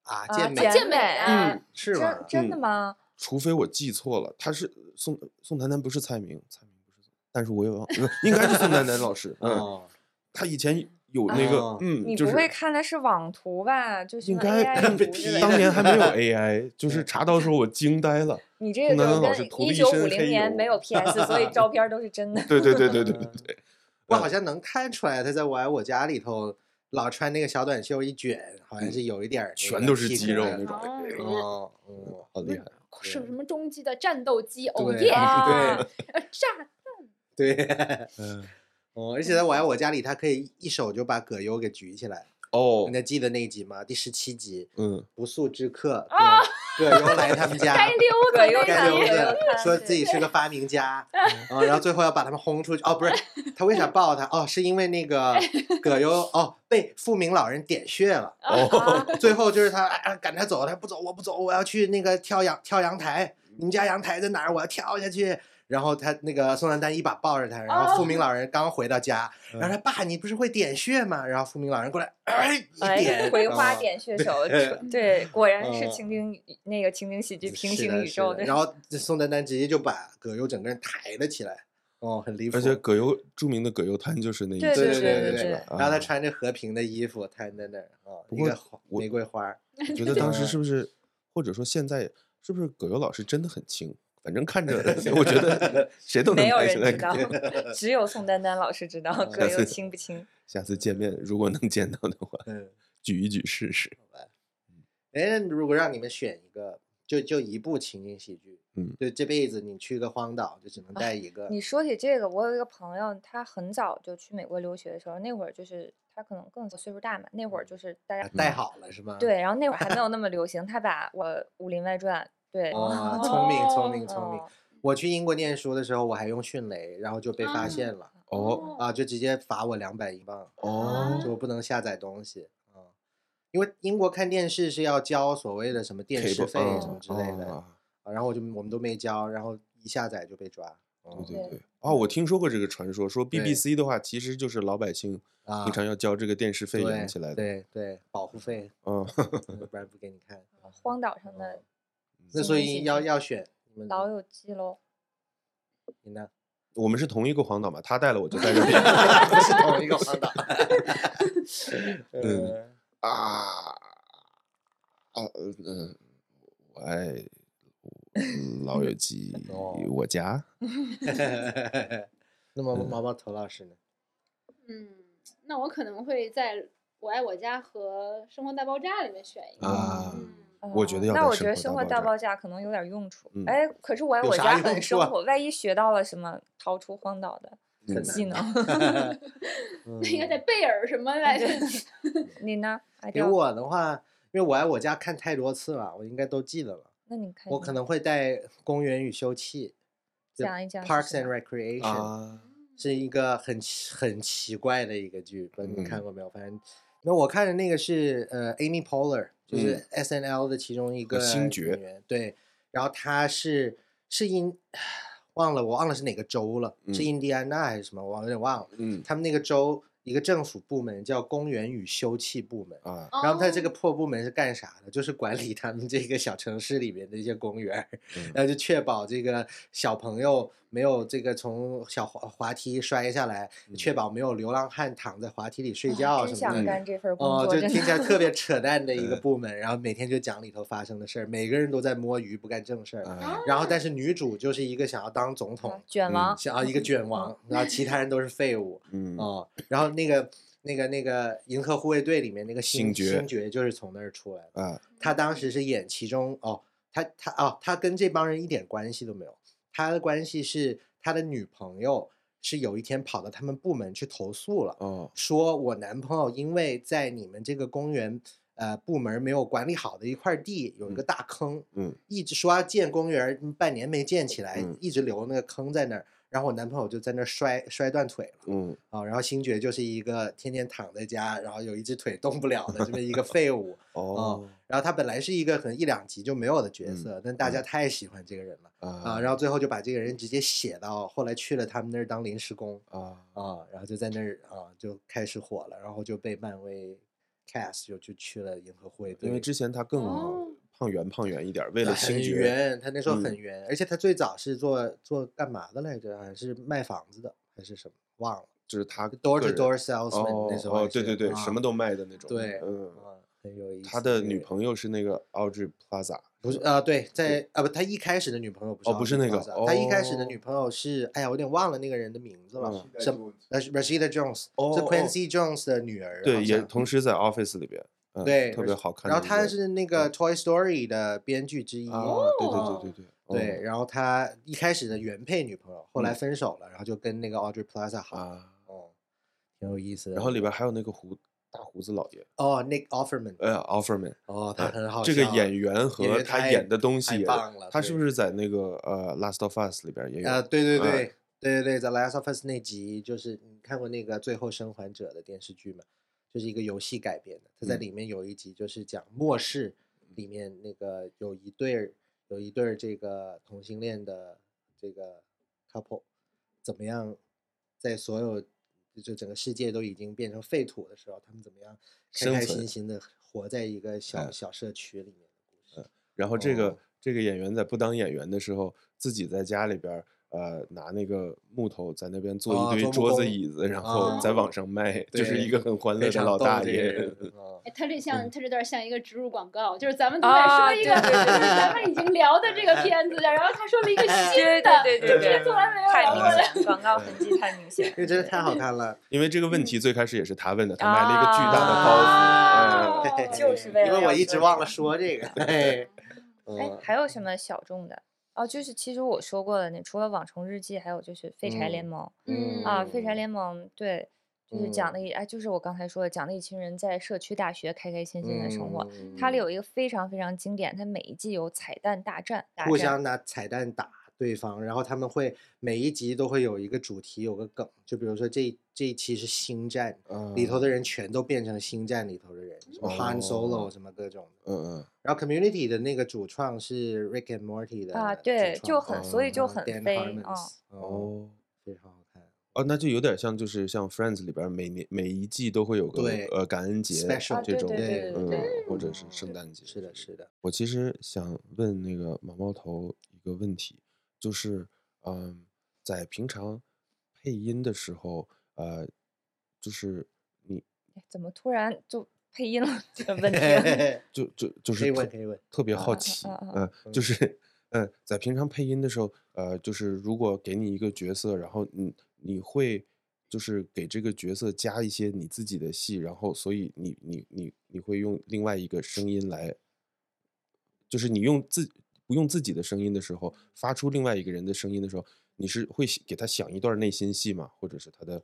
Speaker 4: 啊，
Speaker 2: 啊
Speaker 4: 健美
Speaker 1: 健美
Speaker 2: 美啊
Speaker 1: 啊，
Speaker 4: 是吗
Speaker 2: 真？真的
Speaker 3: 嗯
Speaker 2: 吗？
Speaker 3: 除非我记错了，她是宋宋丹丹不 是蔡明，蔡明不是宋，但是我也忘，应该是宋丹丹老师。嗯，
Speaker 4: 哦，
Speaker 3: 她以前有那个
Speaker 4: 哦，
Speaker 3: 嗯，
Speaker 2: 你
Speaker 3: 就
Speaker 2: 不
Speaker 3: 是
Speaker 2: 会看的是网图吧？就是
Speaker 3: 应该嗯
Speaker 2: AI
Speaker 4: 被
Speaker 2: 图之
Speaker 4: 踢
Speaker 2: 类的
Speaker 3: 当 年还没有
Speaker 4: 了
Speaker 3: AI，就是查到时候我惊呆了。
Speaker 2: 你这个
Speaker 3: 南
Speaker 2: 就
Speaker 3: 南老师
Speaker 2: 跟
Speaker 3: 涂了
Speaker 2: 一
Speaker 3: 一
Speaker 2: 九五
Speaker 3: 身黑
Speaker 2: 零年
Speaker 3: 油
Speaker 2: 没有 PS，所以照片都是真的。
Speaker 3: 对 对对对
Speaker 2: 嗯
Speaker 3: 对对对，嗯
Speaker 4: 我嗯好像能看出来他在玩我家里头老穿那个小短袖一卷，好像是有一点儿那个
Speaker 3: 嗯全都是
Speaker 4: 屁股
Speaker 3: 肌肉
Speaker 4: 的
Speaker 3: 那种
Speaker 1: 哦，
Speaker 4: 哦，嗯
Speaker 3: 好厉害！
Speaker 1: 什么什么终极的战斗机，哦
Speaker 4: 对
Speaker 1: 耶，
Speaker 2: 啊
Speaker 4: 对
Speaker 1: 呃炸
Speaker 4: 对，
Speaker 3: 嗯，
Speaker 4: 哦，而且在玩我家里，他可以一手就把葛优给举起来。
Speaker 3: 哦
Speaker 4: 你，还记得那一集吗？第十七集，
Speaker 3: 嗯，
Speaker 4: 不速之客，葛葛优来他们家，
Speaker 1: 该溜
Speaker 2: 葛
Speaker 1: 子
Speaker 2: 优
Speaker 1: 那
Speaker 4: 该
Speaker 2: 看
Speaker 1: 个
Speaker 4: 溜
Speaker 2: 溜
Speaker 1: 也
Speaker 2: 子
Speaker 4: 子
Speaker 1: 有，
Speaker 4: 说自己是个发明家，嗯然后最后要把他们轰出去。哦，不是，他为啥抱他？哦，是因为那个葛优哦被富民老人点穴了。
Speaker 3: 哦，
Speaker 4: 最后就是他、啊、赶他走，他不走，我不走，我要去那个跳阳跳阳台，你们家阳台在哪儿？我要跳下去。然后他那个宋丹丹一把抱着他，然后富民老人刚回到家，然后他爸，你不是会点穴吗？然后富民老人过来，哎，一
Speaker 2: 哎，
Speaker 4: 点
Speaker 2: 葵花
Speaker 4: 嗯
Speaker 2: 点穴手， 对，果然是
Speaker 4: 嗯
Speaker 2: 情景宇那个情景喜剧平
Speaker 4: 是
Speaker 2: 行
Speaker 4: 的
Speaker 2: 宇
Speaker 4: 是
Speaker 2: 宙。
Speaker 4: 的
Speaker 2: 对
Speaker 4: 然 后这宋丹丹直接就把葛优整个人抬了起来，哦，很离谱。
Speaker 3: 而且葛优著名的葛优瘫就是那一
Speaker 2: 对
Speaker 4: 对
Speaker 3: 集
Speaker 4: 对
Speaker 2: 对
Speaker 4: 对
Speaker 2: 对对
Speaker 4: 然后
Speaker 3: 啊
Speaker 4: 他穿着和平的衣服摊在那儿啊，
Speaker 3: 不
Speaker 4: 一
Speaker 3: 过
Speaker 4: 个花
Speaker 3: 我
Speaker 4: 玫瑰花儿，
Speaker 3: 我觉得当时是不是，或者说现在是不是葛优老师真的很轻？反正看着，我觉得谁都能
Speaker 2: 没有
Speaker 3: 拍
Speaker 2: 人
Speaker 3: 现在
Speaker 2: 知道， 只有宋丹丹老师 知道葛优亲不亲。
Speaker 3: 下次见面如果能见到的话，
Speaker 4: 嗯。
Speaker 3: 举一举试试。
Speaker 4: 哎，如果让你们选一个，就就一部情景喜剧，
Speaker 3: 嗯，
Speaker 4: 就这辈子你去个荒岛就只能带一个，
Speaker 2: 啊你说起这个，我有一个朋友，他很早就去美国留学的时候，那会儿就是他可能更岁数大嘛，那会儿就是大家
Speaker 4: 嗯啊
Speaker 3: 嗯
Speaker 4: 带好了是吗？，
Speaker 2: 对，然后那会儿还没有那么 流行，他把我《武林外传》对，
Speaker 4: 哇，聪明聪明哦聪明
Speaker 2: 嗯。
Speaker 4: 我去英国念书的时候，我还用迅雷，然后就被发现了，
Speaker 3: 哦
Speaker 4: 啊，就直接罚我两百英镑，
Speaker 3: 哦
Speaker 2: 啊
Speaker 4: 就我不能下载东西啊，因为英国看电视是要交所谓的什么电视
Speaker 3: cable
Speaker 4: 费什么
Speaker 3: 啊
Speaker 4: 之类的，
Speaker 3: 啊
Speaker 4: 啊然后我就我们都没交，然后一下载就被抓，
Speaker 3: 对
Speaker 4: 嗯
Speaker 3: 对对，哦，我听说过这个传说，说
Speaker 4: 对
Speaker 3: BBC 的话其实就是老百姓
Speaker 4: 啊
Speaker 3: 平，常要交这个电视费
Speaker 4: 对
Speaker 3: 养起来的。
Speaker 4: 对对，保护费，
Speaker 3: 嗯，
Speaker 4: 不然不给你 看。
Speaker 2: 荒岛上的
Speaker 4: 哦那所
Speaker 2: 情景喜
Speaker 4: 以要
Speaker 2: 剧
Speaker 4: 要选你们
Speaker 2: 老友记喽。
Speaker 4: 你呢？
Speaker 3: 我们是同一个荒岛嘛，他带了我就带着 你
Speaker 4: 不是同一个荒 岛。呃
Speaker 3: 嗯啊啊嗯、呃，我爱嗯老友记
Speaker 4: 哦，
Speaker 3: 我家
Speaker 4: 呃， 那
Speaker 3: 嗯
Speaker 4: 么毛毛头老师呢？
Speaker 1: 嗯，那我可能会在《我爱我家》和《生活大爆炸》里面选一个。
Speaker 3: 啊，
Speaker 1: 嗯，
Speaker 3: 我觉
Speaker 2: 哦
Speaker 3: 得要
Speaker 2: 那
Speaker 3: 在
Speaker 2: 我
Speaker 3: 生
Speaker 2: 觉得
Speaker 3: 活
Speaker 2: 生
Speaker 3: 大
Speaker 2: 活
Speaker 3: 爆
Speaker 2: 大
Speaker 3: 炸
Speaker 2: 爆炸可能有点用处
Speaker 3: 嗯。
Speaker 2: 哎，可是我爱
Speaker 4: 有
Speaker 2: 我
Speaker 4: 啥
Speaker 2: 家
Speaker 4: 用
Speaker 2: 很
Speaker 4: 处
Speaker 2: 生
Speaker 4: 啊
Speaker 2: 活，万一学到了什么逃出荒岛的
Speaker 4: 很
Speaker 2: 技
Speaker 4: 难
Speaker 2: 能，
Speaker 4: 嗯
Speaker 1: 那应该在贝尔什么来着？
Speaker 2: 你呢？阿
Speaker 4: 给
Speaker 2: 刁，
Speaker 4: 我的话，因为我爱我家看太多次了，我应该都记得了。
Speaker 2: 那你看，
Speaker 4: 我可能会带《公园与休憩》The
Speaker 2: 讲一讲是
Speaker 4: Parks
Speaker 2: 什
Speaker 4: and
Speaker 2: 么
Speaker 4: Recreation》
Speaker 3: 啊，
Speaker 4: 是一个很奇很奇怪的一个剧，不知道你们看
Speaker 3: 嗯
Speaker 4: 过没有？反正那我看的那个是呃 Amy Poehler，就
Speaker 3: 嗯
Speaker 4: 是 S N L 的其中一个
Speaker 3: 星
Speaker 4: 演
Speaker 3: 爵
Speaker 4: 员对，然后她是是因忘了我忘了是哪个州了，是
Speaker 3: 嗯
Speaker 4: 印第安纳还是什么？我有点忘了。
Speaker 3: 嗯
Speaker 4: 他们那个州一个政府部门叫公园与休憩部门。
Speaker 3: 啊，
Speaker 4: 然后他这
Speaker 1: 哦
Speaker 4: 个破部门是干啥的？就是管理他们这个小城市里面的一些公园儿，
Speaker 3: 嗯
Speaker 4: 然后就确保这个小朋友没有这个从小滑滑梯摔下来，确保没有流浪汉躺在滑梯里睡觉
Speaker 2: 哇嗯啊真
Speaker 4: 什么
Speaker 2: 想
Speaker 4: 的。
Speaker 2: 干这份工
Speaker 4: 哦，
Speaker 2: 作，
Speaker 4: 就
Speaker 2: 真
Speaker 4: 听起来
Speaker 2: 的。
Speaker 4: 特别扯淡的一个
Speaker 3: 嗯
Speaker 4: 部门，然后每天就讲里头发生的事儿，每个人都在摸鱼不干正事儿，
Speaker 3: 啊
Speaker 4: 然后但是女主就是一个想要当总统，
Speaker 2: 卷
Speaker 3: 嗯
Speaker 2: 王，
Speaker 4: 想 要一个卷王，然后其他人都是废物，
Speaker 3: 嗯
Speaker 4: 哦，然后那个那个那个《银河护卫队》里面那个
Speaker 3: 星爵
Speaker 4: 星爵就是从那儿出来的。
Speaker 3: 啊
Speaker 4: 他当时是演其中哦，他他哦，他跟这帮人一点关系都没有。他的关系是他的女朋友是有一天跑到他们部门去投诉了，
Speaker 3: 哦
Speaker 4: 说我男朋友因为在你们这个公园呃部门没有管理好的一块地有一个大坑，
Speaker 3: 嗯
Speaker 4: 一直说要建公园儿，嗯半年没建起来，
Speaker 3: 嗯
Speaker 4: 一直留那个坑在那儿。然后我男朋友就在那儿摔摔断腿了。
Speaker 3: 嗯
Speaker 4: 啊，然后星爵就是一个天天躺在家，然后有一只腿动不了的这么一个废 物。
Speaker 3: 哦
Speaker 4: 然后他本来是一个可能一两集就没有的角
Speaker 3: 嗯
Speaker 4: 色，但大家
Speaker 3: 嗯
Speaker 4: 太喜欢这个人了啊，
Speaker 3: 啊
Speaker 4: 然后最后就把这个人直接写到后来去了他们那儿当临时工
Speaker 3: 啊
Speaker 4: 啊，然后就在那儿啊就开始火了，然后就被漫威 cast 就就去了银河护卫队，啊
Speaker 3: 因为之前他更
Speaker 1: 哦
Speaker 3: 胖圆胖圆一点儿，为了
Speaker 4: 很
Speaker 3: 星爵
Speaker 4: 圆，他那时候
Speaker 3: 嗯
Speaker 4: 很圆，而且他最早是做做干嘛的来着？好像是卖房子的还是什么忘了。
Speaker 3: 就是他
Speaker 4: door to
Speaker 3: 个人
Speaker 4: door salesman 那时候
Speaker 3: 哦
Speaker 4: 还
Speaker 3: 哦，对
Speaker 4: 是
Speaker 3: 对对，
Speaker 4: 啊
Speaker 3: 什么都卖的那种。
Speaker 4: 对
Speaker 3: 嗯，
Speaker 4: 啊很有意思。
Speaker 3: 他的女
Speaker 4: 友
Speaker 3: 朋友是那个 Audrey Plaza，
Speaker 4: 不是啊、对，在啊不，他一开始的女朋友不是
Speaker 3: 哦不是
Speaker 4: Audrey
Speaker 3: 那个
Speaker 4: Plaza，他一啊开始的
Speaker 3: 哦
Speaker 4: 女朋友是哎呀，我有点忘了那个人的名字了
Speaker 3: 嗯，
Speaker 4: 什么呃是 Rashida Jones，
Speaker 3: 哦
Speaker 4: 是
Speaker 3: 哦
Speaker 4: Quincy Jones 的女儿，好
Speaker 3: 对，也
Speaker 4: 像
Speaker 3: 同时在 Office 里边，嗯
Speaker 4: 对
Speaker 3: 特别好看的
Speaker 4: 然
Speaker 3: 一
Speaker 4: 后
Speaker 3: 个。
Speaker 4: 他是那个 Toy Story 的编剧之一，
Speaker 3: 啊，对
Speaker 1: 哦
Speaker 3: 对对嗯对对，
Speaker 4: 对，然后他一开始的原配女朋友后来
Speaker 3: 嗯
Speaker 4: 分手了，然后就跟那个 Audrey Plaza
Speaker 3: 哦
Speaker 4: 好，
Speaker 3: 啊，
Speaker 4: 哦，挺有意思的。
Speaker 3: 然后里边还有那个胡大胡子老爷，
Speaker 4: 哦，Nick Offerman，
Speaker 3: 呃，Offerman，
Speaker 4: 哦，他很好笑，
Speaker 3: 哎这个演员
Speaker 4: 演
Speaker 3: 和
Speaker 4: 员
Speaker 3: 他
Speaker 4: 太
Speaker 3: 演的东
Speaker 4: 太
Speaker 3: 西也
Speaker 4: 棒了，
Speaker 3: 他是
Speaker 4: 对
Speaker 3: 不是在那个呃《Last of Us》里边也有？
Speaker 4: 啊，对对
Speaker 3: 嗯
Speaker 4: 对、对对对，在《Last of Us》那集，就是你看过那个《最后生还者》的电视剧吗？就是一个游戏改编的，它在
Speaker 3: 嗯
Speaker 4: 里面有一集就是讲末世里面那个有一对儿有一对儿这个同性恋的这个 couple，怎么样在所有就整个世界都已经变成废土的时候，他们怎么样开
Speaker 3: 生
Speaker 4: 开
Speaker 3: 存嗯
Speaker 4: 心心的活在一个小、小社区里面的故事。
Speaker 3: 然后这个、
Speaker 4: 哦
Speaker 3: 这个演员在不当演员的时候，自己在家里边儿呃拿那个木头在那边
Speaker 4: 啊
Speaker 3: 做一
Speaker 4: 做
Speaker 3: 堆
Speaker 4: 木
Speaker 3: 桌子
Speaker 4: 工哦
Speaker 3: 然后然后在
Speaker 1: 啊
Speaker 3: 网上卖，就是
Speaker 4: 对
Speaker 3: 一个很欢乐
Speaker 4: 非
Speaker 3: 的
Speaker 4: 常
Speaker 3: 老
Speaker 4: 逗
Speaker 3: 大
Speaker 4: 这个
Speaker 3: 爷
Speaker 4: 人。嗯
Speaker 1: 哎，他这像，他这段像一个植入广告，就是咱们都在
Speaker 2: 啊
Speaker 1: 说一个，
Speaker 2: 对
Speaker 1: 就是
Speaker 2: 对对
Speaker 1: 咱们已经聊的这个片子，然后他说了一个新
Speaker 2: 对
Speaker 1: 的，
Speaker 2: 对对
Speaker 1: 这
Speaker 2: 对
Speaker 1: 个
Speaker 2: 对，
Speaker 1: 从来没有
Speaker 2: 太
Speaker 1: 聊过的。
Speaker 2: 明显，广告痕迹太明显，
Speaker 4: 因为真的太好看了，
Speaker 3: 因为这个问题
Speaker 4: 嗯
Speaker 3: 最开始也是他问的，他买了一个巨大的包袱。
Speaker 1: 啊
Speaker 3: 哎
Speaker 4: 嘿嘿
Speaker 2: 就是为
Speaker 4: 因
Speaker 2: 了
Speaker 4: 为我
Speaker 2: 要
Speaker 4: 一直
Speaker 2: 说
Speaker 4: 忘了说这个。嘿
Speaker 2: 哎
Speaker 4: 嗯，
Speaker 2: 还有什么小众的？哦，就是其实我说过的那，除了《网虫日记》，还有就是《废柴
Speaker 4: 嗯
Speaker 2: 联盟》
Speaker 1: 嗯
Speaker 2: 啊，《废柴联盟》对，就是讲的一、哎，就是我刚才说的，讲的一群人在社区大学开开心心的生活。
Speaker 4: 嗯
Speaker 2: 它里有一个非常非常经典，它每一季有彩蛋大战，大
Speaker 4: 互
Speaker 2: 战
Speaker 4: 相拿彩蛋打对方，然后他们会每一集都会有一个主题，有个梗，就比如说这一这一期是星战，
Speaker 3: 嗯
Speaker 4: 里头的人全都变成星战里头的人，什么 Han
Speaker 3: 哦
Speaker 4: Solo 什么各种的。
Speaker 3: 嗯嗯，
Speaker 4: 然后 Community 的那个主创是 Rick and Morty 的
Speaker 2: 啊
Speaker 4: 主
Speaker 2: 对就
Speaker 4: 创
Speaker 2: 很所以就
Speaker 4: 嗯
Speaker 2: 很
Speaker 4: Dan
Speaker 2: 飞
Speaker 4: Harmon's，嗯，
Speaker 3: 哦
Speaker 4: 非常好看。
Speaker 3: 哦，那就有点像就是像 Friends 里边每年每一季都会有个
Speaker 4: 对
Speaker 3: 呃感恩节
Speaker 4: Special
Speaker 2: 啊
Speaker 3: 这
Speaker 2: 对
Speaker 3: 种，
Speaker 2: 对对
Speaker 3: 嗯
Speaker 2: 对，
Speaker 3: 或者是
Speaker 4: 嗯
Speaker 3: 圣诞节。
Speaker 4: 是的，是的，
Speaker 3: 我其实想问那个毛毛头一个问题，就是，嗯，在平常配音的时候，呃，就是你
Speaker 2: 哎怎么突然就配音了这个问 题了？
Speaker 3: 就就就
Speaker 4: 可以
Speaker 3: 是
Speaker 4: 问
Speaker 3: 特
Speaker 4: 可以问
Speaker 3: 特别好
Speaker 2: 啊
Speaker 3: 奇，
Speaker 2: 啊啊
Speaker 3: 嗯，就是，嗯，在平常配音的时候，呃，就是如果给你一个角色，然后你你会就是给这个角色加一些你自己的戏，然后所以你你你你会用另外一个声音来，就是你用自不用自己的声音的时候，发出另外一个人的声音的时候，你是会想给他想一段内心戏吗？或者是他的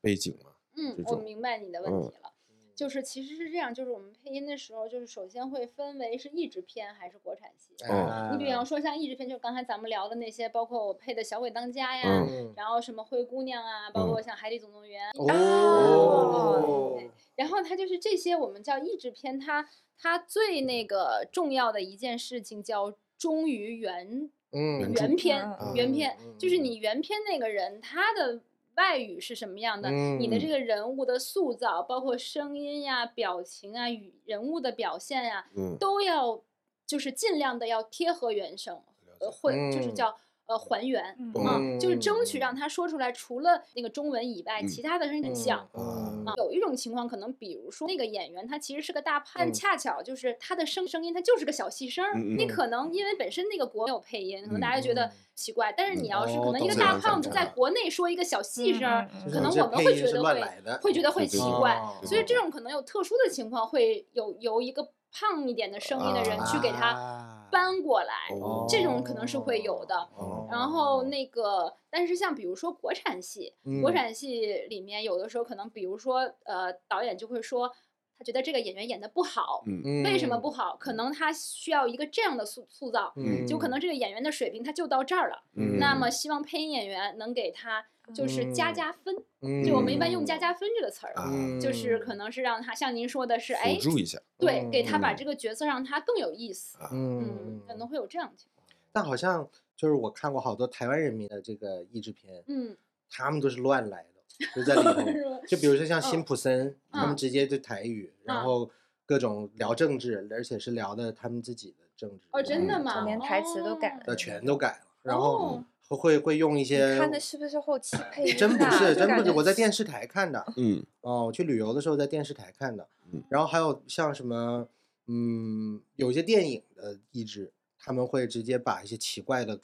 Speaker 3: 背景吗？
Speaker 1: 嗯
Speaker 3: 这，
Speaker 1: 我
Speaker 3: 种
Speaker 1: 明白你的问
Speaker 3: 嗯
Speaker 1: 题了。就是其实是这样，就是我们配音的时候，就是首先会分为是译制片还是国产戏。
Speaker 3: 哦
Speaker 1: 你比
Speaker 4: 啊
Speaker 1: 方说像译制片，就是刚才咱们聊的那些，包括我配的《小鬼当家》呀，
Speaker 3: 嗯
Speaker 1: 然后什么《灰姑娘》啊，包
Speaker 3: 嗯
Speaker 1: 括像《海底总动员》
Speaker 4: 哦
Speaker 1: 对，然后它就是这些我们叫译制片，它它最那个重要的一件事情叫忠于原
Speaker 4: 嗯
Speaker 3: 著
Speaker 1: 原片
Speaker 2: 啊，
Speaker 1: 原片
Speaker 4: 嗯嗯
Speaker 1: 就是
Speaker 4: 嗯
Speaker 1: 你原片那个人他的。外语是什么样的？你的这
Speaker 4: 嗯
Speaker 1: 个人物的塑造，包括声音呀、表情啊、语人物的表现呀、
Speaker 3: 嗯，
Speaker 1: 都要就是尽量的要贴合原声，呃，会就是
Speaker 4: 嗯
Speaker 1: 叫呃还原，
Speaker 2: 嗯
Speaker 1: 嗯，就是争取
Speaker 4: 嗯
Speaker 1: 让他说出来，除了那个中文以外，
Speaker 3: 嗯
Speaker 1: 其他的声音很像。
Speaker 4: 嗯
Speaker 1: 啊，有一种情况，可能比如说那个演员他其实是个大胖，
Speaker 4: 嗯
Speaker 1: 但恰巧就是他的声声音，他就是个小细声儿。
Speaker 3: 嗯嗯
Speaker 1: 你
Speaker 3: 嗯
Speaker 1: 可能因为本身那个国没有配音，可能大家觉得
Speaker 4: 嗯
Speaker 1: 奇怪。但是你
Speaker 3: 嗯
Speaker 1: 要是可
Speaker 4: 哦
Speaker 1: 能一个
Speaker 3: 懂
Speaker 1: 大
Speaker 3: 了
Speaker 1: 胖子
Speaker 4: 懂
Speaker 1: 在
Speaker 4: 了
Speaker 1: 国内说一个小细声儿，
Speaker 2: 嗯嗯嗯
Speaker 1: 可能
Speaker 4: 这
Speaker 1: 我们
Speaker 4: 配
Speaker 1: 会
Speaker 4: 音
Speaker 1: 觉
Speaker 4: 是
Speaker 1: 得
Speaker 4: 乱
Speaker 1: 会
Speaker 4: 来的
Speaker 1: 会觉得会
Speaker 3: 对嗯
Speaker 1: 奇
Speaker 3: 对对
Speaker 1: 怪。
Speaker 4: 哦
Speaker 1: 所以这种可能有特殊的情况，会有由一个胖一点的声音的人去给他
Speaker 4: 啊
Speaker 1: 搬过来。
Speaker 3: 哦
Speaker 1: 这种可能是会有的
Speaker 3: 哦
Speaker 1: 然后那个，但是像比如说国产戏，国
Speaker 4: 嗯
Speaker 1: 产戏里面有的时候可能，比如说呃，导演就会说，他觉得这个演员演的不好，
Speaker 3: 嗯
Speaker 1: 为什么不好？可能他需要一个这样的塑塑造，
Speaker 3: 嗯
Speaker 1: 就可能这个演员的水平他就到这儿了。
Speaker 3: 嗯
Speaker 1: 那么希望配音演员能给他就是加
Speaker 4: 嗯
Speaker 1: 加分，
Speaker 4: 能
Speaker 1: 就我们一般用加加分这个词儿。
Speaker 3: 嗯啊
Speaker 1: 就是可能是让他像您说的是，哎
Speaker 3: 辅，助一下，
Speaker 1: 对，给他把
Speaker 3: 嗯啊
Speaker 1: 这个角色让他更有意思，
Speaker 4: 嗯
Speaker 1: 嗯，，可能会有这样的情况，
Speaker 4: 但好像就是我看过好多台湾人民的这个译制片，
Speaker 1: 嗯，
Speaker 4: 他们都是乱来的，就在 里头，
Speaker 3: 哦
Speaker 1: 是吧
Speaker 4: 就比如说像
Speaker 1: 嗯
Speaker 4: 辛普森，他们
Speaker 1: 嗯
Speaker 4: 直接就台语，然
Speaker 1: 嗯
Speaker 4: 后各种聊政治，而且是聊的他们自己的政治，
Speaker 1: 哦，真的
Speaker 4: 嗯
Speaker 1: 吗？
Speaker 2: 连台词都改了
Speaker 4: 呃，全都改了。然后
Speaker 1: 哦
Speaker 4: 会会用一些，
Speaker 2: 看的是不是后期配音、啊？
Speaker 4: 真不是，
Speaker 2: 就
Speaker 4: 真
Speaker 2: 感
Speaker 4: 不是，
Speaker 2: 觉
Speaker 4: 我在电视台看的。
Speaker 3: 嗯
Speaker 4: 哦，我去旅游的时候在电视台看的
Speaker 3: 嗯，
Speaker 4: 然后还有像什么，嗯，有些电影的译制，他们会直接把一些奇怪的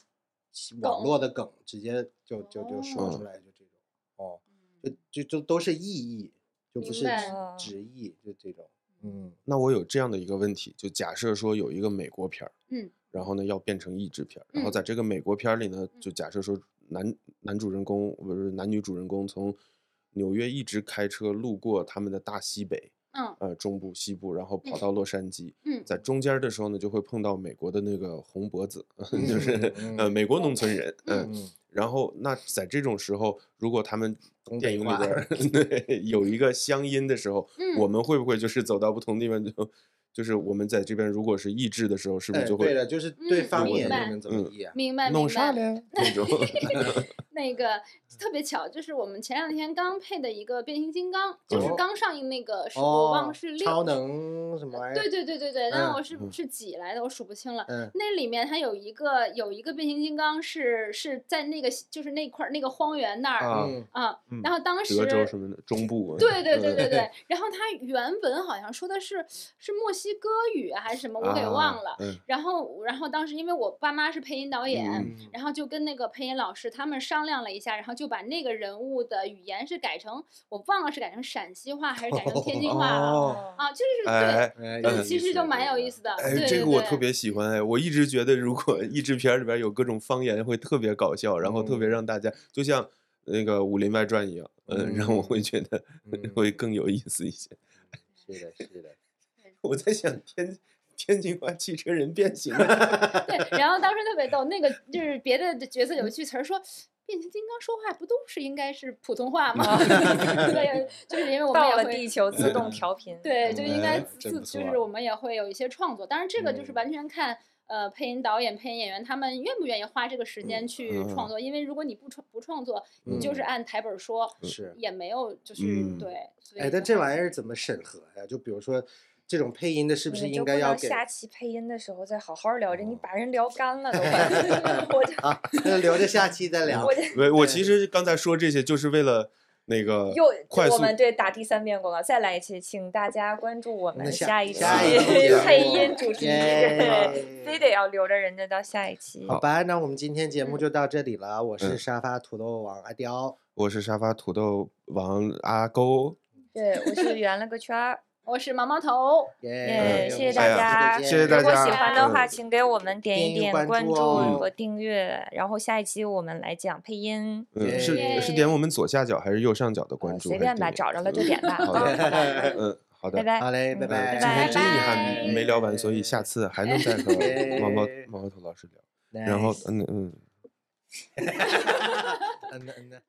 Speaker 4: 奇网
Speaker 1: 梗
Speaker 4: 络的梗直接就就就说
Speaker 3: 哦
Speaker 4: 出来，就这种，哦，就就就都是意译，就
Speaker 1: 嗯
Speaker 4: 不
Speaker 1: 明
Speaker 4: 是
Speaker 1: 白嗯
Speaker 4: 直直译，就这种，嗯，
Speaker 3: 那我有这样的一个问题，就假设说有一个美国片儿，
Speaker 1: 嗯，
Speaker 3: 然后呢要变成译制片儿，然后
Speaker 1: 嗯
Speaker 3: 在这个美国片儿里呢，就
Speaker 1: 嗯
Speaker 3: 假设说男男主人公不是男女主人公从纽约一直开车路过他们的大西北，
Speaker 1: 嗯
Speaker 3: 呃中部西部，然后跑
Speaker 1: 嗯
Speaker 3: 到洛杉矶，
Speaker 1: 嗯
Speaker 3: 在中间儿的时候呢，就会碰到美国的那个红脖子，就是
Speaker 4: 嗯
Speaker 3: 呃美国农村人，嗯，
Speaker 4: 嗯
Speaker 3: 然后，那在这种时候，如果他们
Speaker 4: 东
Speaker 3: 电
Speaker 4: 北
Speaker 3: 影里
Speaker 4: 话
Speaker 3: 边儿 对有一个乡音的时候，
Speaker 1: 嗯
Speaker 3: 我们会不会就是走到不同地方就，就是我们在这边如果是译制的时候，是不
Speaker 4: 哎，
Speaker 3: 是就
Speaker 4: 对
Speaker 3: 会
Speaker 4: 了，就是对
Speaker 1: 嗯
Speaker 4: 方
Speaker 3: 明
Speaker 4: 言
Speaker 1: 白
Speaker 4: 你们怎么
Speaker 3: 嗯
Speaker 4: 译啊？
Speaker 1: 明白明
Speaker 3: 弄啥
Speaker 1: 白。
Speaker 3: 嘞？ 那种
Speaker 1: 那个特别巧，就是我们前两天刚配的一个变形金刚，就是
Speaker 4: 哦
Speaker 1: 刚上映那个是、我忘
Speaker 4: 哦
Speaker 1: 了是，六
Speaker 4: 超能什么玩意
Speaker 1: 对
Speaker 4: 儿？
Speaker 1: 对对对对，但
Speaker 4: 嗯
Speaker 1: 我是
Speaker 3: 嗯
Speaker 1: 是几来的，我数不清了。
Speaker 4: 嗯，
Speaker 1: 那里面它有一个有一个变形金刚是是在那个就是那块儿那个荒原那儿
Speaker 3: 啊
Speaker 4: 嗯
Speaker 1: 啊
Speaker 3: 嗯，
Speaker 1: 然后当时
Speaker 3: 德州什么的中部，
Speaker 1: 对对对
Speaker 3: 嗯
Speaker 1: 对 对，然后它原文好像说的是是墨西哥语啊还是什么，我给忘了
Speaker 3: 啊。嗯
Speaker 1: 然后然后当时因为我爸妈是配音导演，
Speaker 3: 嗯
Speaker 1: 然后就跟那个配音老师他们商量了一下，然后就把那个人物的语言是改成我忘了是改成陕西话还是改成天津话了、
Speaker 3: 哦
Speaker 1: 啊，就是对。
Speaker 3: 哎。
Speaker 4: 哎
Speaker 1: 就
Speaker 3: 有
Speaker 1: 是
Speaker 3: 意
Speaker 1: 其实
Speaker 3: 思
Speaker 1: 就
Speaker 3: 这
Speaker 1: 蛮有
Speaker 4: 个
Speaker 1: 意思的，
Speaker 3: 哎
Speaker 1: 对，
Speaker 3: 这
Speaker 1: 对
Speaker 3: 个我
Speaker 1: 对
Speaker 3: 特别喜欢哎！我一直觉得，如果译制片儿里边有各种方言，会特别搞笑，然后
Speaker 4: 嗯
Speaker 3: 特别让大家就像那个《武林外传》一样，嗯，让
Speaker 4: 嗯
Speaker 3: 我会觉得会更有意思一些。
Speaker 4: 是的，是的，
Speaker 3: 我在想天天津话汽车人变形了，
Speaker 1: 对，然后当时特别逗，那个就是别的角色有一句词儿说。变形金刚说话不都是应该是普通话吗？ 对， 就是因为我们
Speaker 2: 到
Speaker 1: 也
Speaker 2: 了
Speaker 1: 会
Speaker 2: 地球自动
Speaker 3: 嗯
Speaker 2: 调频。
Speaker 1: 对，就应该
Speaker 4: 哎
Speaker 1: 自
Speaker 4: 真
Speaker 1: 自
Speaker 4: 不
Speaker 1: 就
Speaker 4: 错
Speaker 1: 是我们也会有一些创作，当然这个就是
Speaker 4: 嗯
Speaker 1: 完全看呃配音导演、配音演员他们愿不愿意花这个时间去
Speaker 3: 嗯
Speaker 1: 创作，因为如果你不创不创作，你就是
Speaker 4: 嗯
Speaker 1: 按台本儿说，
Speaker 4: 是。
Speaker 1: 也没有就是
Speaker 3: 嗯
Speaker 1: 对。所
Speaker 4: 哎，
Speaker 1: 以
Speaker 4: 但
Speaker 1: 就
Speaker 4: 这
Speaker 1: 还
Speaker 4: 玩意儿怎么审核呀？就比如说这种配音的，是不
Speaker 2: 你
Speaker 4: 是
Speaker 2: 就
Speaker 4: 应
Speaker 2: 不
Speaker 4: 该要
Speaker 2: 能
Speaker 4: 给哦
Speaker 2: 下期配音的时候再好好聊这？你把人聊干了都快， 我就
Speaker 4: 啊？那留着下期再聊
Speaker 2: 我。就
Speaker 3: 对，我其实刚才说这些就是为了那个
Speaker 2: 又
Speaker 3: 快
Speaker 2: 我
Speaker 3: 速
Speaker 2: 们对打第三遍广告，再来一期，请大家关注我
Speaker 4: 那
Speaker 2: 们
Speaker 4: 下
Speaker 2: 一期
Speaker 4: 下
Speaker 3: 一期节目
Speaker 2: 配音主题，
Speaker 4: 耶
Speaker 2: 对，非得要留着人家到下一期。
Speaker 4: 好吧，那我们今天节
Speaker 2: 嗯
Speaker 4: 目就到这里了。我是
Speaker 3: 嗯
Speaker 4: 沙发土豆王阿刁，
Speaker 3: 我是沙发土豆王阿勾，
Speaker 2: 对，我是圆了个圈儿。
Speaker 1: 我是毛毛头，
Speaker 4: 耶
Speaker 2: 耶，嗯谢谢大
Speaker 3: 哎呀
Speaker 2: 家，
Speaker 3: 谢谢大
Speaker 2: 如果喜
Speaker 3: 家
Speaker 2: 欢的话，
Speaker 3: 嗯
Speaker 2: 请给我们点一
Speaker 4: 点
Speaker 2: 点
Speaker 4: 关
Speaker 2: 关
Speaker 4: 注
Speaker 2: 注
Speaker 4: 哦
Speaker 2: 和订阅，然后下一期我们来讲配音，
Speaker 3: 嗯，是是
Speaker 1: 耶
Speaker 3: 点我们左下角还是右上角的关注？
Speaker 2: 嗯随
Speaker 3: 还
Speaker 2: 便
Speaker 3: 是
Speaker 2: 吧，
Speaker 3: 点
Speaker 2: 找着了就点吧。
Speaker 3: 好
Speaker 2: 啊
Speaker 3: 的，
Speaker 4: 谢。
Speaker 3: 嗯，好的，
Speaker 2: 拜
Speaker 3: 呃
Speaker 2: 拜，
Speaker 4: 好嘞，
Speaker 2: 嗯
Speaker 4: 拜拜。
Speaker 3: 今天真遗
Speaker 1: 拜
Speaker 3: 憾没聊完，所以下次 还能再和毛毛毛毛头老师聊。然后，嗯嗯。
Speaker 4: 嗯嗯嗯。